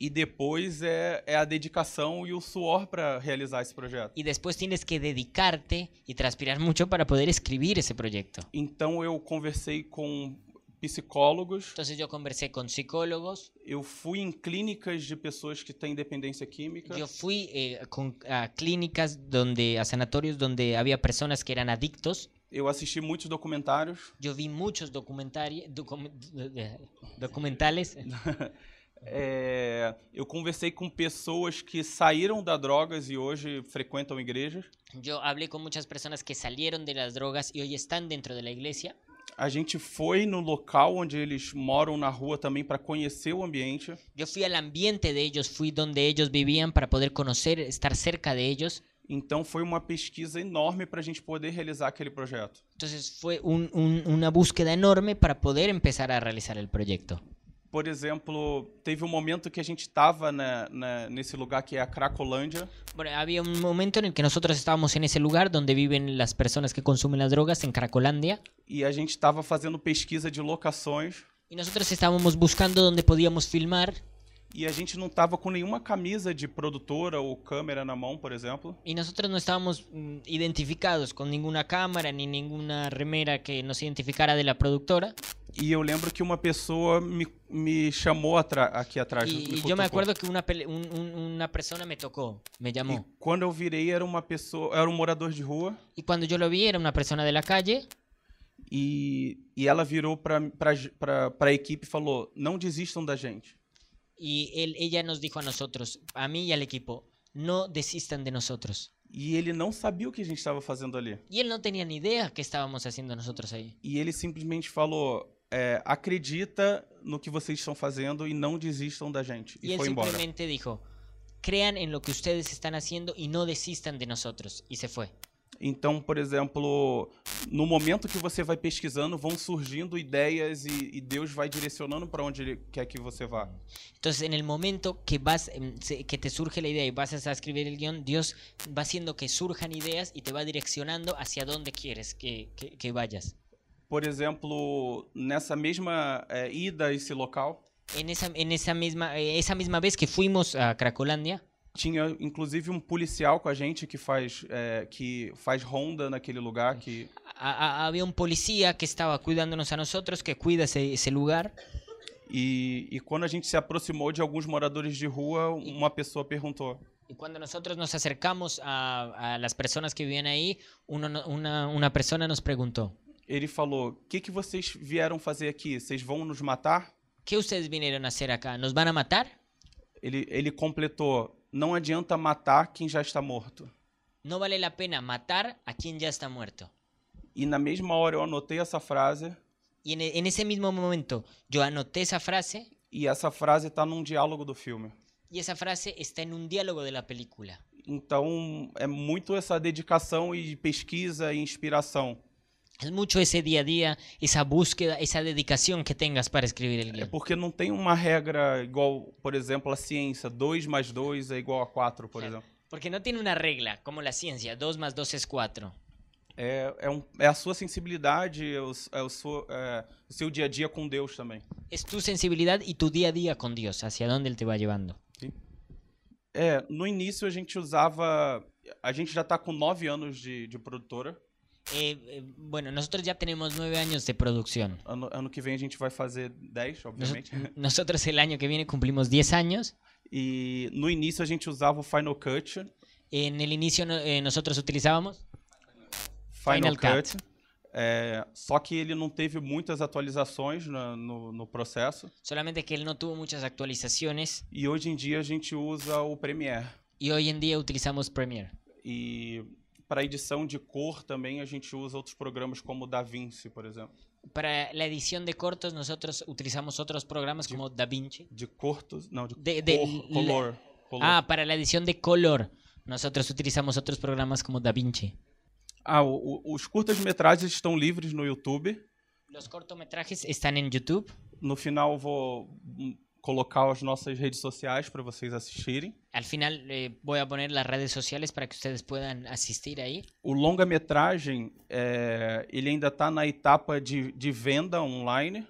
Speaker 1: e depois é, é a dedicação e o suor para realizar esse projeto.
Speaker 2: y después tienes que dedicarte y transpirar mucho para poder escribir ese proyecto.
Speaker 1: Então eu conversei com psicólogos,
Speaker 2: Entonces yo conversé con psicólogos,
Speaker 1: eu fui em clínicas de pessoas que têm dependência química,
Speaker 2: yo fui eh, con- a clínicas donde, a sanatorios donde había personas que eran adictos,
Speaker 1: eu assisti muitos documentários,
Speaker 2: yo vi muchos documentari- docu- documentales,
Speaker 1: é, eu conversei com pessoas que saíram da drogas e hoje frequentam igrejas.
Speaker 2: yo hablé con muchas personas que salieron de las drogas y hoy están dentro de la iglesia.
Speaker 1: A gente foi no local onde eles moram na rua também para conhecer o ambiente.
Speaker 2: Yo fui al ambiente de ellos, fui donde ellos vivían para poder conocer, estar cerca de ellos.
Speaker 1: Então foi uma pesquisa enorme para a gente poder realizar aquele projeto.
Speaker 2: Entonces fue un- un- una búsqueda enorme para poder empezar a realizar el proyecto.
Speaker 1: Por exemplo, teve um momento que a gente estava nesse lugar que é a Cracolândia
Speaker 2: Bueno, había un momento en el que nosotros estábamos en ese lugar donde viven las personas que consumen las drogas, en Caracolandia,
Speaker 1: e a gente estava fazendo pesquisa de locações
Speaker 2: y nosotros estábamos buscando donde podíamos filmar
Speaker 1: e a gente não estava com nenhuma camisa de produtora ou câmera na mão, por exemplo.
Speaker 2: y nosotros no estábamos mm, identificados con ninguna cámara ni ninguna remera que nos identificara de la productora.
Speaker 1: E eu lembro que uma pessoa me, me chamou atra- aqui atrás. me
Speaker 2: Y, y yo
Speaker 1: cutucou.
Speaker 2: me acuerdo que una, pele- un- un- una persona me tocó, me
Speaker 1: E
Speaker 2: llamó.
Speaker 1: quando eu virei era uma pessoa, era um morador de rua.
Speaker 2: Y cuando yo lo vi era una persona de la calle
Speaker 1: E, e ela virou para a equipe e falou: não desistam da gente.
Speaker 2: y él, ella nos dijo a nosotros, a mí y al equipo, no desistan de nosotros.
Speaker 1: E ele não sabia o que a gente estava fazendo ali.
Speaker 2: Y él no tenía ni idea qué estábamos haciendo nosotros ahí.
Speaker 1: E ele simplesmente falou: é, acredita no que vocês estão fazendo e não desistam da gente.
Speaker 2: Y
Speaker 1: E
Speaker 2: él
Speaker 1: foi embora.
Speaker 2: simplemente dijo, crean en lo que ustedes están haciendo y no desistan de nosotros. Y se fue.
Speaker 1: Então, por exemplo, no momento que você vai pesquisando, vão surgindo ideias e, e Deus vai direcionando para onde ele quer que você vá.
Speaker 2: Entonces, en el momento que vas, em, se- que te surge la idea y vas a escribir el guión, Dios va haciendo que surjan ideas y te va direccionando hacia dónde quieres que, que- que vayas.
Speaker 1: Por exemplo, nessa mesma é, ida a esse local,
Speaker 2: En esa, en esa misma, eh, esa misma vez que fuimos a Cracolandia,
Speaker 1: Tinha inclusive um policial com a gente que faz é, que faz ronda naquele lugar que
Speaker 2: a- a- había un policía que estaba cuidándonos a nosotros, que cuida ese, esse lugar.
Speaker 1: e, e quando a gente se aproximou de alguns moradores de rua, uma pessoa perguntou:
Speaker 2: Y cuando nosotros nos acercamos a, a las personas que vivían ahí, uno no- una, una persona nos preguntó,
Speaker 1: ele falou: "O que que vocês vieram fazer aqui? Vocês vão nos matar?"
Speaker 2: ¿qué ustedes vinieron a hacer acá? ¿Nos van a matar?
Speaker 1: Ele ele completou: "Não adianta matar quem já está morto."
Speaker 2: No vale la pena matar a quien ya está muerto.
Speaker 1: E na mesma hora eu anotei essa frase
Speaker 2: Y en, e- en ese mismo momento yo anoté essa frase
Speaker 1: e essa frase tá num diálogo do filme.
Speaker 2: y esa frase está en un diálogo de la película.
Speaker 1: Então é muito essa dedicação e pesquisa e inspiração.
Speaker 2: Es mucho ese día a día, esa búsqueda, esa dedicación que tengas para escribir el
Speaker 1: É
Speaker 2: guión.
Speaker 1: porque não tem uma regra igual, por exemplo, a ciência. 2 mais 2 é igual a 4, por
Speaker 2: Certo.
Speaker 1: exemplo.
Speaker 2: Porque no tiene una regla, como la ciencia, 2 más 2 es 4.
Speaker 1: É, é, um- é a sua sensibilidade, é o, s- é o sua- é, o seu dia a dia com Deus também.
Speaker 2: Es tu sensibilidad y tu día a día con Dios, hacia dónde Él te va llevando.
Speaker 1: tá É, no início a gente usava... A gente já está com 9 anos de, de produtora.
Speaker 2: Eh, eh, bueno, nosotros ya tenemos nueve años de producción.
Speaker 1: Ano, ano que vem a gente vai fazer 10,
Speaker 2: Nos-
Speaker 1: obviamente.
Speaker 2: nosotros el año que viene cumplimos 10 años.
Speaker 1: E no início a gente usava o Final Cut.
Speaker 2: En el inicio no- eh, nosotros utilizábamos
Speaker 1: Final,
Speaker 2: Final
Speaker 1: Cut. É, só que ele não teve muitas atualizações na- no, no processo.
Speaker 2: Solamente que él no tuvo muchas actualizaciones
Speaker 1: E hoje em dia a gente usa o Premiere.
Speaker 2: y hoy en día utilizamos Premiere.
Speaker 1: E para edição de cor também a gente usa outros programas como o DaVinci, por exemplo.
Speaker 2: Para la edición de cortos nosotros utilizamos otros programas como DaVinci.
Speaker 1: De cortos, não, de,
Speaker 2: De- de
Speaker 1: cor,
Speaker 2: le-
Speaker 1: color. color.
Speaker 2: Ah, para la edición de color nosotros utilizamos otros programas como DaVinci.
Speaker 1: Ah, o- o- os curtas-metragens estão livres no YouTube.
Speaker 2: Los cortometrajes están en YouTube.
Speaker 1: No final eu vou hum, colocar as nossas redes sociais para vocês assistirem.
Speaker 2: Al final eh, voy a poner las redes sociales para que ustedes puedan asistir ahí.
Speaker 1: O longa-metragem, é, ele ainda está na etapa de, de venda online.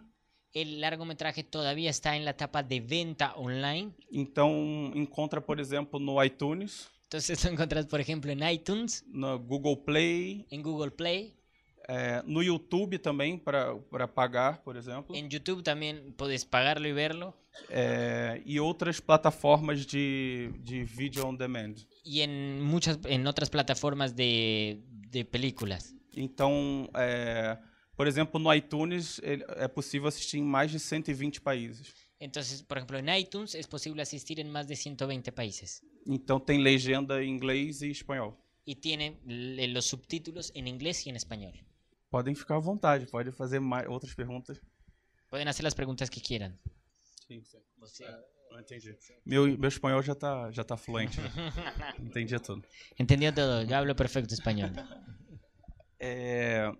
Speaker 2: El largometraje todavía está en la etapa de venta online.
Speaker 1: Então, encontra, por exemplo, no iTunes,
Speaker 2: Entonces lo encontrás, por ejemplo, en iTunes,
Speaker 1: no Google Play,
Speaker 2: en Google Play.
Speaker 1: é, no YouTube também, para pagar, por exemplo,
Speaker 2: En YouTube también podés pagarlo y verlo.
Speaker 1: é, e outras plataformas de, de vídeo on demand.
Speaker 2: Y en muchas, en otras plataformas de, de películas.
Speaker 1: Então, é, por exemplo, no iTunes ele- é possível assistir em mais de 120 países.
Speaker 2: Entonces, por ejemplo, en iTunes es posible asistir en más de 120 países.
Speaker 1: Então, tem legenda em inglês e espanhol.
Speaker 2: Y tiene l- los subtítulos en inglés y en español.
Speaker 1: Podem ficar à vontade, podem fazer mais, outras perguntas.
Speaker 2: Pueden hacer las preguntas que quieran.
Speaker 1: Sim, sim. Não entendi. Meu, meu espanhol já tá, já tá fluente. né? Entendi tudo.
Speaker 2: Entendió todo, yo hablo perfecto español.
Speaker 1: É,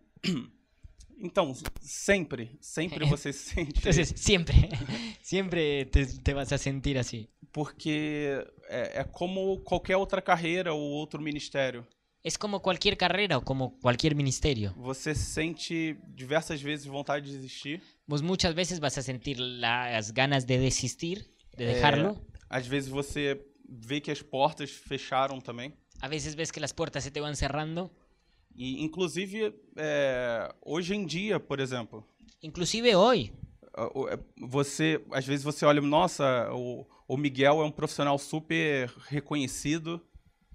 Speaker 1: Então, sempre, sempre você se sente.
Speaker 2: Entonces, siempre, siempre te, te vas a sentir así.
Speaker 1: Porque é, é como qualquer outra carreira ou outro ministério.
Speaker 2: Es como cualquier carrera o como cualquier ministerio.
Speaker 1: Você sente diversas vezes vontade de desistir,
Speaker 2: Vos muchas veces vas a sentir las ganas de desistir, de dejarlo.
Speaker 1: às vezes você vê que as portas fecharam também.
Speaker 2: A veces ves que las puertas se te van cerrando.
Speaker 1: E, inclusive, é, hoje em dia, por exemplo,
Speaker 2: Inclusive hoy.
Speaker 1: Ah, o- é, você às vezes você olha nossa o, o Miguel é um profissional super reconhecido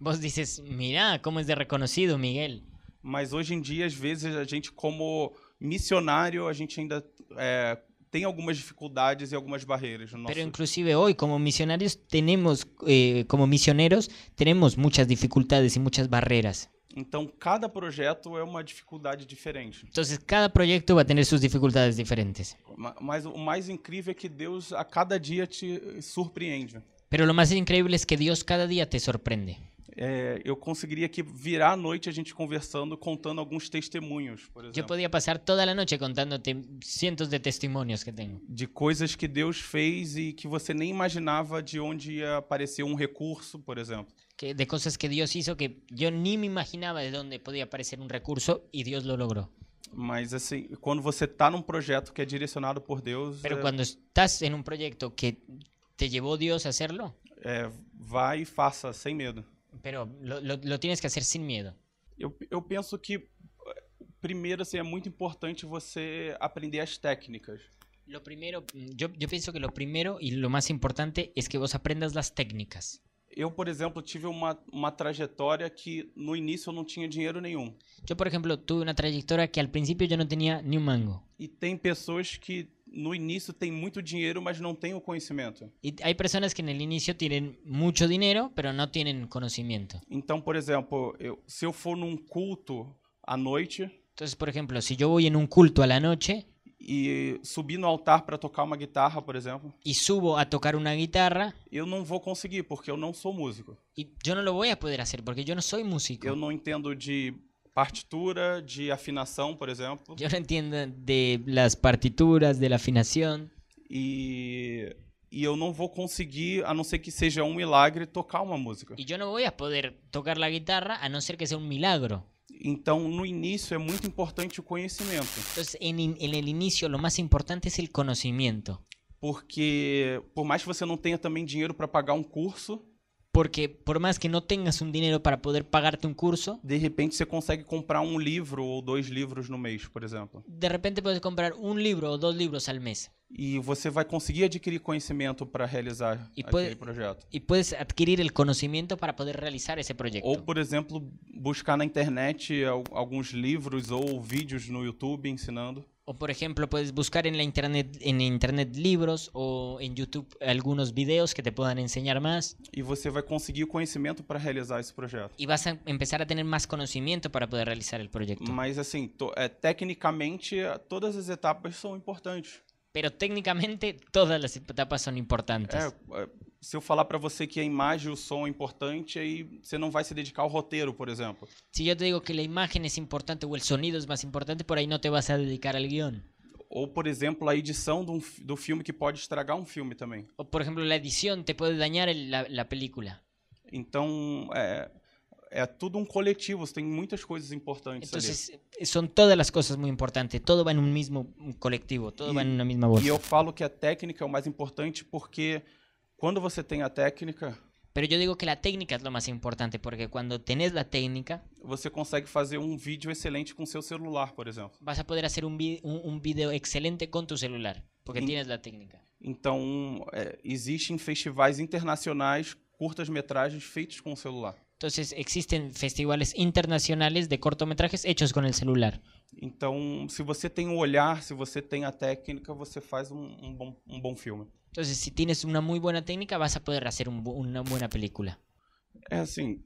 Speaker 2: Vos dices, mirá, cómo es de reconocido Miguel.
Speaker 1: mas hoje em dia às vezes a gente como missionário a gente ainda é, tem algumas dificuldades e algumas barreiras no nosso
Speaker 2: Pero inclusive hoy, como misionarios, tenemos, eh, como misioneros, tenemos muchas dificultades y muchas barreras.
Speaker 1: então cada projeto é uma dificuldade diferente
Speaker 2: Entonces, cada proyecto va a tener sus dificultades diferentes.
Speaker 1: Ma- mas o mais incrível é que Deus a cada dia te surpreende
Speaker 2: Pero lo más increíble es que Dios cada día te sorprende.
Speaker 1: É, eu conseguiria aqui virar a noite a gente conversando contando alguns testemunhos por
Speaker 2: Yo
Speaker 1: exemplo
Speaker 2: podía pasar toda la noche contándote cientos de testimonios que tengo.
Speaker 1: de coisas que Deus fez e que você nem imaginava de onde ia aparecer um recurso, por exemplo.
Speaker 2: que- de cosas que Dios hizo que yo ni me imaginaba de dónde podía aparecer un recurso y Dios lo logró.
Speaker 1: Mas assim, quando você tá num projeto que é direcionado por Deus,
Speaker 2: Pero
Speaker 1: é,
Speaker 2: cuando estás en un proyecto que te llevó Dios a hacerlo,
Speaker 1: é, vai e faça sem medo.
Speaker 2: pero lo, lo- lo tienes que hacer sin miedo.
Speaker 1: Eu, eu penso que eh, primeiro assim, é muito importante você aprender as técnicas.
Speaker 2: Lo primero, mm, yo, yo pienso que lo primero y lo más importante es que vos aprendas las técnicas.
Speaker 1: Eu, por exemplo, tive uma, uma trajetória que no início eu não tinha dinheiro nenhum.
Speaker 2: Yo, por ejemplo, tuve una trayectoria que al principio yo no tenía ni un mango.
Speaker 1: E tem pessoas que no início têm muito dinheiro, mas não têm o conhecimento.
Speaker 2: Y hay personas que en el inicio tienen mucho dinero, pero no tienen conocimiento.
Speaker 1: Então, por exemplo, eu- se eu for num culto à noite
Speaker 2: Entonces, por ejemplo, si yo voy en un culto a la noche
Speaker 1: e subir no altar para tocar uma guitarra, por exemplo,
Speaker 2: y subo a tocar una guitarra,
Speaker 1: eu não vou conseguir, porque eu não sou músico.
Speaker 2: Y yo no lo voy a poder hacer porque yo no soy músico.
Speaker 1: Eu não entendo de partitura, de afinação, por exemplo.
Speaker 2: Yo no entiendo de las partituras, de la afinación.
Speaker 1: E, e eu não vou conseguir, a não ser que seja um milagre, tocar uma música.
Speaker 2: Y yo no voy a poder tocar la guitarra a no ser que sea un milagro.
Speaker 1: Então, no início, é muito importante o conhecimento.
Speaker 2: Entonces, en, in- en el inicio lo más importante es el conocimiento.
Speaker 1: Porque, por mais que você não tenha também dinheiro para pagar um curso,
Speaker 2: Porque por más que no tengas un dinero para poder pagarte un curso,
Speaker 1: De repente você consegue comprar um livro ou dois livros no mês, por exemplo.
Speaker 2: de repente puedes comprar un libro o dos libros al mes.
Speaker 1: E você vai conseguir adquirir conhecimento para realizar
Speaker 2: E pode-
Speaker 1: aquele projeto.
Speaker 2: Y puedes adquirir el conocimiento para poder realizar ese proyecto.
Speaker 1: Ou, por exemplo, buscar na internet al- alguns livros ou vídeos no YouTube ensinando.
Speaker 2: O por ejemplo, puedes buscar en la internet, en internet libros o en YouTube algunos videos que te puedan enseñar más
Speaker 1: E você vai conseguir conhecimento para realizar esse projeto.
Speaker 2: y vas a empezar a tener más conocimiento para poder realizar el proyecto.
Speaker 1: Mas, assim, to- é, tecnicamente, eh, todas as etapas são importantes.
Speaker 2: Pero técnicamente todas las etapas son importantes.
Speaker 1: É, é, se eu falar pra você que a imagem e o som é importante, aí você não vai se dedicar ao roteiro, por exemplo.
Speaker 2: Si yo te digo que la imagen es importante o el sonido es más importante, por ahí no te vas a dedicar al guión.
Speaker 1: Ou, por exemplo, a edição de um fi- do filme que pode estragar um filme também.
Speaker 2: O por ejemplo, la edición te puede dañar el- la, la película.
Speaker 1: Então, é, é tudo um coletivo, você tem muitas coisas importantes
Speaker 2: Entonces, eh, son todas las cosas muy importantes. Todo va en un mismo colectivo, todo va en una misma
Speaker 1: ali. E
Speaker 2: bolsa.
Speaker 1: eu falo que a técnica é o mais importante porque quando você tem a técnica,
Speaker 2: Pero yo digo que la técnica es lo más importante, porque cuando tenés la técnica,
Speaker 1: você consegue fazer um vídeo excelente com seu celular, por exemplo.
Speaker 2: vas a poder hacer un, vi- un- un video excelente con tu celular, porque
Speaker 1: Y-
Speaker 2: tienes la técnica.
Speaker 1: Então, é, existem festivais internacionais curtas-metragens feitos com o celular.
Speaker 2: Entonces, existen festivales internacionales de cortometrajes hechos con el celular.
Speaker 1: Então, se você tem o olhar, se você tem a técnica, você faz um, um bom, um bom filme.
Speaker 2: Entonces, si tienes una muy buena técnica, vas a poder hacer un bu- una buena película.
Speaker 1: É assim,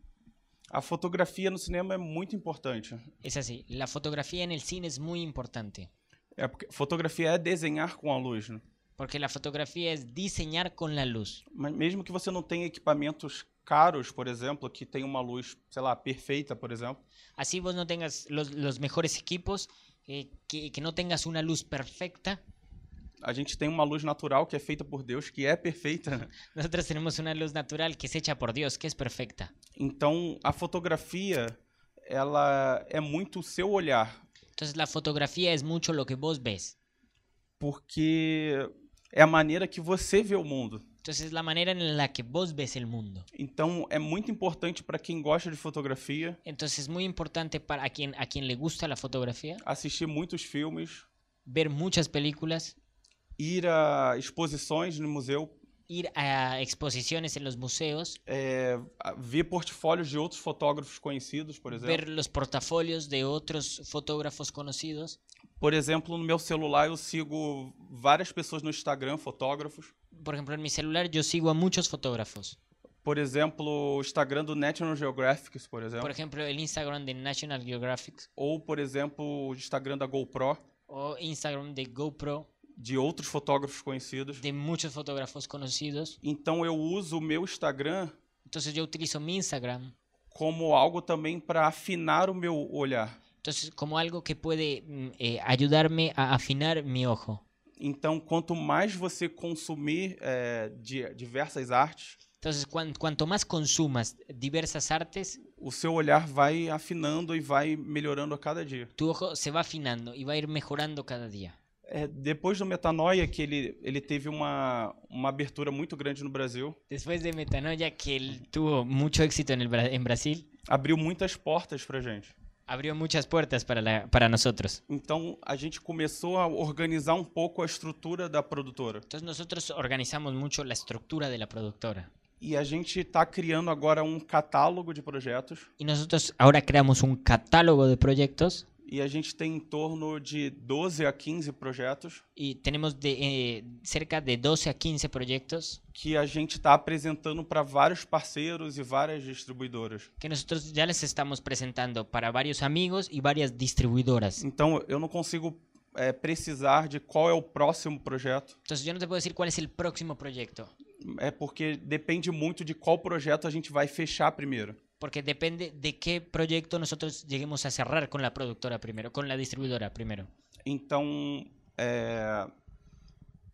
Speaker 1: a fotografia no cinema é muito importante.
Speaker 2: Es así, la fotografía en el cine es muy importante,
Speaker 1: É porque fotografia é desenhar com a luz, né?
Speaker 2: porque la fotografía es diseñar con la luz.
Speaker 1: Mas mesmo que você não tenha equipamentos caros, por exemplo, que tem uma luz, sei lá, perfeita, por exemplo,
Speaker 2: Así vos no tengas los, los mejores equipos, eh, que, que no tengas una luz perfecta.
Speaker 1: a gente tem uma luz natural que é feita por Deus, que é perfeita. né?
Speaker 2: Nosotros tenemos una luz natural que es hecha por Dios, que es perfecta.
Speaker 1: Então, a fotografia, ela é muito o seu olhar,
Speaker 2: Entonces la fotografía es mucho lo que vos ves.
Speaker 1: porque é a maneira que você vê o mundo.
Speaker 2: Entonces la manera en la que vos ves el mundo.
Speaker 1: Então é muito importante para quem gosta de fotografia
Speaker 2: Entonces es muy importante para a quien, a quien le gusta la fotografía
Speaker 1: assistir muitos filmes,
Speaker 2: ver muchas películas,
Speaker 1: ir a exposições no museu,
Speaker 2: ir a exposiciones en los museos,
Speaker 1: é, a- ver portfólios de outros fotógrafos conhecidos, por exemplo.
Speaker 2: ver los portafolios de otros fotógrafos conocidos.
Speaker 1: Por exemplo, no meu celular eu sigo várias pessoas no Instagram, fotógrafos.
Speaker 2: Por ejemplo, en mi celular yo sigo a muchos fotógrafos.
Speaker 1: Por exemplo, o Instagram do National Geographic, por
Speaker 2: Por
Speaker 1: exemplo.
Speaker 2: ejemplo, el Instagram de National Geographic
Speaker 1: Ou, por exemplo, o Instagram da GoPro,
Speaker 2: o Instagram de GoPro,
Speaker 1: de outros fotógrafos conhecidos.
Speaker 2: de muchos fotógrafos conocidos.
Speaker 1: Então eu uso o meu Instagram
Speaker 2: Entonces yo utilizo mi Instagram
Speaker 1: como algo também para afinar o meu olhar.
Speaker 2: Entonces, como algo que puede mm, eh, ayudarme a afinar mi ojo.
Speaker 1: Então, quanto mais você consumir eh, de diversas artes,
Speaker 2: Entonces, cuan- cuanto más consumas diversas artes,
Speaker 1: o seu olhar vai afinando e vai melhorando a cada dia.
Speaker 2: tu ojo se va afinando y va a ir mejorando cada día.
Speaker 1: Eh, depois do Metanoia, que ele, ele teve uma, uma abertura muito grande no Brasil,
Speaker 2: Después de Metanoia, que él tuvo mucho éxito en, el Bra- en Brasil,
Speaker 1: abriu muitas portas para gente.
Speaker 2: abrió muchas puertas para, la- para nosotros.
Speaker 1: Então, a gente começou a organizar um pouco a estrutura da produtora.
Speaker 2: Entonces, nosotros organizamos mucho la estructura de la productora.
Speaker 1: E a gente está criando agora um catálogo de projetos.
Speaker 2: Y nosotros ahora creamos un catálogo de proyectos
Speaker 1: E a gente tem em torno de 12 a 15 projetos
Speaker 2: y tenemos de, eh, cerca de 12 a 15 proyectos
Speaker 1: que a gente está apresentando para vários parceiros e várias distribuidoras.
Speaker 2: que nosotros ya les estamos presentando para varios amigos y varias distribuidoras.
Speaker 1: Então eu não consigo é, precisar de qual é o próximo projeto,
Speaker 2: Entonces yo no te puedo decir cuál es el próximo proyecto,
Speaker 1: é porque depende muito de qual projeto a gente vai fechar primeiro.
Speaker 2: porque depende de qué proyecto nosotros lleguemos a cerrar con la productora primero, con la distribuidora primero.
Speaker 1: Então é,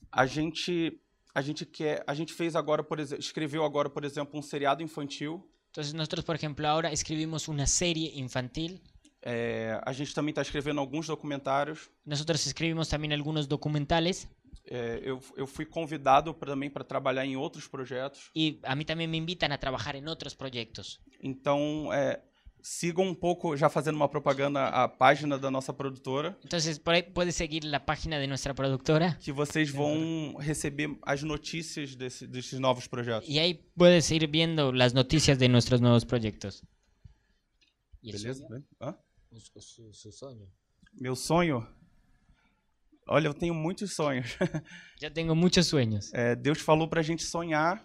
Speaker 1: a gente a gente quer a gente fez agora por exemplo escreveu agora por exemplo um seriado infantil.
Speaker 2: Entonces nosotros, por ejemplo, ahora escribimos una serie infantil,
Speaker 1: é, a gente também está escrevendo tá alguns documentários.
Speaker 2: nosotros escribimos también algunos documentales
Speaker 1: é, eu, eu fui convidado pra- também para trabalhar em outros projetos.
Speaker 2: Y a mí también me invitan a trabajar en otros proyectos.
Speaker 1: Então, é, sigam um pouco, já fazendo uma propaganda, a página da nossa produtora,
Speaker 2: Entonces, por ahí puedes seguir la página de nuestra productora
Speaker 1: que vocês vão receber as notícias desse- desses novos projetos.
Speaker 2: y ahí puedes ir viendo las noticias de nuestros nuevos proyectos. ¿Y el
Speaker 1: Beleza? Bem? Hã?
Speaker 2: sueño? Su- su sueño.
Speaker 1: Meu sonho? Olha, eu tenho muitos sonhos.
Speaker 2: Yo tengo muchos sueños.
Speaker 1: É, Deus falou pra gente sonhar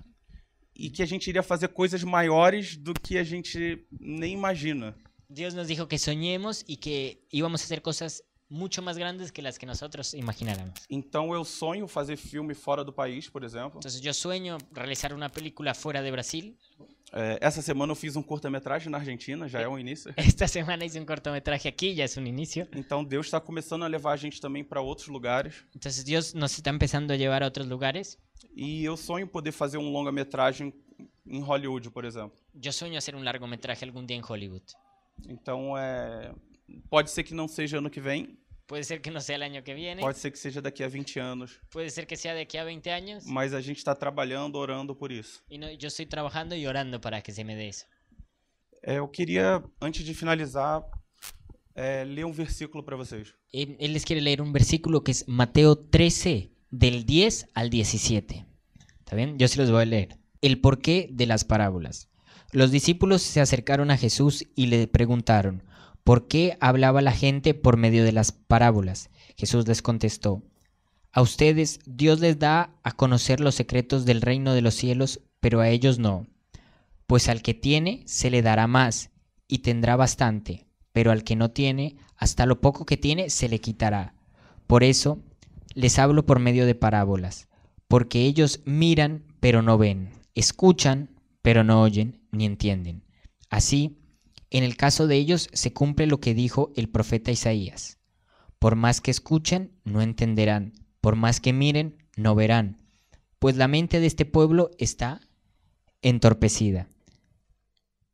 Speaker 1: e que a gente iria fazer coisas maiores do que a gente nem imagina.
Speaker 2: Dios nos dijo que soñemos y que íbamos a hacer cosas mucho más grandes que las que nosotros imagináramos.
Speaker 1: Então eu sonho fazer filme fora do país, por exemplo.
Speaker 2: Entonces yo sueño realizar una película fuera de Brasil.
Speaker 1: É, essa semana eu fiz um curta-metragem na Argentina, já é um início.
Speaker 2: Esta semana hice un cortometraje aquí, ya es un inicio.
Speaker 1: Então Deus está começando a levar a gente também para outros lugares.
Speaker 2: Entonces Dios nos está empezando a llevar a otros lugares.
Speaker 1: E eu sonho poder fazer um longa-metragem em Hollywood, por exemplo.
Speaker 2: Yo sueño hacer un largometraje algún día en Hollywood.
Speaker 1: Então é. Pode ser que não seja ano que vem,
Speaker 2: Puede ser que no sea el año que viene,
Speaker 1: pode ser que seja daqui a 20 anos.
Speaker 2: puede ser que sea de aquí a 20 años.
Speaker 1: Mas a gente está trabalhando, orando por isso.
Speaker 2: Y no, yo estoy trabajando y orando para que se me dé eso.
Speaker 1: É, eu queria, antes de finalizar, é, ler um versículo para vocês.
Speaker 2: Él él les quiere leer un versículo que es Mateo 13, del 10 al 17. ¿Está bien? Yo se los voy a leer. El porqué de las parábolas. Los discípulos se acercaron a Jesús y le preguntaron, ¿por qué hablaba la gente por medio de las parábolas? Jesús les contestó, a ustedes Dios les da a conocer los secretos del reino de los cielos, pero a ellos no. Pues al que tiene se le dará más y tendrá bastante, pero al que no tiene, hasta lo poco que tiene se le quitará. Por eso les hablo por medio de parábolas, porque ellos miran pero no ven, escuchan pero no oyen ni entienden. Así, en el caso de ellos se cumple lo que dijo el profeta Isaías. Por más que escuchen, no entenderán, por más que miren, no verán, pues la mente de este pueblo está entorpecida.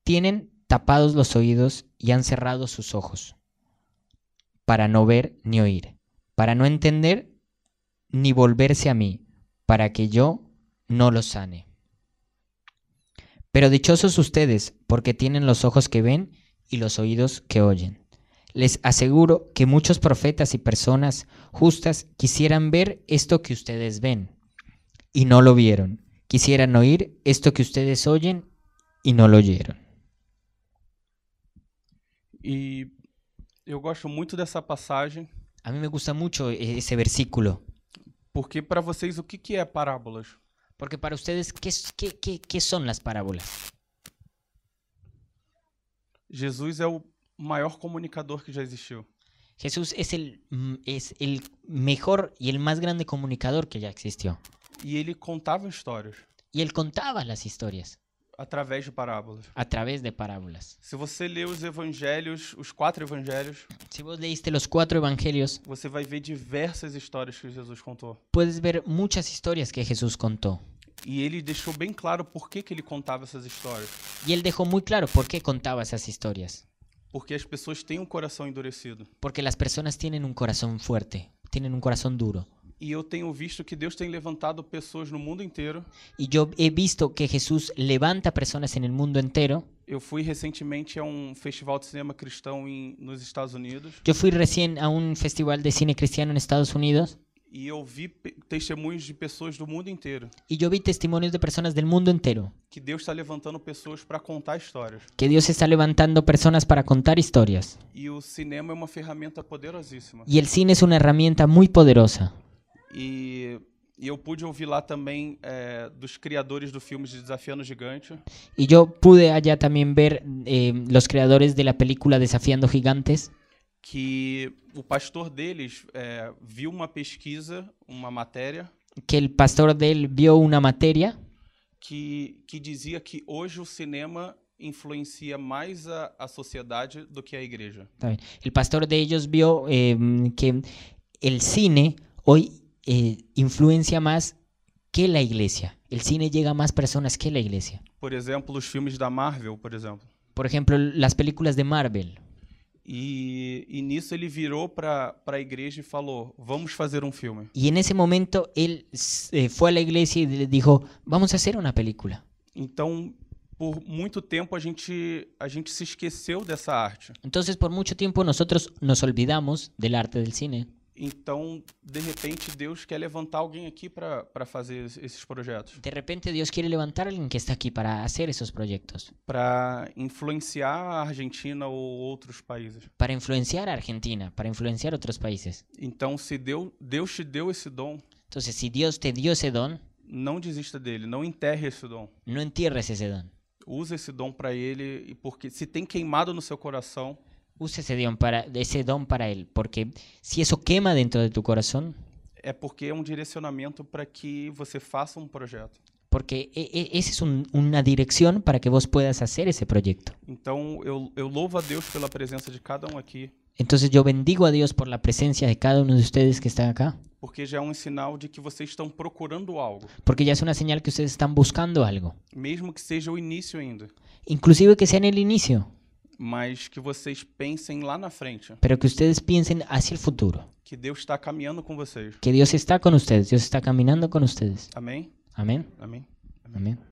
Speaker 2: Tienen tapados los oídos y han cerrado sus ojos, para no ver ni oír, para no entender ni volverse a mí, para que yo no los sane. Pero dichosos ustedes, porque tienen los ojos que ven y los oídos que oyen. Les aseguro que muchos profetas y personas justas quisieran ver esto que ustedes ven, y no lo vieron. Quisieran oír esto que ustedes oyen y no lo oyeron.
Speaker 1: E eu gosto muito dessa passagem,
Speaker 2: A mí me gusta mucho eh, ese versículo,
Speaker 1: porque para vocês o que, que é parábolas?
Speaker 2: porque para ustedes, ¿qué, es- qué- qué- qué son las parábolas?
Speaker 1: Jesus é o maior comunicador que já existiu.
Speaker 2: Jesús es el, mm, es el mejor y el más grande comunicador que ya existió.
Speaker 1: E ele contava histórias
Speaker 2: Y él contaba las historias
Speaker 1: através de parábolas.
Speaker 2: a través de parábolas.
Speaker 1: Se você ler os evangelhos, os quatro evangelhos,
Speaker 2: Si vos leíste los cuatro evangelios,
Speaker 1: você vai ver diversas histórias que Jesus contou.
Speaker 2: puedes ver muchas historias que Jesús contó.
Speaker 1: E ele deixou bem claro por que, que ele contava essas histórias.
Speaker 2: Y él dejó muy claro por qué contaba esas historias.
Speaker 1: Porque as pessoas têm um coração endurecido.
Speaker 2: Porque las personas tienen un corazón fuerte, tienen un corazón duro.
Speaker 1: E eu tenho visto que Deus tem levantado pessoas no mundo inteiro.
Speaker 2: Y yo he visto que Jesús levanta personas en el mundo entero.
Speaker 1: Eu fui recentemente a um festival de cinema cristão em, nos Estados Unidos
Speaker 2: Yo fui recién a un festival de cine cristiano en Estados Unidos
Speaker 1: e eu vi pe- testemunhos de pessoas do mundo inteiro
Speaker 2: y yo vi testimonios de personas del mundo entero,
Speaker 1: que Deus está levantando pessoas para contar histórias.
Speaker 2: que Dios está levantando personas para contar historias.
Speaker 1: E o cinema é uma ferramenta poderosíssima.
Speaker 2: Y el cine es una herramienta muy poderosa.
Speaker 1: E, e eu pude ouvir lá também é, dos criadores do filme de Desafiando o Gigante
Speaker 2: Y yo pude allá también ver eh, los creadores de la película Desafiando Gigantes,
Speaker 1: que o pastor deles é, viu uma pesquisa, uma matéria,
Speaker 2: que el pastor de él vio una materia
Speaker 1: que, que dizia que hoje o cinema influencia mais a, a sociedade do que a igreja.
Speaker 2: Está bien. El pastor de ellos vio eh, que el cine hoy eh, influencia más que la iglesia. El cine llega a más personas que la iglesia.
Speaker 1: Por exemplo, os filmes da Marvel, por exemplo.
Speaker 2: Por ejemplo, las películas de Marvel.
Speaker 1: E, e nisso ele virou para a igreja e falou: Vamos fazer um filme.
Speaker 2: Y en ese momento él eh, fue a la iglesia y le dijo, vamos a hacer una película.
Speaker 1: Então, por muito tempo a gente, a gente se esqueceu dessa arte.
Speaker 2: Entonces por mucho tiempo nosotros nos olvidamos del arte del cine.
Speaker 1: Então, de repente, Deus quer levantar alguém aqui para fazer es- esses projetos,
Speaker 2: De repente Dios quiere levantar a alguien que está aquí para hacer esos proyectos,
Speaker 1: para influenciar a Argentina ou outros países.
Speaker 2: para influenciar a Argentina, para influenciar otros países.
Speaker 1: Então, se Deus, Deus te deu esse dom,
Speaker 2: Entonces si Dios te dio ese don,
Speaker 1: não desista dele, não enterre esse dom.
Speaker 2: no entierres ese don.
Speaker 1: Usa esse dom para ele, e porque se tem queimado no seu coração,
Speaker 2: Usa ese don, para, ese don para él, porque si eso quema dentro de tu corazón,
Speaker 1: é porque é um direcionamento para que você faça um projeto.
Speaker 2: porque e- e- esa es un- una dirección para que vos puedas hacer ese proyecto.
Speaker 1: Então, eu, eu louvo a Deus pela presença de cada um aqui,
Speaker 2: Entonces yo bendigo a Dios por la presencia de cada uno de ustedes que están acá,
Speaker 1: porque já é um sinal de que vocês estão procurando algo,
Speaker 2: porque ya es una señal que ustedes están buscando algo,
Speaker 1: mesmo que seja o início ainda.
Speaker 2: inclusive que sea en el inicio,
Speaker 1: mas que vocês pensem lá na frente,
Speaker 2: pero que ustedes piensen hacia el futuro,
Speaker 1: que Deus está caminhando com vocês.
Speaker 2: que Dios está con ustedes, Dios está caminando con ustedes.
Speaker 1: Amém?
Speaker 2: Amén.
Speaker 1: Amém.
Speaker 2: Amén.